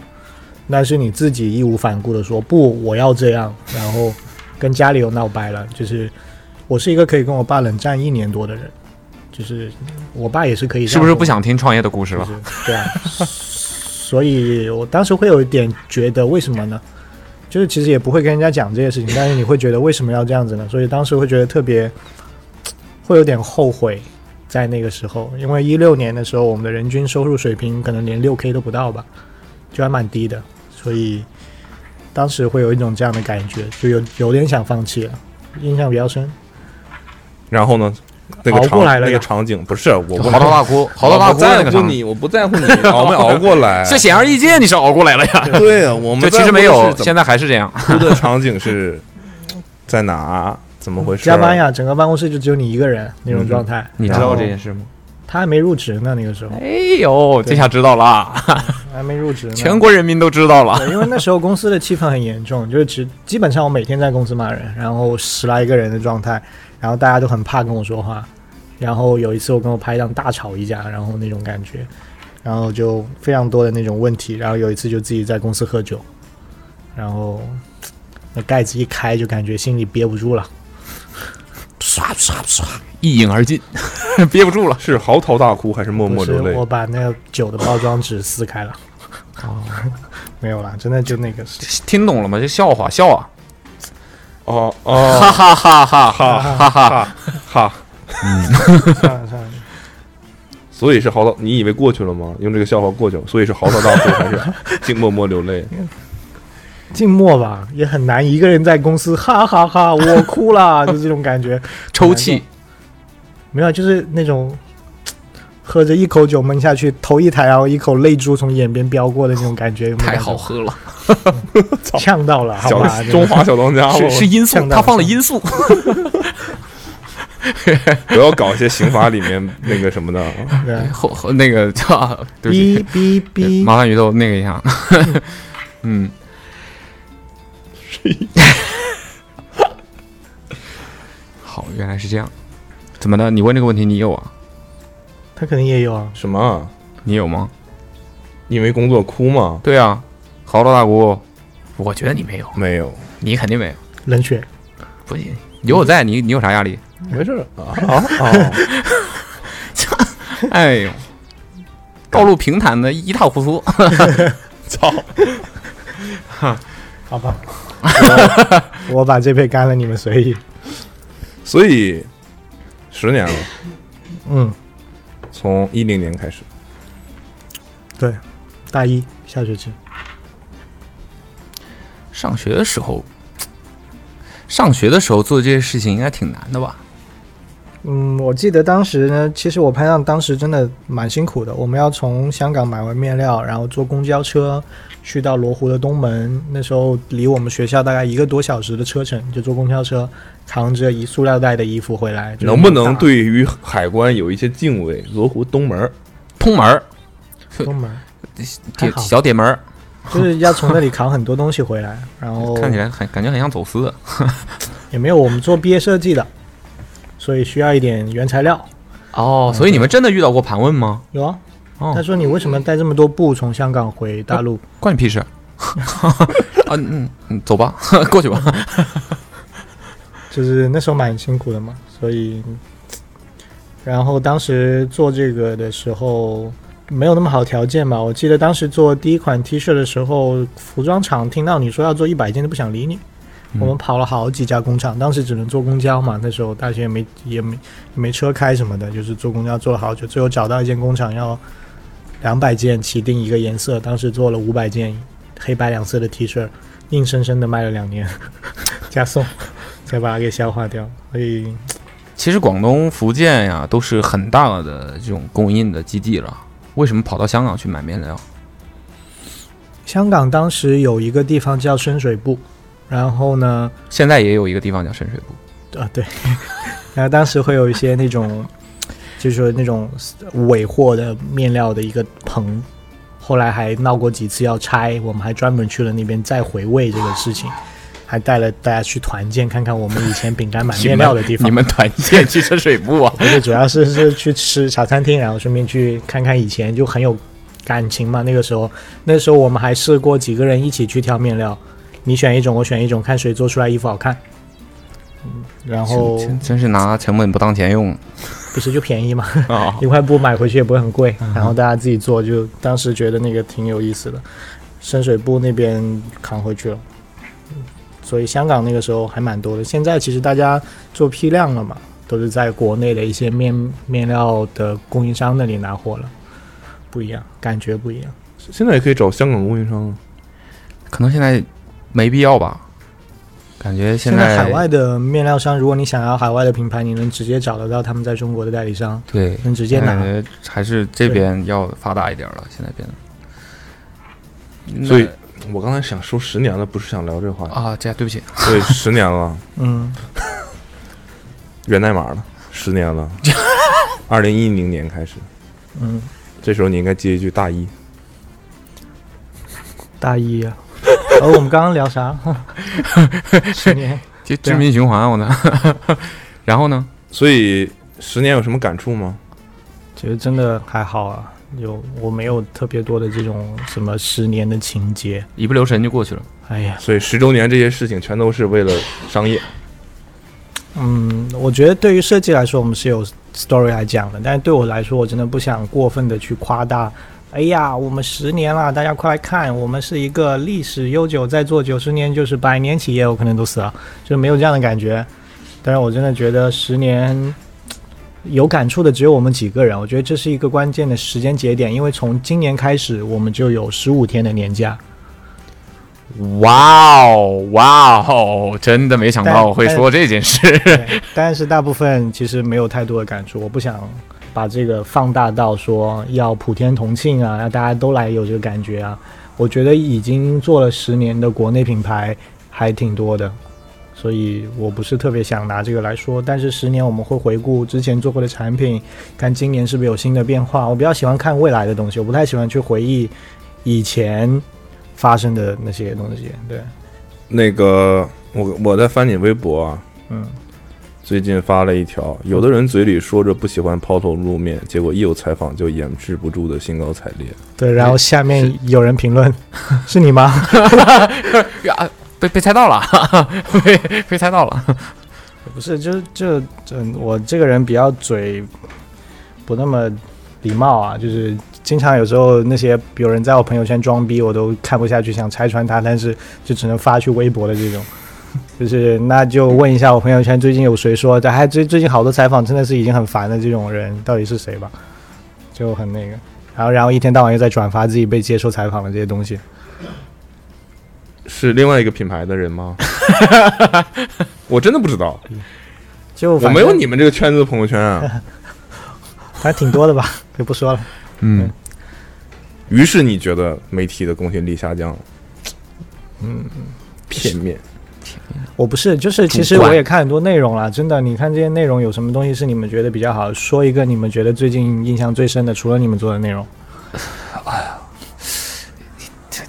Speaker 4: 但是你自己义无反顾的说不，我要这样，然后跟家里又闹掰了。就是我是一个可以跟我爸冷战一年多的人，就是我爸也是可以这样
Speaker 3: 是不是
Speaker 4: 跟我
Speaker 3: 不想听创业的故事
Speaker 4: 就
Speaker 3: 了
Speaker 4: 是？对啊， *laughs* 所以我当时会有一点觉得为什么呢？就是其实也不会跟人家讲这些事情，但是你会觉得为什么要这样子呢？所以当时会觉得特别，会有点后悔在那个时候，因为一六年的时候我们的人均收入水平可能连六 K 都不到吧，就还蛮低的，所以当时会有一种这样的感觉，就有有点想放弃了，印象比较深。
Speaker 2: 然后呢，那个
Speaker 4: 熬
Speaker 2: 场
Speaker 4: 过来了呀
Speaker 2: 那个场景不是
Speaker 4: *laughs*
Speaker 2: 我
Speaker 3: 就
Speaker 2: 问
Speaker 3: 嚎啕大哭，嚎
Speaker 2: 我
Speaker 3: 啕大
Speaker 2: 不
Speaker 3: 哭
Speaker 2: 在
Speaker 3: 那个
Speaker 2: 乎
Speaker 3: 场景，
Speaker 2: 你，我不在乎你熬没熬过
Speaker 4: *laughs*
Speaker 2: 来。
Speaker 3: 这显而易见，你是熬过来了呀。
Speaker 2: *laughs* 对啊，我
Speaker 3: 就
Speaker 2: 们
Speaker 3: 其实没有，
Speaker 2: 现
Speaker 3: 现在还是这样。
Speaker 2: 哭的场景是在哪？怎么回事？
Speaker 4: 加班，呀，整个办公室就只有你一个人那种状态。
Speaker 3: 你
Speaker 2: 知道这
Speaker 4: 件
Speaker 3: 事吗？
Speaker 4: 他还没入职呢，那个时候
Speaker 3: 哎呦，这下知道了，啊
Speaker 4: 还没入职呢。
Speaker 3: 全国人民都知道了。
Speaker 4: 对，因为那时候公司的气氛很严重，就是只基本上我每天在公司骂人，然后十来个人的状态，然后大家都很怕跟我说话，然后有一次我跟我拍档大吵一架，然后那种感觉，然后就非常多的那种问题，然后有一次就自己在公司喝酒，然后那盖子一开就感觉心里憋不住了，唰唰唰，
Speaker 3: 一饮而尽，憋不住了。
Speaker 2: 是嚎啕大哭还是默
Speaker 4: 不
Speaker 2: 默
Speaker 4: 是
Speaker 2: 流泪？
Speaker 4: 我把那个酒的包装纸撕开了，哦没有啦，真的就那个是。
Speaker 3: 听懂了吗？这笑话，笑啊！
Speaker 2: 哦哦，
Speaker 3: 哈哈哈哈哈
Speaker 2: 哈
Speaker 3: 哈哈！
Speaker 2: 哈哈！
Speaker 4: 算了算了，
Speaker 2: *laughs* 所以是嚎啕，你以为过去了吗？用这个笑话过去了，所以是嚎啕大哭还
Speaker 4: *laughs*
Speaker 2: 是竟默默流泪？
Speaker 4: 静默吧，也很难一个人在公司，哈哈哈我哭
Speaker 3: *laughs*
Speaker 4: 了，就这种感觉。
Speaker 3: 抽泣，
Speaker 4: 没有，就是那种喝着一口酒闷下去，头一抬，然后一口泪珠从眼边飙过的那种感觉，有没有
Speaker 3: 太
Speaker 4: 感觉
Speaker 3: 好，喝了，
Speaker 4: 呛到了，好
Speaker 2: 小
Speaker 4: 吧？
Speaker 2: 中华小当家，
Speaker 3: 是
Speaker 2: 我
Speaker 3: 是因素
Speaker 4: 呛，到
Speaker 3: 他
Speaker 4: 了
Speaker 3: 放了因素。 *laughs*
Speaker 2: 不要搞一些刑法里面那个什么的。
Speaker 4: 对，
Speaker 3: 后后那个叫，对不起
Speaker 4: 哔哔
Speaker 3: 对
Speaker 4: 哔，
Speaker 3: 麻烦鱼豆那个一 *laughs* 下，嗯， *laughs* 好，原来是这样。怎么的？你问这个问题，你有啊？
Speaker 4: 他肯定也有啊。
Speaker 2: 什么啊？
Speaker 3: 你有吗？
Speaker 2: 因为工作哭吗？
Speaker 3: 对啊，嚎啕大哭。我觉得你没有，
Speaker 2: 没有，
Speaker 3: 你肯定没有。
Speaker 4: 冷血，
Speaker 3: 不行，有嗯我在，你你有啥压力？
Speaker 2: 没事啊啊！啊
Speaker 3: *laughs* 哎呦，道路平坦的一塌糊涂。
Speaker 2: 操！
Speaker 4: 好
Speaker 3: *laughs*
Speaker 4: 吧。我我把这杯干了，你们随意。
Speaker 2: 所以十年了，
Speaker 4: 嗯，
Speaker 2: 从一零年开始，
Speaker 4: 对，大一下学期，
Speaker 3: 上学的时候，上学的时候做这些事情应该挺难的吧？
Speaker 4: 嗯，我记得当时呢，其实我拍档当时真的蛮辛苦的。我们要从香港买完面料，然后坐公交车去到罗湖的东门。那时候离我们学校大概一个多小时的车程，就坐公交车，扛着一塑料袋的衣服回来。就是
Speaker 2: 能不能
Speaker 4: 大
Speaker 2: 对于海关有一些敬畏？罗湖东门儿，
Speaker 3: 通门儿，
Speaker 4: 东门？还
Speaker 3: 铁
Speaker 4: 好
Speaker 3: 小铁门儿，
Speaker 4: 就是要从那里扛很多东西回来，然后
Speaker 3: 看起来很感觉很像走私的。
Speaker 4: 也没有我们做毕业设计的，所以需要一点原材料。
Speaker 3: 哦，所以你们真的遇到过盘问吗？
Speaker 4: 有啊，
Speaker 3: 哦
Speaker 4: 他说你为什么带这么多布从香港回大陆？
Speaker 3: 关你 *laughs* 屁事！啊，嗯嗯，走吧， *laughs* 过去吧。
Speaker 4: 就是那时候蛮辛苦的嘛，所以，然后当时做这个的时候没有那么好条件嘛。我记得当时做第一款 T 恤的时候，服装厂听到你说要做一百件都不想理你。我们跑了好几家工厂，当时只能坐公交嘛。那时候大学也没也没也没车开什么的，就是坐公交坐了好久，最后找到一间工厂要两百件起订一个颜色，当时做了五百件黑白两色的 T 恤，硬生生的卖了两年， *laughs* 加送。才把它给消化掉。所以，
Speaker 3: 其实广东、福建呀，都是很大的这种供应的基地了，为什么跑到香港去买面料？
Speaker 4: 香港当时有一个地方叫深水埗，然后呢，
Speaker 3: 现在也有一个地方叫深水埗，
Speaker 4: 啊对，然后当时会有一些那种，就是那种尾货的面料的一个棚，后来还闹过几次要拆，我们还专门去了那边再回味这个事情。还带了大家去团建，看看我们以前饼干买 *laughs* 面料的地方。
Speaker 3: 你们团建去深水埗啊？
Speaker 4: 而且主要是是去吃茶餐厅，然后顺便去看看以前就很有感情嘛。那个时候，那时候我们还试过几个人一起去挑面料，你选一种，我选一种，看谁做出来衣服好看。嗯， *laughs* 然后
Speaker 3: 真真是拿成本不当钱用
Speaker 4: 不是就便宜嘛，
Speaker 3: 啊！
Speaker 4: *laughs* 一块布买回去也不会很贵，然后大家自己做，就当时觉得那个挺有意思的。深水埗那边扛回去了，嗯所以香港那个时候还蛮多的。现在其实大家做批量了嘛，都是在国内的一些面面料的供应商那里拿货了，不一样，感觉不一样。
Speaker 2: 现在也可以找香港供应商啊。
Speaker 3: 可能现在没必要吧，感觉现
Speaker 4: 现在海外的面料商，如果你想要海外的品牌，你能直接找得到他们在中国的代理商，
Speaker 3: 对，
Speaker 4: 能直接
Speaker 3: 感
Speaker 4: 拿。
Speaker 3: 觉呃还是这边要发达一点了，现在变得。
Speaker 2: 所以我刚才想说十年了，不是想聊这个话题，
Speaker 3: 啊，这样对不起，
Speaker 2: 对，十年了， *laughs*
Speaker 4: 嗯，
Speaker 2: 源代码了，十年
Speaker 4: *laughs*
Speaker 2: 了，二零一零年开始，
Speaker 4: 嗯，
Speaker 2: 这时候你应该接一句大一，
Speaker 4: 大一啊。而、我们刚刚聊啥？十年。
Speaker 3: 就
Speaker 4: 对
Speaker 3: 致
Speaker 4: 啊
Speaker 3: 命循环，我呢。 *laughs* 然后呢？
Speaker 2: 所以十年有什么感触吗？
Speaker 4: 其实真的还好啊，有我没有特别多的这种什么十年的情节。
Speaker 3: 一不留神就过去了。
Speaker 4: 哎呀，
Speaker 2: 所以十周年这些事情全都是为了商业，
Speaker 4: 嗯，我觉得对于设计来说，我们是有 story 来讲的，但是对我来说，我真的不想过分的去夸大。哎呀，我们十年了，大家快来看，我们是一个历史悠久，再做九十年就是百年企业，我可能都死了，就没有这样的感觉。但是我真的觉得十年有感触的只有我们几个人，我觉得这是一个关键的时间节点，因为从今年开始，我们就有十五天的年假。
Speaker 3: 哇哦，哇哦，真的没想
Speaker 4: 但
Speaker 3: 到我会说这件事。 *laughs*
Speaker 4: 对，但是大部分其实没有太多的感触，我不想把这个放大到说要普天同庆啊，让大家都来有这个感觉啊。我觉得已经做了十年的国内品牌还挺多的，所以我不是特别想拿这个来说。但是十年我们会回顾之前做过的产品，看今年是不是有新的变化。我比较喜欢看未来的东西，我不太喜欢去回忆以前发生的那些东西。对，
Speaker 2: 那个我我在翻你微博啊，
Speaker 4: 嗯，
Speaker 2: 最近发了一条，有的人嘴里说着不喜欢抛头露面，结果一有采访就掩饰不住的兴高采烈。
Speaker 4: 对。然后下面有人评论， *laughs* 是你吗？
Speaker 3: 啊，被被猜到了， *laughs* 被被猜到了。
Speaker 4: 不是，就是就这，我这个人比较嘴不那么礼貌啊，就是经常有时候那些有人在我朋友圈装逼，我都看不下去，想拆穿他，但是就只能发去微博的这种。 *laughs* 就是那就问一下我朋友圈最近有谁说的，还最最近好多采访真的是已经很烦的这种人到底是谁吧，就很那个。然后然后一天到晚又在转发自己被接受采访的这些东西，
Speaker 2: *laughs* 是另外一个品牌的人吗？我真的不知道，
Speaker 4: 就
Speaker 2: 我
Speaker 4: 反
Speaker 2: 没有
Speaker 4: 正
Speaker 2: 你们这个圈子的朋友圈啊。
Speaker 4: 反正挺多的吧，就不说了。
Speaker 3: 嗯，
Speaker 2: *laughs* 于是你觉得媒体的公信力下降？嗯，片面。
Speaker 4: 我不是，就是其实
Speaker 3: 主观
Speaker 4: 我也看很多内容啦，真的，你看这些内容有什么东西是你们觉得比较好？说一个你们觉得最近印象最深的，除了你们做的内容，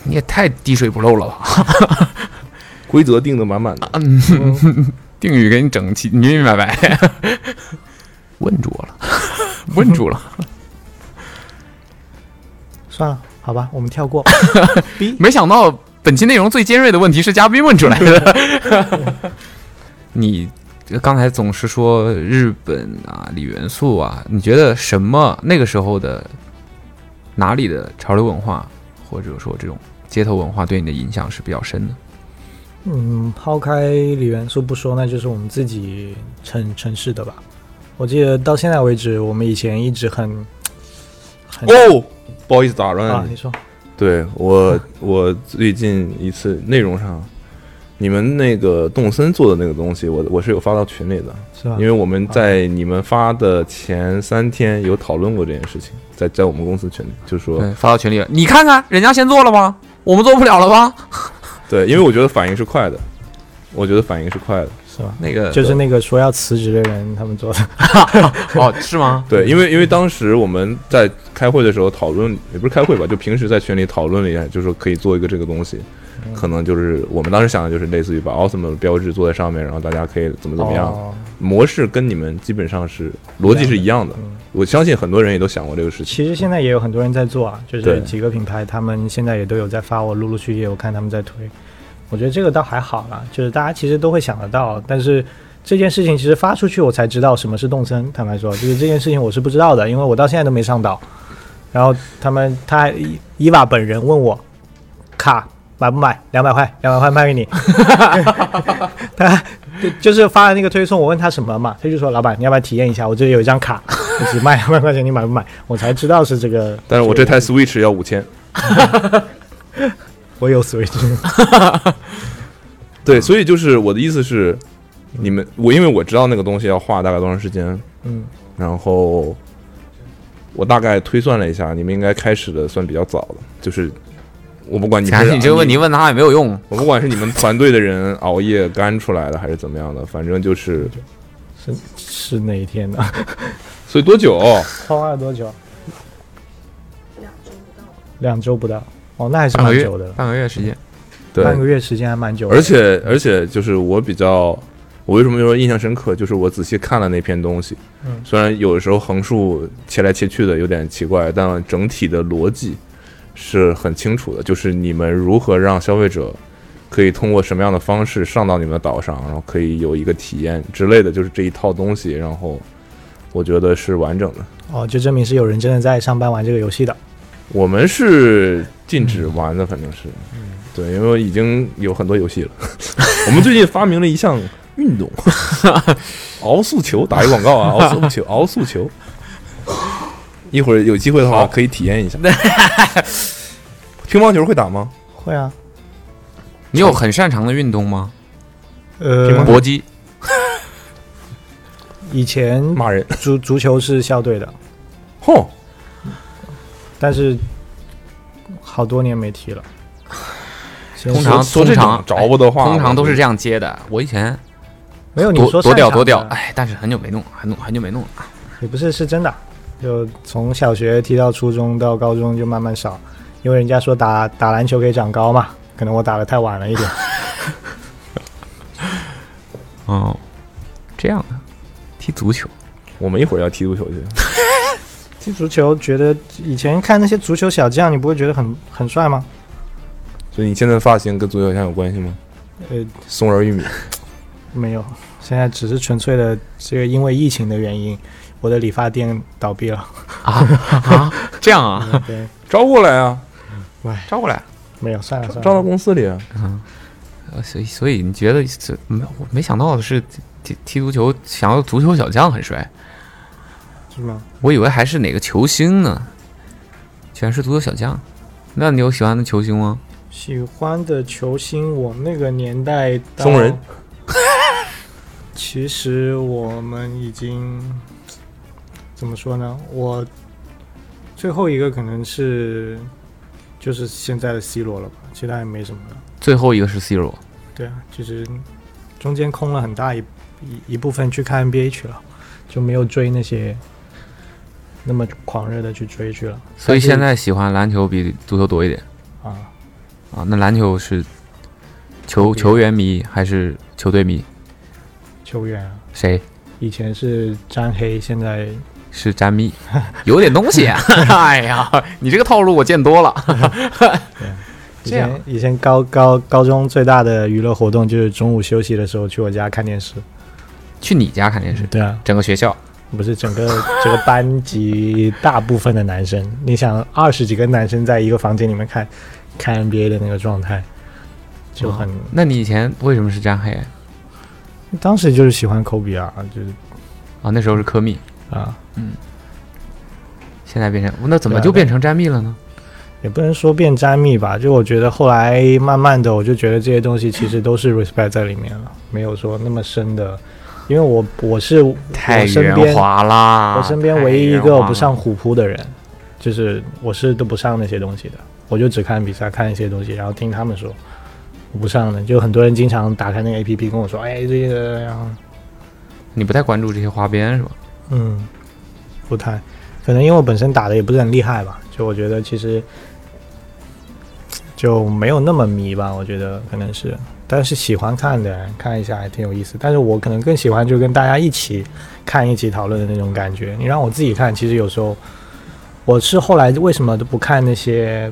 Speaker 3: 你也太滴水不漏了吧？
Speaker 2: 规则定的满满的，
Speaker 3: 定语给你整齐，明明白白。 *laughs* 问住我了， *laughs* 问住了，
Speaker 4: 算了，好吧，我们跳过。
Speaker 3: 没想到本期内容最尖锐的问题是嘉宾问出来的。 *laughs* 你刚才总是说日本啊、李元素啊，你觉得什么那个时候的哪里的潮流文化，或者说这种街头文化对你的影响是比较深的？
Speaker 4: 嗯，抛开李元素不说，那就是我们自己城城市的吧。我记得到现在为止，我们以前一直很很
Speaker 2: 哦，不好意思打
Speaker 4: 啊
Speaker 2: 断，
Speaker 4: 你
Speaker 2: 你。
Speaker 4: 说
Speaker 2: 对我，我最近一次内容上，你们那个动森做的那个东西，我我是有发到群里的，
Speaker 4: 是吧
Speaker 2: 因？为我们在你们发的前三天有讨论过这件事情，在在我们公司群里，就说
Speaker 3: 对，发到群里了，你看看人家先做了吗？我们做不了了吧？
Speaker 2: 对，因为我觉得反应是快的，我觉得反应是快的，
Speaker 4: 是吧？
Speaker 3: 那个
Speaker 4: 就是那个说要辞职的人，他们做的。
Speaker 3: 哦，是吗？
Speaker 2: 对，因为因为当时我们在开会的时候讨论，也不是开会吧，就平时在群里讨论了一下，就是说可以做一个这个东西，可能就是我们当时想的就是类似于把 awesome 的标志做在上面，然后大家可以怎么怎么样，
Speaker 4: 哦
Speaker 2: 模式跟你们基本上是逻辑是一样的，
Speaker 3: 嗯
Speaker 2: 我相信很多人也都想过这个事情。
Speaker 4: 其实现在也有很多人在做啊，就是
Speaker 2: 对
Speaker 4: 几个品牌，他们现在也都有在发，我陆陆续续有看他们在推。我觉得这个倒还好啦，就是大家其实都会想得到，但是这件事情其实发出去我才知道什么是动森。坦白说，就是这件事情我是不知道的，因为我到现在都没上岛。然后他们他伊伊娃本人问我，卡买不买？两百块，两百块卖给你。 *laughs* 他就就是发了那个推送，我问他什么嘛，他就说老板你要不要体验一下？我这里有一张卡，我只卖两百块钱，你买不买？我才知道是这个。
Speaker 2: 但是我这台 Switch 要五千，
Speaker 3: 嗯
Speaker 4: 我有 Switch，
Speaker 2: 对，所以就是我的意思是，
Speaker 3: 嗯
Speaker 2: 你们我因为我知道那个东西要花大概多长时间，
Speaker 4: 嗯，
Speaker 2: 然后我大概推算了一下，你们应该开始的算比较早的，就是我不管你
Speaker 3: 假
Speaker 2: 们
Speaker 3: 如
Speaker 2: 是
Speaker 3: 你这个问题，问他也没有用。
Speaker 2: 我不管是你们团队的人熬夜干出来的还是怎么样的，反正就是，
Speaker 4: *laughs* 是是哪一天呢？
Speaker 2: 所以多
Speaker 3: *laughs*
Speaker 2: 久？
Speaker 4: 花了多久？两周不到。两周不到，哦，那还是
Speaker 3: 半个
Speaker 4: 蛮
Speaker 3: 月
Speaker 4: 久的，，
Speaker 3: 半个月时间。
Speaker 2: 对，
Speaker 4: 半个月时间还蛮久的。
Speaker 2: 而且而且就是我比较，我为什么就说印象深刻，就是我仔细看了那篇东西，
Speaker 4: 嗯
Speaker 2: 虽然有的时候横竖切来切去的有点奇怪，但整体的逻辑是很清楚的，就是你们如何让消费者可以通过什么样的方式上到你们的岛上，然后可以有一个体验之类的，就是这一套东西，然后我觉得是完整的。
Speaker 4: 哦，就证明是有人真的在上班玩这个游戏的。
Speaker 2: 我们是禁止玩的，反正是，对，因为已经有很多游
Speaker 3: *laughs*
Speaker 2: 戏了。我们最近发明了一项运动，熬速球，打一广告啊，
Speaker 3: *laughs*
Speaker 2: 熬速球，熬速球。一会儿有机会的话可以体验一下。 *laughs* 乒乓球会打吗？
Speaker 4: 会啊，
Speaker 3: 你有很擅长的运动吗？
Speaker 4: 呃，
Speaker 3: 搏击。
Speaker 4: 以前
Speaker 2: 骂人，
Speaker 4: 足足球是校队的，
Speaker 2: 吼，
Speaker 4: 但是好多年没踢了。
Speaker 3: 通常
Speaker 2: 哦说这
Speaker 3: 通
Speaker 2: 种
Speaker 3: 常
Speaker 2: 着不的话，
Speaker 3: 通常都是这
Speaker 2: 样。
Speaker 3: 样接的。我以前
Speaker 4: 没有你
Speaker 3: 多
Speaker 4: 说
Speaker 3: 多
Speaker 4: 擅
Speaker 3: 屌
Speaker 4: 长
Speaker 3: 多屌，
Speaker 4: 的
Speaker 3: 哎，但是很久没弄，很弄很久没弄了。
Speaker 4: 也不是是真的，就从小学踢到初中到高中就慢慢少，因为人家说打打篮球可以长高嘛，可能我打的太晚
Speaker 3: *laughs*
Speaker 4: 了一点。
Speaker 3: 哦，这样的，踢足球，
Speaker 2: 我们一会儿要踢足球去。
Speaker 4: 踢足球觉得以前看那些足球小将，你不会觉得很很帅吗？
Speaker 2: 所以你现在的发型跟足球像有关系吗？
Speaker 4: 呃，
Speaker 2: 松仁玉米，
Speaker 4: 没有，现在只是纯粹的这个因为疫情的原因，我的理发店倒闭了。
Speaker 3: *laughs* 这样啊，
Speaker 4: 对，
Speaker 2: 招过来啊，
Speaker 3: 招过来。
Speaker 4: *laughs* 没有，算了
Speaker 2: 招
Speaker 4: 算
Speaker 2: 招到
Speaker 4: 了，
Speaker 2: 公司里啊。
Speaker 3: 呃所以所以你觉得这没我没想到的是踢踢足球，想要足球小将很帅，
Speaker 4: 是吗？
Speaker 3: 我以为还是哪个球星呢，居然是足球小将。那你有喜欢的球星吗？
Speaker 4: 喜欢的球星，我那个年代到
Speaker 2: 松仁，
Speaker 4: *laughs* 其实我们已经怎么说呢？我最后一个可能是就是现在的 C 罗了吧，其他也没什么了。
Speaker 3: 最后一个是 C 罗，
Speaker 4: 对啊，就是中间空了很大一一一部分去看 NBA 去了，就没有追那些那么狂热的去追去了
Speaker 3: 所以现在喜欢篮球比足球多一点
Speaker 4: 啊。
Speaker 3: 啊。那篮球是球球员迷还是球队迷？
Speaker 4: 球员啊，
Speaker 3: 谁
Speaker 4: 以前是詹黑，现在
Speaker 3: 是詹 *laughs* 密？有点东西、啊。 *laughs* 哎呀，你这个套路我见多了。
Speaker 4: 以
Speaker 3: 这样
Speaker 4: 前以前高高高中最大的娱乐活动就是中午休息的时候去我家看电视。
Speaker 3: *laughs* 去你家看电视，
Speaker 4: 对啊，
Speaker 3: 整个学校
Speaker 4: 不是整个 *laughs* 整个班级大部分的男生，你想二十几个男生在一个房间里面看看 NBA 的那个状态，就很、
Speaker 3: 那你以前为什么是詹黑
Speaker 4: 当时就是喜欢科比啊，就是
Speaker 3: 啊？那时候是科密，
Speaker 4: 啊，
Speaker 3: 现在变成那怎么
Speaker 4: 对啊
Speaker 3: 就变成詹密了呢？
Speaker 4: 也不能说变詹密吧，就我觉得后来慢慢的，我就觉得这些东西其实都是 respect 在里面了，没有说那么深的，因为我我是
Speaker 3: 太
Speaker 4: 我身
Speaker 3: 圆
Speaker 4: 边
Speaker 3: 滑啦！
Speaker 4: 我身边唯一一个不上虎扑的人，就是我是都不上那些东西的，我就只看比赛，看一些东西，然后听他们说。我不上的，就很多人经常打开那个 A P P 跟我说，哎，这个，然后，
Speaker 3: 你不太关注这些花边是吧？
Speaker 4: 嗯，不太，可能因为我本身打的也不是很厉害吧，就我觉得其实就没有那么迷吧，我觉得可能是，但是喜欢看的看一下还挺有意思，但是我可能更喜欢就跟大家一起看、一起讨论的那种感觉。你让我自己看，其实有时候我是后来为什么都不看那些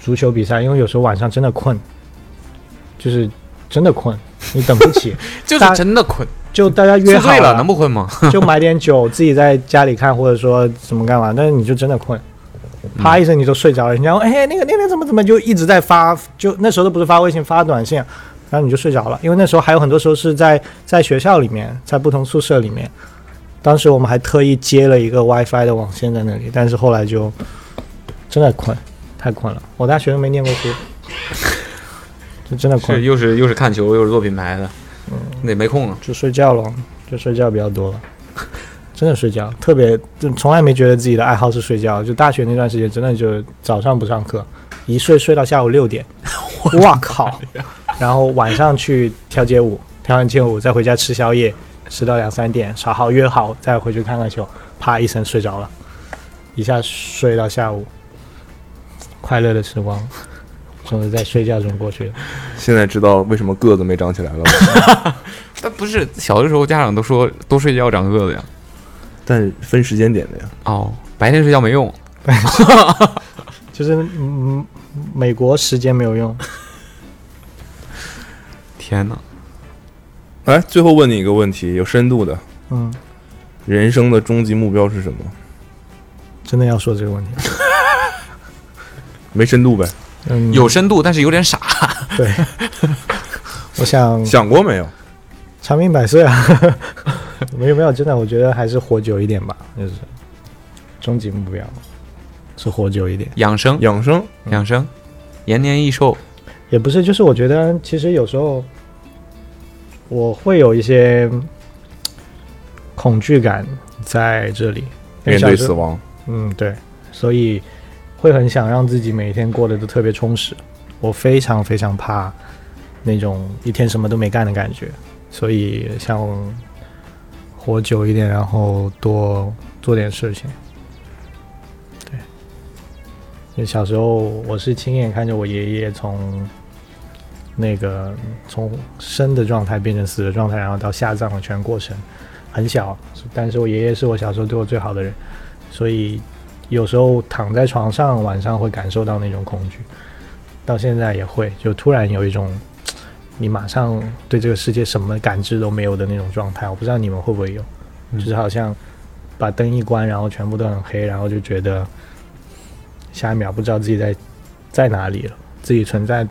Speaker 4: 足球比赛，因为有时候晚上真的困，就是真的困，你等不起，
Speaker 8: 就是真的困，
Speaker 4: 就大家约
Speaker 3: 宿
Speaker 4: 好
Speaker 3: 醉了能不困吗？
Speaker 4: 就买点酒，自己在家里看，或者说怎么干嘛，但是你就真的困，啪一声你就睡着了。人家说哎，那个那个怎么怎么就一直在发，就那时候都不是发微信发短信，然后你就睡着了，因为那时候还有很多时候是在在学校里面，在不同宿舍里面。当时我们还特意接了一个 WiFi 的网线在那里，但是后来就真的困，太困了。我大学都没念过书，就真
Speaker 3: *laughs*
Speaker 4: 的
Speaker 3: 是
Speaker 4: 困，
Speaker 3: 又是又是看球又是做品牌的，那也没空啊。
Speaker 4: 就睡觉咯，就睡觉比较多了， *laughs* 真的睡觉，特别就从来没觉得自己的爱好是睡觉，就大学那段时间真的就早上不上课，一睡睡到下午六点，哇靠！然后晚上去跳街舞，跳完街舞再回家吃宵夜，吃到两三点，耍好约好，再回去看看球，啪一声睡着了，一下睡到下午，快乐的时光总是在睡觉中过去了。
Speaker 2: 现在知道为什么个子没长起来了吧？
Speaker 3: 但不是小的时候家长都说多睡觉长个子呀。
Speaker 2: 但是分时间点的呀，
Speaker 3: 哦，白天睡觉没用，
Speaker 4: 就是嗯，美国时间没有用，
Speaker 3: 天哪！
Speaker 2: 来，哎最后问你一个问题，有深度的，
Speaker 4: 嗯。
Speaker 2: 人生的终极目标是什么？
Speaker 4: 真的要说这个问
Speaker 2: *laughs*
Speaker 4: 题，
Speaker 2: 没深度呗？
Speaker 4: 嗯，
Speaker 3: 有深度，但是有点傻。
Speaker 4: 对， *laughs* 我想
Speaker 2: 想过没有？
Speaker 4: 长命百岁啊， *laughs* 没有没有，真的，我觉得还是活久一点吧，就是终极目标是活久一点，
Speaker 3: 养生，
Speaker 2: 养生，
Speaker 3: 养生，延年益寿。
Speaker 4: 也不是，就是我觉得其实有时候我会有一些嗯恐惧感在这里，因为
Speaker 2: 面
Speaker 4: 小
Speaker 2: 对
Speaker 4: 时候
Speaker 2: 死亡，
Speaker 4: 嗯，对，所以会很想让自己每一天过得都特别充实。我非常非常怕那种一天什么都没干的感觉，所以想活久一点，然后多做点事情。对，因为小时候我是亲眼看着我爷爷从那个从生的状态变成死的状态，然后到下葬的全过程，很小，但是我爷爷是我小时候对我最好的人。所以有时候躺在床上晚上会感受到那种恐惧，到现在也会，就突然有一种嗯你马上对这个世界什么感知都没有的那种状态。我不知道你们会不会有，就是好像把灯一关，然后全部都很黑，然后就觉得下一秒不知道自己在在哪里了，自己存在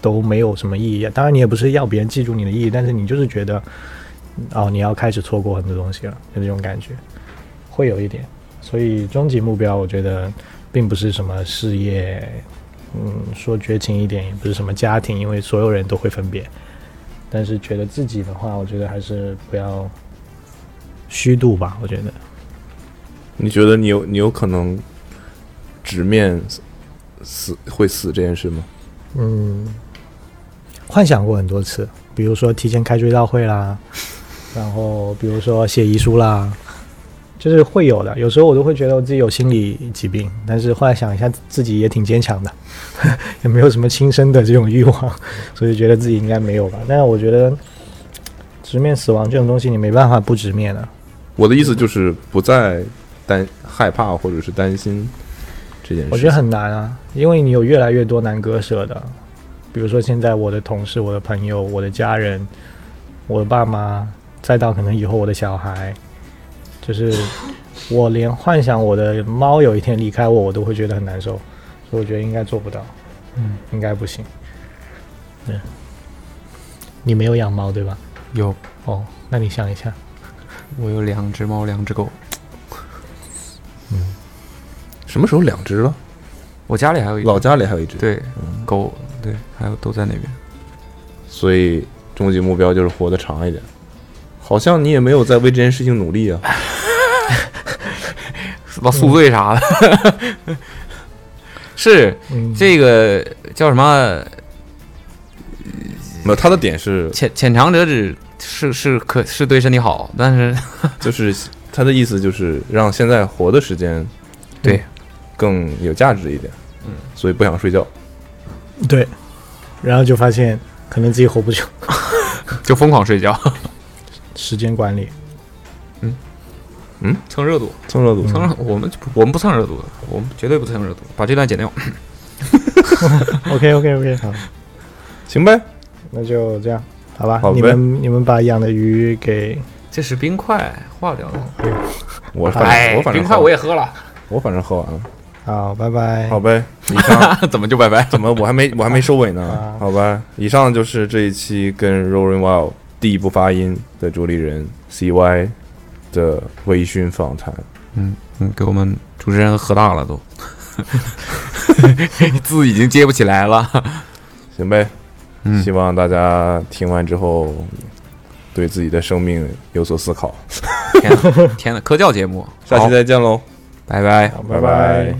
Speaker 4: 都没有什么意义。当然，你也不是要别人记住你的意义，但是你就是觉得。哦，你要开始错过很多东西了，就这种感觉，会有一点。所以终极目标，我觉得并不是什么事业嗯，说绝情一点也不是什么家庭，因为所有人都会分别。但是觉得自己的话，我觉得还是不要虚度吧。我觉得
Speaker 2: 你觉得你有你有可能直面死死会死这件事吗？
Speaker 4: 嗯，幻想过很多次，比如说提前开追悼会啦， *laughs* 然后比如说写遗书啦，就是会有的。有时候我都会觉得我自己有心理疾病，但是后来想一下，自己也挺坚强的， *laughs* 也没有什么轻生的这种欲望， *laughs* 所以觉得自己应该没有吧。但是我觉得直面死亡这种东西，你没办法不直面的、啊
Speaker 2: 我的意思就是不再担害怕或者是担心这件事。
Speaker 4: 我觉得很难啊，因为你有越来越多难割舍的，比如说现在我的同事、我的朋友、我的家人、我的爸妈，再到可能以后我的小孩，就是我连幻想我的猫有一天离开我，我都会觉得很难受，所以我觉得应该做不到，嗯，应该不行。对，你没有养猫对吧？
Speaker 3: 有，
Speaker 4: 哦，那你想一下，
Speaker 3: 我有两只猫，两只狗，
Speaker 2: 什么时候两只了？
Speaker 3: 我家里还有一
Speaker 2: 老家里还有一只。，
Speaker 3: 对狗，对，还有都在那边。
Speaker 2: 所以终极目标就是活得长一点。好像你也没有在为这件事情努力啊。
Speaker 3: 什么宿醉啥的， *laughs* 是
Speaker 4: 嗯，
Speaker 3: 这个叫什么？
Speaker 2: 没有，他的点是，
Speaker 3: 浅浅尝辄止是是可是对身体好，但是
Speaker 2: 就是他的意思就是让现在活的时间
Speaker 3: 对
Speaker 2: 更有价值一点。嗯，所以不想睡觉。
Speaker 4: 对，然后就发现可能自己活不久，
Speaker 3: *laughs* 就疯狂睡觉，
Speaker 4: 时间管 *laughs* 理。
Speaker 3: *laughs* 蹭热度，
Speaker 2: 蹭热度，
Speaker 3: 蹭热，我们不我们不蹭热度的，我们绝对不蹭热度，把这段剪掉。 *laughs*
Speaker 4: OK OK OK，好。
Speaker 2: 行呗。
Speaker 4: 那就这样，好吧？
Speaker 2: 好呗
Speaker 4: 你们你们把养的鱼给
Speaker 3: 这是冰块化掉了，
Speaker 2: 我反正
Speaker 3: 哎
Speaker 2: 我，反正
Speaker 3: 冰块
Speaker 2: 喝
Speaker 3: 我也喝了，
Speaker 2: 我反正喝完了。
Speaker 4: 好，拜拜。
Speaker 2: 好呗，以上。
Speaker 3: *laughs* 怎么就拜拜？
Speaker 2: 怎么我还没我还没收尾呢
Speaker 4: 啊？
Speaker 2: 好吧，以上就是这一期跟 Rolling Wild 第一不发音的主理人 CY 的微醺访谈。
Speaker 3: 嗯，给我们主持人喝大了
Speaker 2: *laughs*
Speaker 3: 都， *laughs* 字已经接不起来了。
Speaker 2: 行呗，
Speaker 3: 嗯
Speaker 2: 希望大家听完之后对自己的生命有所思考。
Speaker 3: 天哪，天哪，科教节目，
Speaker 2: 下期
Speaker 3: 好
Speaker 2: 再见喽，
Speaker 3: 拜拜。
Speaker 4: 好，
Speaker 2: 拜拜
Speaker 4: 拜